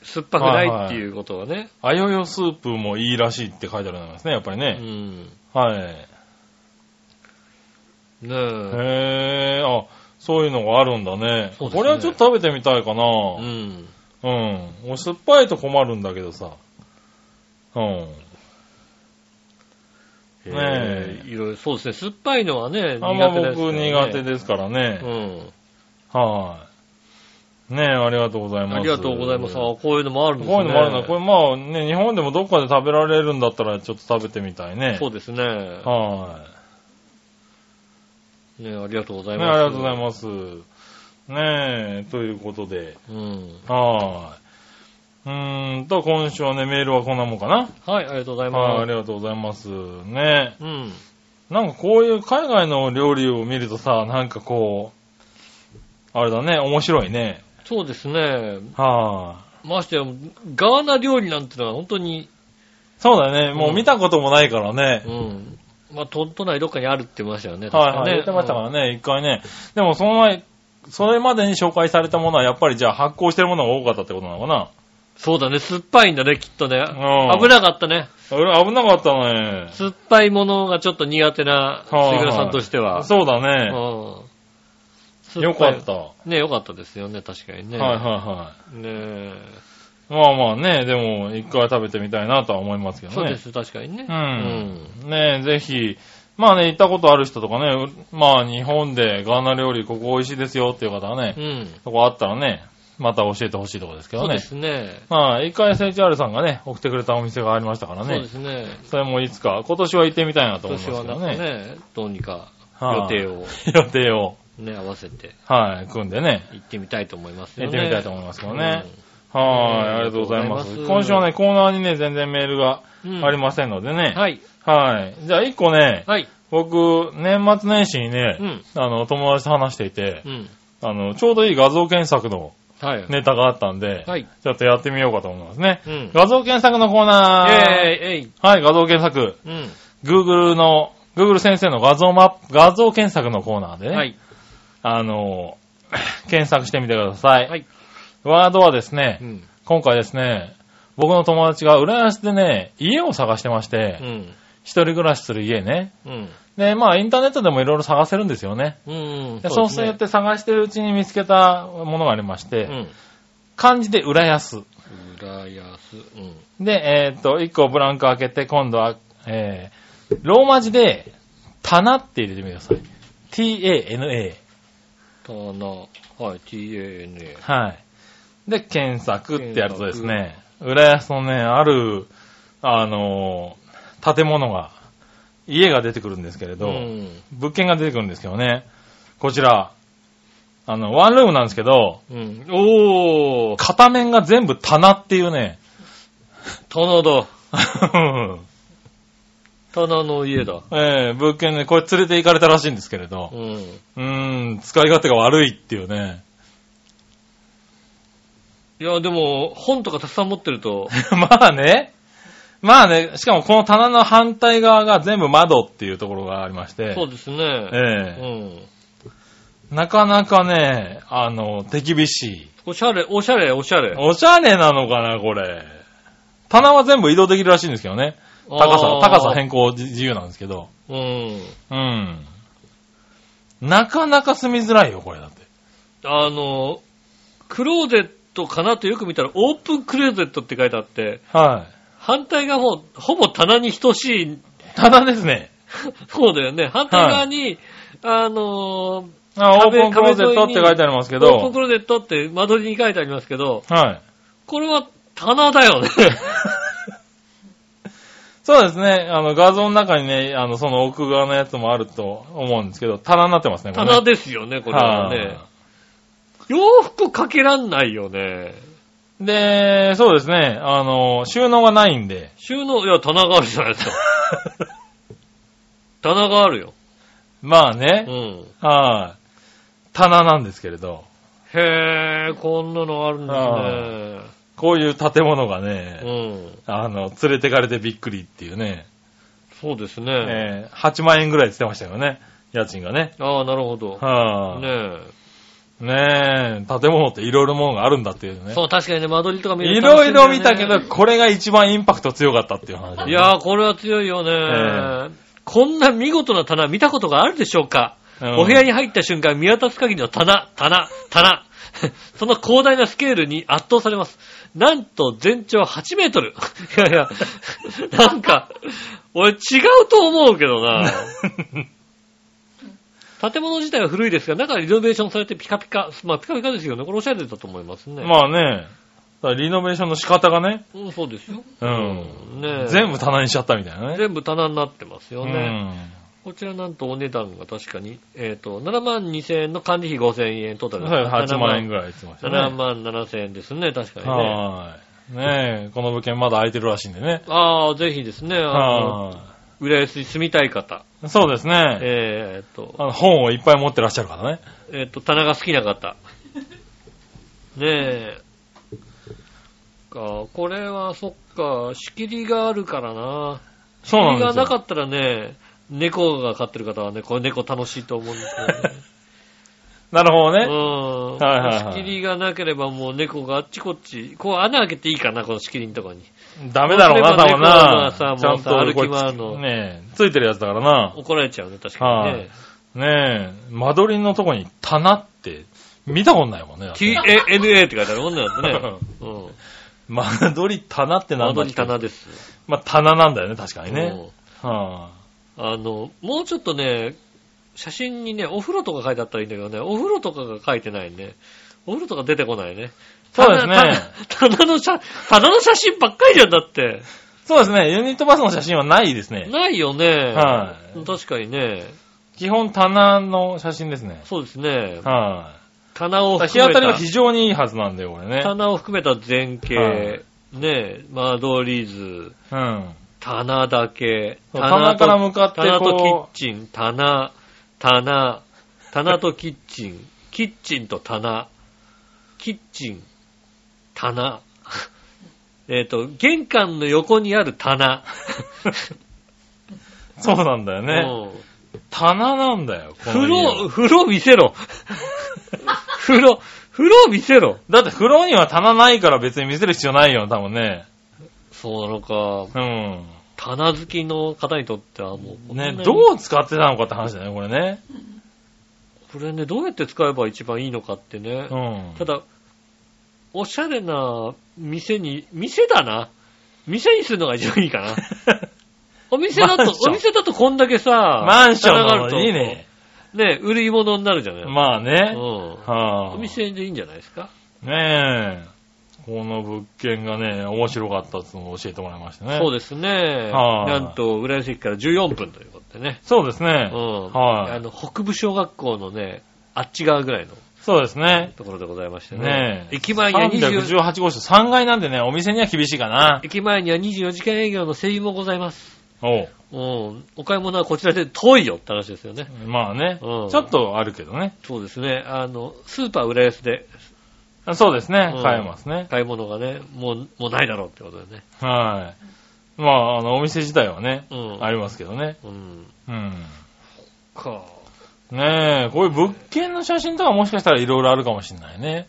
[SPEAKER 2] 酸っぱくないっていうことはね。
[SPEAKER 3] あよよスープもいいらしいって書いてあるんですね、やっぱりね。
[SPEAKER 2] うん。
[SPEAKER 3] はい。
[SPEAKER 2] ねえ。
[SPEAKER 3] へえ、あ、そういうのがあるんだね。
[SPEAKER 2] そうですね
[SPEAKER 3] これはちょっと食べてみたいかな。
[SPEAKER 2] う。
[SPEAKER 3] うんん。俺酸っぱいと困るんだけどさ。うん。ねえ
[SPEAKER 2] えいろいろ、そうですね。酸っぱいのはね、
[SPEAKER 3] あんま
[SPEAKER 2] 苦手です
[SPEAKER 3] 僕苦手
[SPEAKER 2] で。
[SPEAKER 3] ですから
[SPEAKER 2] う
[SPEAKER 3] ね。
[SPEAKER 2] ん。
[SPEAKER 3] はい。ねえ、ありがとうございます。
[SPEAKER 2] ありがとうございます。あこういうのもあるん
[SPEAKER 3] こ
[SPEAKER 2] ですね。
[SPEAKER 3] ういうのもあるな。これまあね、日本でもどっかで食べられるんだったらちょっと食べてみたいね。
[SPEAKER 2] そうですね。
[SPEAKER 3] はい。
[SPEAKER 2] ねえありがとうござい
[SPEAKER 3] ね、
[SPEAKER 2] ます。
[SPEAKER 3] ありがとうございます。ねえ、ということで、
[SPEAKER 2] す。うん。
[SPEAKER 3] はーい。うーんと、今週はね、メールはこんなもんかな。
[SPEAKER 2] はい、ありがとうござい
[SPEAKER 3] はい、あ
[SPEAKER 2] ま
[SPEAKER 3] りがとうございます。ね
[SPEAKER 2] す。うん。
[SPEAKER 3] え。なんかこういう海外の料理を見るとさ、なんかこう、あれだね、面白いね。
[SPEAKER 2] そうですね。
[SPEAKER 3] はーい。
[SPEAKER 2] ましてや、ガーナ料理なんてのは本当に、
[SPEAKER 3] そうだね、もう見たこともないからね
[SPEAKER 2] う。ん。まあ、都都内どっかにあるって言いましたよね。
[SPEAKER 3] はい
[SPEAKER 2] 確
[SPEAKER 3] はい、
[SPEAKER 2] ね
[SPEAKER 3] 言ってましたからね、一回ね。でもその前、それまでに紹介されたものはやっぱりじゃあ発酵してるものが多かったってことなのかな。
[SPEAKER 2] そうだね、酸っぱいんだね、きっとね。
[SPEAKER 3] うん
[SPEAKER 2] 危なかったね。
[SPEAKER 3] 俺危なかったね。
[SPEAKER 2] 酸っぱいものがちょっと苦手な、
[SPEAKER 3] はいはい
[SPEAKER 2] 杉浦さんとしては。
[SPEAKER 3] そうだね。
[SPEAKER 2] うん。
[SPEAKER 3] よかっ
[SPEAKER 2] 酸
[SPEAKER 3] た。
[SPEAKER 2] ぱ。
[SPEAKER 3] はい
[SPEAKER 2] ね、よかったですよね、確かに
[SPEAKER 3] い
[SPEAKER 2] ね。。
[SPEAKER 3] はいはい
[SPEAKER 2] ねえ
[SPEAKER 3] い。まあまあね、でも一回食べてみたいなとは思いますけどね。
[SPEAKER 2] そうです、確かにね。
[SPEAKER 3] うん。ねえ、ぜひ、まあね、行ったことある人とかね、うまあ日本でガーナ料理ここ美味しいですよっていう方はね、
[SPEAKER 2] うん。
[SPEAKER 3] そこあったらね、また教えてほしいとこですけ
[SPEAKER 2] そ
[SPEAKER 3] ど
[SPEAKER 2] うで
[SPEAKER 3] ね。
[SPEAKER 2] すね。
[SPEAKER 3] はい、一回 SHR さんがね、送ってくれたお店がありましたから
[SPEAKER 2] そうで
[SPEAKER 3] ね。
[SPEAKER 2] すね。
[SPEAKER 3] それもいつか、今年は行ってみたいなと
[SPEAKER 2] 今
[SPEAKER 3] 思いま
[SPEAKER 2] 年はな
[SPEAKER 3] すけど
[SPEAKER 2] んか
[SPEAKER 3] ね。
[SPEAKER 2] ね、どうにか
[SPEAKER 3] は
[SPEAKER 2] 予
[SPEAKER 3] い
[SPEAKER 2] 定を
[SPEAKER 3] 予定を、
[SPEAKER 2] ね、合わせて
[SPEAKER 3] はい、組んでね。
[SPEAKER 2] 行ってみたいと思いますよね。
[SPEAKER 3] 行ってみたいと思いますけどね
[SPEAKER 2] うん
[SPEAKER 3] はい、ありがとうございま
[SPEAKER 2] あり
[SPEAKER 3] す。
[SPEAKER 2] がとうございま
[SPEAKER 3] 今
[SPEAKER 2] す
[SPEAKER 3] 週はね、コーナーにね、全然メールが
[SPEAKER 2] うん
[SPEAKER 3] ありませんのでね。
[SPEAKER 2] はい。
[SPEAKER 3] はい。じゃあ一個ね、
[SPEAKER 2] はい。
[SPEAKER 3] 僕、年末年始にね、
[SPEAKER 2] うん
[SPEAKER 3] あの、友達と話していて
[SPEAKER 2] う、ん。
[SPEAKER 3] あの、ちょうどいい画像検索の
[SPEAKER 2] はい。
[SPEAKER 3] ネタがあったんで、
[SPEAKER 2] はい。
[SPEAKER 3] ちょっとやってみようかと思いますね。
[SPEAKER 2] うん。
[SPEAKER 3] 画像検索のコーナー。
[SPEAKER 2] えい、えい。
[SPEAKER 3] はい、画像検索。
[SPEAKER 2] うん。
[SPEAKER 3] Google の、Google 先生の画像マップ、画像検索のコーナーでね、
[SPEAKER 2] はい。
[SPEAKER 3] あの、 <laughs> 検索してみてください。
[SPEAKER 2] はい。
[SPEAKER 3] ワードはですね、
[SPEAKER 2] うん。
[SPEAKER 3] 今回ですね、僕の友達が浦安でね、家を探してまして、
[SPEAKER 2] うん。
[SPEAKER 3] 一人暮らしする家ね。
[SPEAKER 2] うん。
[SPEAKER 3] で、まあ、インターネットでもいろいろ探せるんですよね。
[SPEAKER 2] うん。
[SPEAKER 3] でそうするって探してるうちに見つけたものがありまし
[SPEAKER 2] て
[SPEAKER 3] て、
[SPEAKER 2] うん。
[SPEAKER 3] 漢字で浦安。
[SPEAKER 2] 浦安。うん。
[SPEAKER 3] で、えーっと、一個ブランク開けて、今度は、えー、ローマ字で、棚って入れてみてください。t-a-n-a。
[SPEAKER 2] たな、はい、TANA。
[SPEAKER 3] はい。で、検索ってやるとですね、浦安のね、ある、あのー建物が、家が出てくるんですけれど、
[SPEAKER 2] うん。
[SPEAKER 3] 物件が出てくるんですけどね、こちら、あの、ワンルームなんですけど、
[SPEAKER 2] うん。おー、
[SPEAKER 3] 片面が全部棚ってい
[SPEAKER 2] <laughs>
[SPEAKER 3] うね、
[SPEAKER 2] 棚だ。
[SPEAKER 3] え
[SPEAKER 2] 棚の家だ。
[SPEAKER 3] え物件ね、これ連れて行かれたらしいんですけれ
[SPEAKER 2] う
[SPEAKER 3] ど、
[SPEAKER 2] ん。
[SPEAKER 3] うーん、使い勝手が悪いっていうね。
[SPEAKER 2] いや、でも、本とかたくさん持ってると、
[SPEAKER 3] <laughs> まあね、まあね、しかもこの棚の反対側が全部窓っていうところがありまして、
[SPEAKER 2] そうですね。う
[SPEAKER 3] ええ
[SPEAKER 2] ん。
[SPEAKER 3] なかなかね、あの、手厳しい。
[SPEAKER 2] おしゃれ、おしゃれ、おしゃれ。
[SPEAKER 3] おしゃれなのかな、これ。棚は全部移動できるらしいんですけどね。高さ、
[SPEAKER 2] あー
[SPEAKER 3] 高さ変更自自由なんですけど。
[SPEAKER 2] うん。
[SPEAKER 3] うん。なかなか住みづらいよ、これだって。
[SPEAKER 2] あの、クローゼットかなとよく見たら、オープンクローゼットって書いてあって、
[SPEAKER 3] は
[SPEAKER 2] 反対がもう、ほぼ棚に等しい、
[SPEAKER 3] い。棚ですね。
[SPEAKER 2] そうだよね。反対側に、あの、
[SPEAKER 3] あ、オー
[SPEAKER 2] 壁
[SPEAKER 3] プンクローゼットって書いてありますけど。
[SPEAKER 2] オープンクローゼットって間取りに書いてありますけど、
[SPEAKER 3] はい。
[SPEAKER 2] これは棚だ
[SPEAKER 3] <laughs>
[SPEAKER 2] よね。
[SPEAKER 3] そうですね。あの、画像の中にね、あの、その奥側のやつもあると思うんですけど、棚になってますね、これね
[SPEAKER 2] 棚ですよね、これはね。洋服かけらんないよね。
[SPEAKER 3] いで、そうですね。あの、収納がないん
[SPEAKER 2] <laughs>
[SPEAKER 3] で。
[SPEAKER 2] 収納、いや、棚があるじゃないです
[SPEAKER 3] <laughs>
[SPEAKER 2] か。棚があるよ。
[SPEAKER 3] まあ
[SPEAKER 2] う
[SPEAKER 3] ね。
[SPEAKER 2] ん。
[SPEAKER 3] はい。棚なんですけれど。
[SPEAKER 2] へえ、こんなのあるんで
[SPEAKER 3] こういう建物がね、
[SPEAKER 2] すね。うん。
[SPEAKER 3] あの、連れてかれてびっくりっていうね。
[SPEAKER 2] そうですね。
[SPEAKER 3] えー8万円ぐらいって言ってましたよね。家賃がね。
[SPEAKER 2] ああ、なるほど。
[SPEAKER 3] はあ、ね
[SPEAKER 2] ね
[SPEAKER 3] え、建物っていろいろものがあるんだっていう
[SPEAKER 2] え。
[SPEAKER 3] ね。
[SPEAKER 2] そう、確かにね、間取りとか見る
[SPEAKER 3] い
[SPEAKER 2] と楽
[SPEAKER 3] ろ
[SPEAKER 2] し
[SPEAKER 3] い
[SPEAKER 2] んだよ
[SPEAKER 3] ろ
[SPEAKER 2] ね
[SPEAKER 3] 見たけど、これが一番インパクト強かったっていう話だね、
[SPEAKER 2] いやー、これは強いよね。こんな見事な棚見たことがあるでしょうか
[SPEAKER 3] うん
[SPEAKER 2] お部屋に入った瞬間、見渡す限りの棚、棚、棚。 <laughs> その広大なスケールに圧倒されます。なんと全長8メートル。 <laughs> いやいや、なんか、俺違うと思うけど
[SPEAKER 3] <laughs>
[SPEAKER 2] な。建物自体は古いですが、中はリノベーションされてピカピカ。まあ、ピカピカですよね。これおしゃれだと思い <laughs> ますね。
[SPEAKER 3] まあね、だからリノベーションの仕方がね、
[SPEAKER 2] うん、そうですよ。
[SPEAKER 3] うん。
[SPEAKER 2] ねえ
[SPEAKER 3] 全部棚にしちゃったみたいなね。
[SPEAKER 2] 全部棚になってますよね。
[SPEAKER 3] うん
[SPEAKER 2] こちらなんとお値段が確かに、えっ、と、7万2000円の管理費5000円、トータル
[SPEAKER 3] そう8万円
[SPEAKER 2] ぐ
[SPEAKER 3] ぐらいって言ってましたね。
[SPEAKER 2] 7万7000円ですね、確かにね。
[SPEAKER 3] はい。ねえ、この物件まだ空いてるらしいんでね。
[SPEAKER 2] ああ、ぜひですね、あの、
[SPEAKER 3] は
[SPEAKER 2] 浦安に住みたい方、
[SPEAKER 3] い。そうですね。
[SPEAKER 2] えっ、と、
[SPEAKER 3] あの本をいっぱい持ってらっしゃるからね。
[SPEAKER 2] えっ、と、棚が好きな
[SPEAKER 3] <laughs>
[SPEAKER 2] 方。ねえ。かこれは、そっか、仕切りがあるからな。仕
[SPEAKER 3] そ
[SPEAKER 2] 切り
[SPEAKER 3] うなんですよ
[SPEAKER 2] がなかったらね、猫が飼ってる方はね、これ猫楽しいと思うんですけどね。
[SPEAKER 3] なるほどね。
[SPEAKER 2] うん。
[SPEAKER 3] はいはいはい
[SPEAKER 2] 仕切りがなければもう猫があっちこっち、こう穴開けていいかな、この仕切りのとこに。
[SPEAKER 3] ダメだろうな、多分な。
[SPEAKER 2] そうす
[SPEAKER 3] ち
[SPEAKER 2] れば猫
[SPEAKER 3] ゃん
[SPEAKER 2] はさ
[SPEAKER 3] とこれ
[SPEAKER 2] もうさ歩き回るの
[SPEAKER 3] ねえ、ついてるやつだからな。
[SPEAKER 2] 怒られちゃうね、確かにね。
[SPEAKER 3] ねえ、間取りのとこに棚って見たことないもんね。だって
[SPEAKER 2] TANA って書いてあるもんなんだ
[SPEAKER 3] <laughs>
[SPEAKER 2] ね。うん。
[SPEAKER 3] 間取り棚ってなんだ
[SPEAKER 2] 窓
[SPEAKER 3] っ
[SPEAKER 2] に
[SPEAKER 3] け
[SPEAKER 2] 棚です。
[SPEAKER 3] まあ、棚なんだよね、確かにね。
[SPEAKER 2] うん
[SPEAKER 3] は
[SPEAKER 2] あの、もうちょっとね、写真にね、お風呂とか書いてあったらいいんだけどね、お風呂とかが書いてないね。お風呂とか出てこないね。
[SPEAKER 3] そうですね
[SPEAKER 2] 棚。棚の写、棚の写真ばっかりじゃんだって。
[SPEAKER 3] そうですね。ユニットバスの写真はないですね。
[SPEAKER 2] ないよね。
[SPEAKER 3] は
[SPEAKER 2] 確かにね。
[SPEAKER 3] 基本棚の写真ですね。
[SPEAKER 2] そうですね。
[SPEAKER 3] は
[SPEAKER 2] 棚を
[SPEAKER 3] い。日
[SPEAKER 2] 含
[SPEAKER 3] 当
[SPEAKER 2] めた。
[SPEAKER 3] たりは非常にいいはずなんだよ、これね。
[SPEAKER 2] 棚を含めた前景、
[SPEAKER 3] はい
[SPEAKER 2] ねえ、マードリーズ、
[SPEAKER 3] うん。
[SPEAKER 2] 棚だけ、
[SPEAKER 3] そう棚
[SPEAKER 2] と
[SPEAKER 3] から向かって
[SPEAKER 2] 棚とキッ
[SPEAKER 3] こ
[SPEAKER 2] チン、棚、棚、棚とキッチン、キッチンと棚、キッチン、棚、 <laughs> えっと、玄関の横にある棚。
[SPEAKER 3] う、そうなんだよ <laughs> ね。
[SPEAKER 2] うん
[SPEAKER 3] 棚なんだよ、この
[SPEAKER 2] 風
[SPEAKER 3] 家
[SPEAKER 2] 呂、風呂見せろ。 <laughs> 風呂、風呂見せろ。
[SPEAKER 3] だって風呂には棚ないから別に見せる必要ないよ、多分ね。
[SPEAKER 2] そうなのか。
[SPEAKER 3] うん。
[SPEAKER 2] 棚好きの方にとってはもう。
[SPEAKER 3] ね、
[SPEAKER 2] う
[SPEAKER 3] どう使ってたのかって話だね、これね。
[SPEAKER 2] これね、どうやって使えば一番いいのかってね。
[SPEAKER 3] うん。
[SPEAKER 2] ただ、おしゃれな店に、店だな。店にするのが一番いい
[SPEAKER 3] <laughs>
[SPEAKER 2] かな。お店だ
[SPEAKER 3] マ
[SPEAKER 2] と
[SPEAKER 3] ンシ、ョン
[SPEAKER 2] お店だとこんだけさ、
[SPEAKER 3] マンション
[SPEAKER 2] 棚があ
[SPEAKER 3] の
[SPEAKER 2] ると
[SPEAKER 3] いいね。
[SPEAKER 2] ね、売り物になるじゃない。
[SPEAKER 3] まあね。
[SPEAKER 2] うん
[SPEAKER 3] はあ。
[SPEAKER 2] お店でいいんじゃないですか。
[SPEAKER 3] ねえ。この物件がね、面白かったっつうのを教えてもらいましたね。
[SPEAKER 2] そうですね。
[SPEAKER 3] はい
[SPEAKER 2] なんと、浦安駅から14分ということでね。
[SPEAKER 3] そうですね
[SPEAKER 2] う。ん。
[SPEAKER 3] はい
[SPEAKER 2] あの、北部小学校のね、あっち側ぐらいの
[SPEAKER 3] そうですね。
[SPEAKER 2] ところでございましてね。
[SPEAKER 3] ねえ。
[SPEAKER 2] 駅前には20
[SPEAKER 3] 318号室、3階なんでね、お店には厳しいかな。
[SPEAKER 2] 駅前には24時間営業の整備もございます。
[SPEAKER 3] おう
[SPEAKER 2] うん。お買い物はこちらで遠いよって話ですよね。
[SPEAKER 3] まあね、
[SPEAKER 2] うん
[SPEAKER 3] ちょっとあるけどね。
[SPEAKER 2] そうですね。あの、スーパー浦安で
[SPEAKER 3] あそうですね
[SPEAKER 2] うん。
[SPEAKER 3] 買えますね。
[SPEAKER 2] 買い物がね、もう、もうないだろうってことでね。
[SPEAKER 3] はい。まあ、あの、お店自体はね、
[SPEAKER 2] うん。
[SPEAKER 3] ありますけどね。
[SPEAKER 2] うん。
[SPEAKER 3] うん。
[SPEAKER 2] か。
[SPEAKER 3] ねえ、こういう物件の写真とかもしかしたらいろいろあるかもしれないね。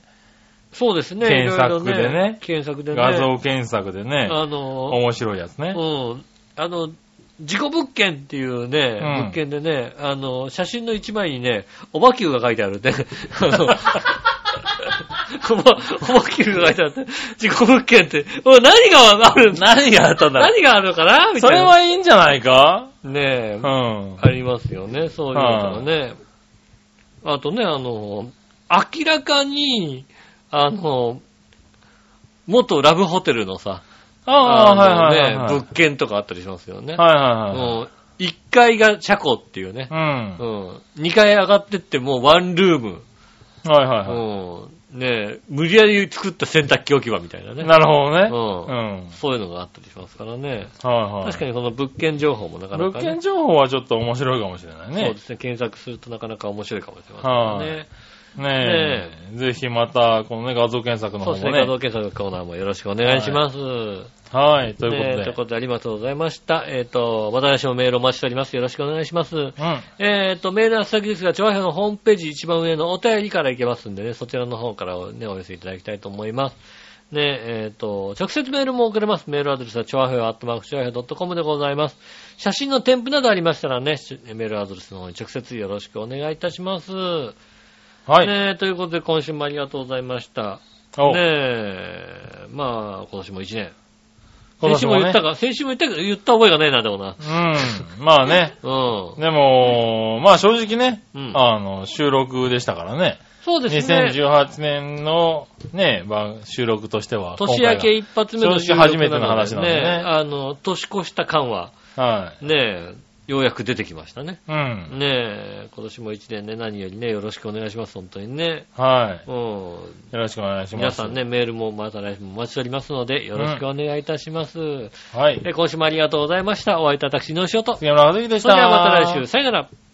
[SPEAKER 2] そうですね。
[SPEAKER 3] 検索
[SPEAKER 2] いろいろ
[SPEAKER 3] でね
[SPEAKER 2] 検索でね。
[SPEAKER 3] 画像検索でね、
[SPEAKER 2] あの、
[SPEAKER 3] 面白いやつね。
[SPEAKER 2] うん。あの、事故物件っていうね、
[SPEAKER 3] うん
[SPEAKER 2] 物件でね、あの、写真の一枚にね、おばきゅうが書いてあるね。 <laughs> あ
[SPEAKER 3] <laughs>
[SPEAKER 2] の、おば、おばきゅうが書いてあって、事故物件って、おい何がある
[SPEAKER 3] 何があったんだろ
[SPEAKER 2] 何があるのかな
[SPEAKER 3] う
[SPEAKER 2] みた
[SPEAKER 3] そ
[SPEAKER 2] いな。
[SPEAKER 3] れはいいんじゃないか
[SPEAKER 2] ねえ、
[SPEAKER 3] うん。
[SPEAKER 2] ありますよね、そういうのがね。あとね、あの、明らかに、あの、元ラブホテルのさ、
[SPEAKER 3] ああ、
[SPEAKER 2] の
[SPEAKER 3] はい
[SPEAKER 2] ね
[SPEAKER 3] はいはい。はい
[SPEAKER 2] 物件とかあったりしますよね。
[SPEAKER 3] はいはい。
[SPEAKER 2] もう1階が車庫っていうね
[SPEAKER 3] う。ん
[SPEAKER 2] う。ん、2階上がってってもうワンルーム。
[SPEAKER 3] はいはいは。
[SPEAKER 2] うん、ねえ無理やり作った洗濯機置き場みたいないね。
[SPEAKER 3] なるほどね。
[SPEAKER 2] うん
[SPEAKER 3] うん。
[SPEAKER 2] そういうのがあったりしますからね。
[SPEAKER 3] はいはい。
[SPEAKER 2] 確かにその物件情報もなかな
[SPEAKER 3] 物
[SPEAKER 2] か、ね。
[SPEAKER 3] 件情報はちょっと面白いかもしれない
[SPEAKER 2] そう
[SPEAKER 3] ね
[SPEAKER 2] で。すね。検索するとなかなか面白いかもしれませんね。
[SPEAKER 3] ねえ。ぜひまた、このね、画像検索の
[SPEAKER 2] そう
[SPEAKER 3] 方
[SPEAKER 2] です
[SPEAKER 3] も
[SPEAKER 2] ね。画
[SPEAKER 3] ね。
[SPEAKER 2] 像検索コーナーもよろしくお願いします。
[SPEAKER 3] はい、と
[SPEAKER 2] と
[SPEAKER 3] いうこ
[SPEAKER 2] という
[SPEAKER 3] とで。
[SPEAKER 2] ことでありがとうございました。えっ、と、また来週もメールお待ちしております。よろしくお願いします。
[SPEAKER 3] うん。
[SPEAKER 2] えっ、と、メールは先ですが、調和表のホームページ一番上のお便りからいけますんでね、そちらの方からね、お寄せいただきたいと思います。ね、えっ、と、直接メールも送れます。メールアドレスは、調和表アットマーク調和表 .com でございます。写真の添付などありましたらね、しメールアドレスの方に直接よろしくお願いいたします。
[SPEAKER 3] はい。
[SPEAKER 2] ね、ということで、今週もありがとうございました。
[SPEAKER 3] お
[SPEAKER 2] ねえ、まあ、今年も一年。
[SPEAKER 3] 今
[SPEAKER 2] 先
[SPEAKER 3] 年
[SPEAKER 2] 週
[SPEAKER 3] も
[SPEAKER 2] も言っ
[SPEAKER 3] ね
[SPEAKER 2] たか、先週も言ったけど、言った覚えがないな、でもな。
[SPEAKER 3] うん。まあね。
[SPEAKER 2] うん。
[SPEAKER 3] でも、まあ正直ね、
[SPEAKER 2] うん
[SPEAKER 3] あの、収録でしたからね。
[SPEAKER 2] そうですね。
[SPEAKER 3] 2018年のね、番収録としては。
[SPEAKER 2] 年明け一発目の
[SPEAKER 3] 正直初めての話
[SPEAKER 2] 収録
[SPEAKER 3] なんでね
[SPEAKER 2] あの、年越した感は、
[SPEAKER 3] 今回は。はい。
[SPEAKER 2] ねえ、ようやく出てきましたね。
[SPEAKER 3] う
[SPEAKER 2] ね
[SPEAKER 3] ん。
[SPEAKER 2] え、今年も一年ね、何よりね、よろしくお願いします、本当にね。
[SPEAKER 3] はい。
[SPEAKER 2] うん。
[SPEAKER 3] よろしくお願いします。
[SPEAKER 2] 皆さん。ね、メールもまた来週もお待ちしておりますので、よろしくお願いいたします。
[SPEAKER 3] はい。
[SPEAKER 2] で今週もありがとうございました。お会いいたい私、のしおと。そ
[SPEAKER 3] 杉村和樹でし
[SPEAKER 2] れ
[SPEAKER 3] た。
[SPEAKER 2] ではまた来週、さよなら。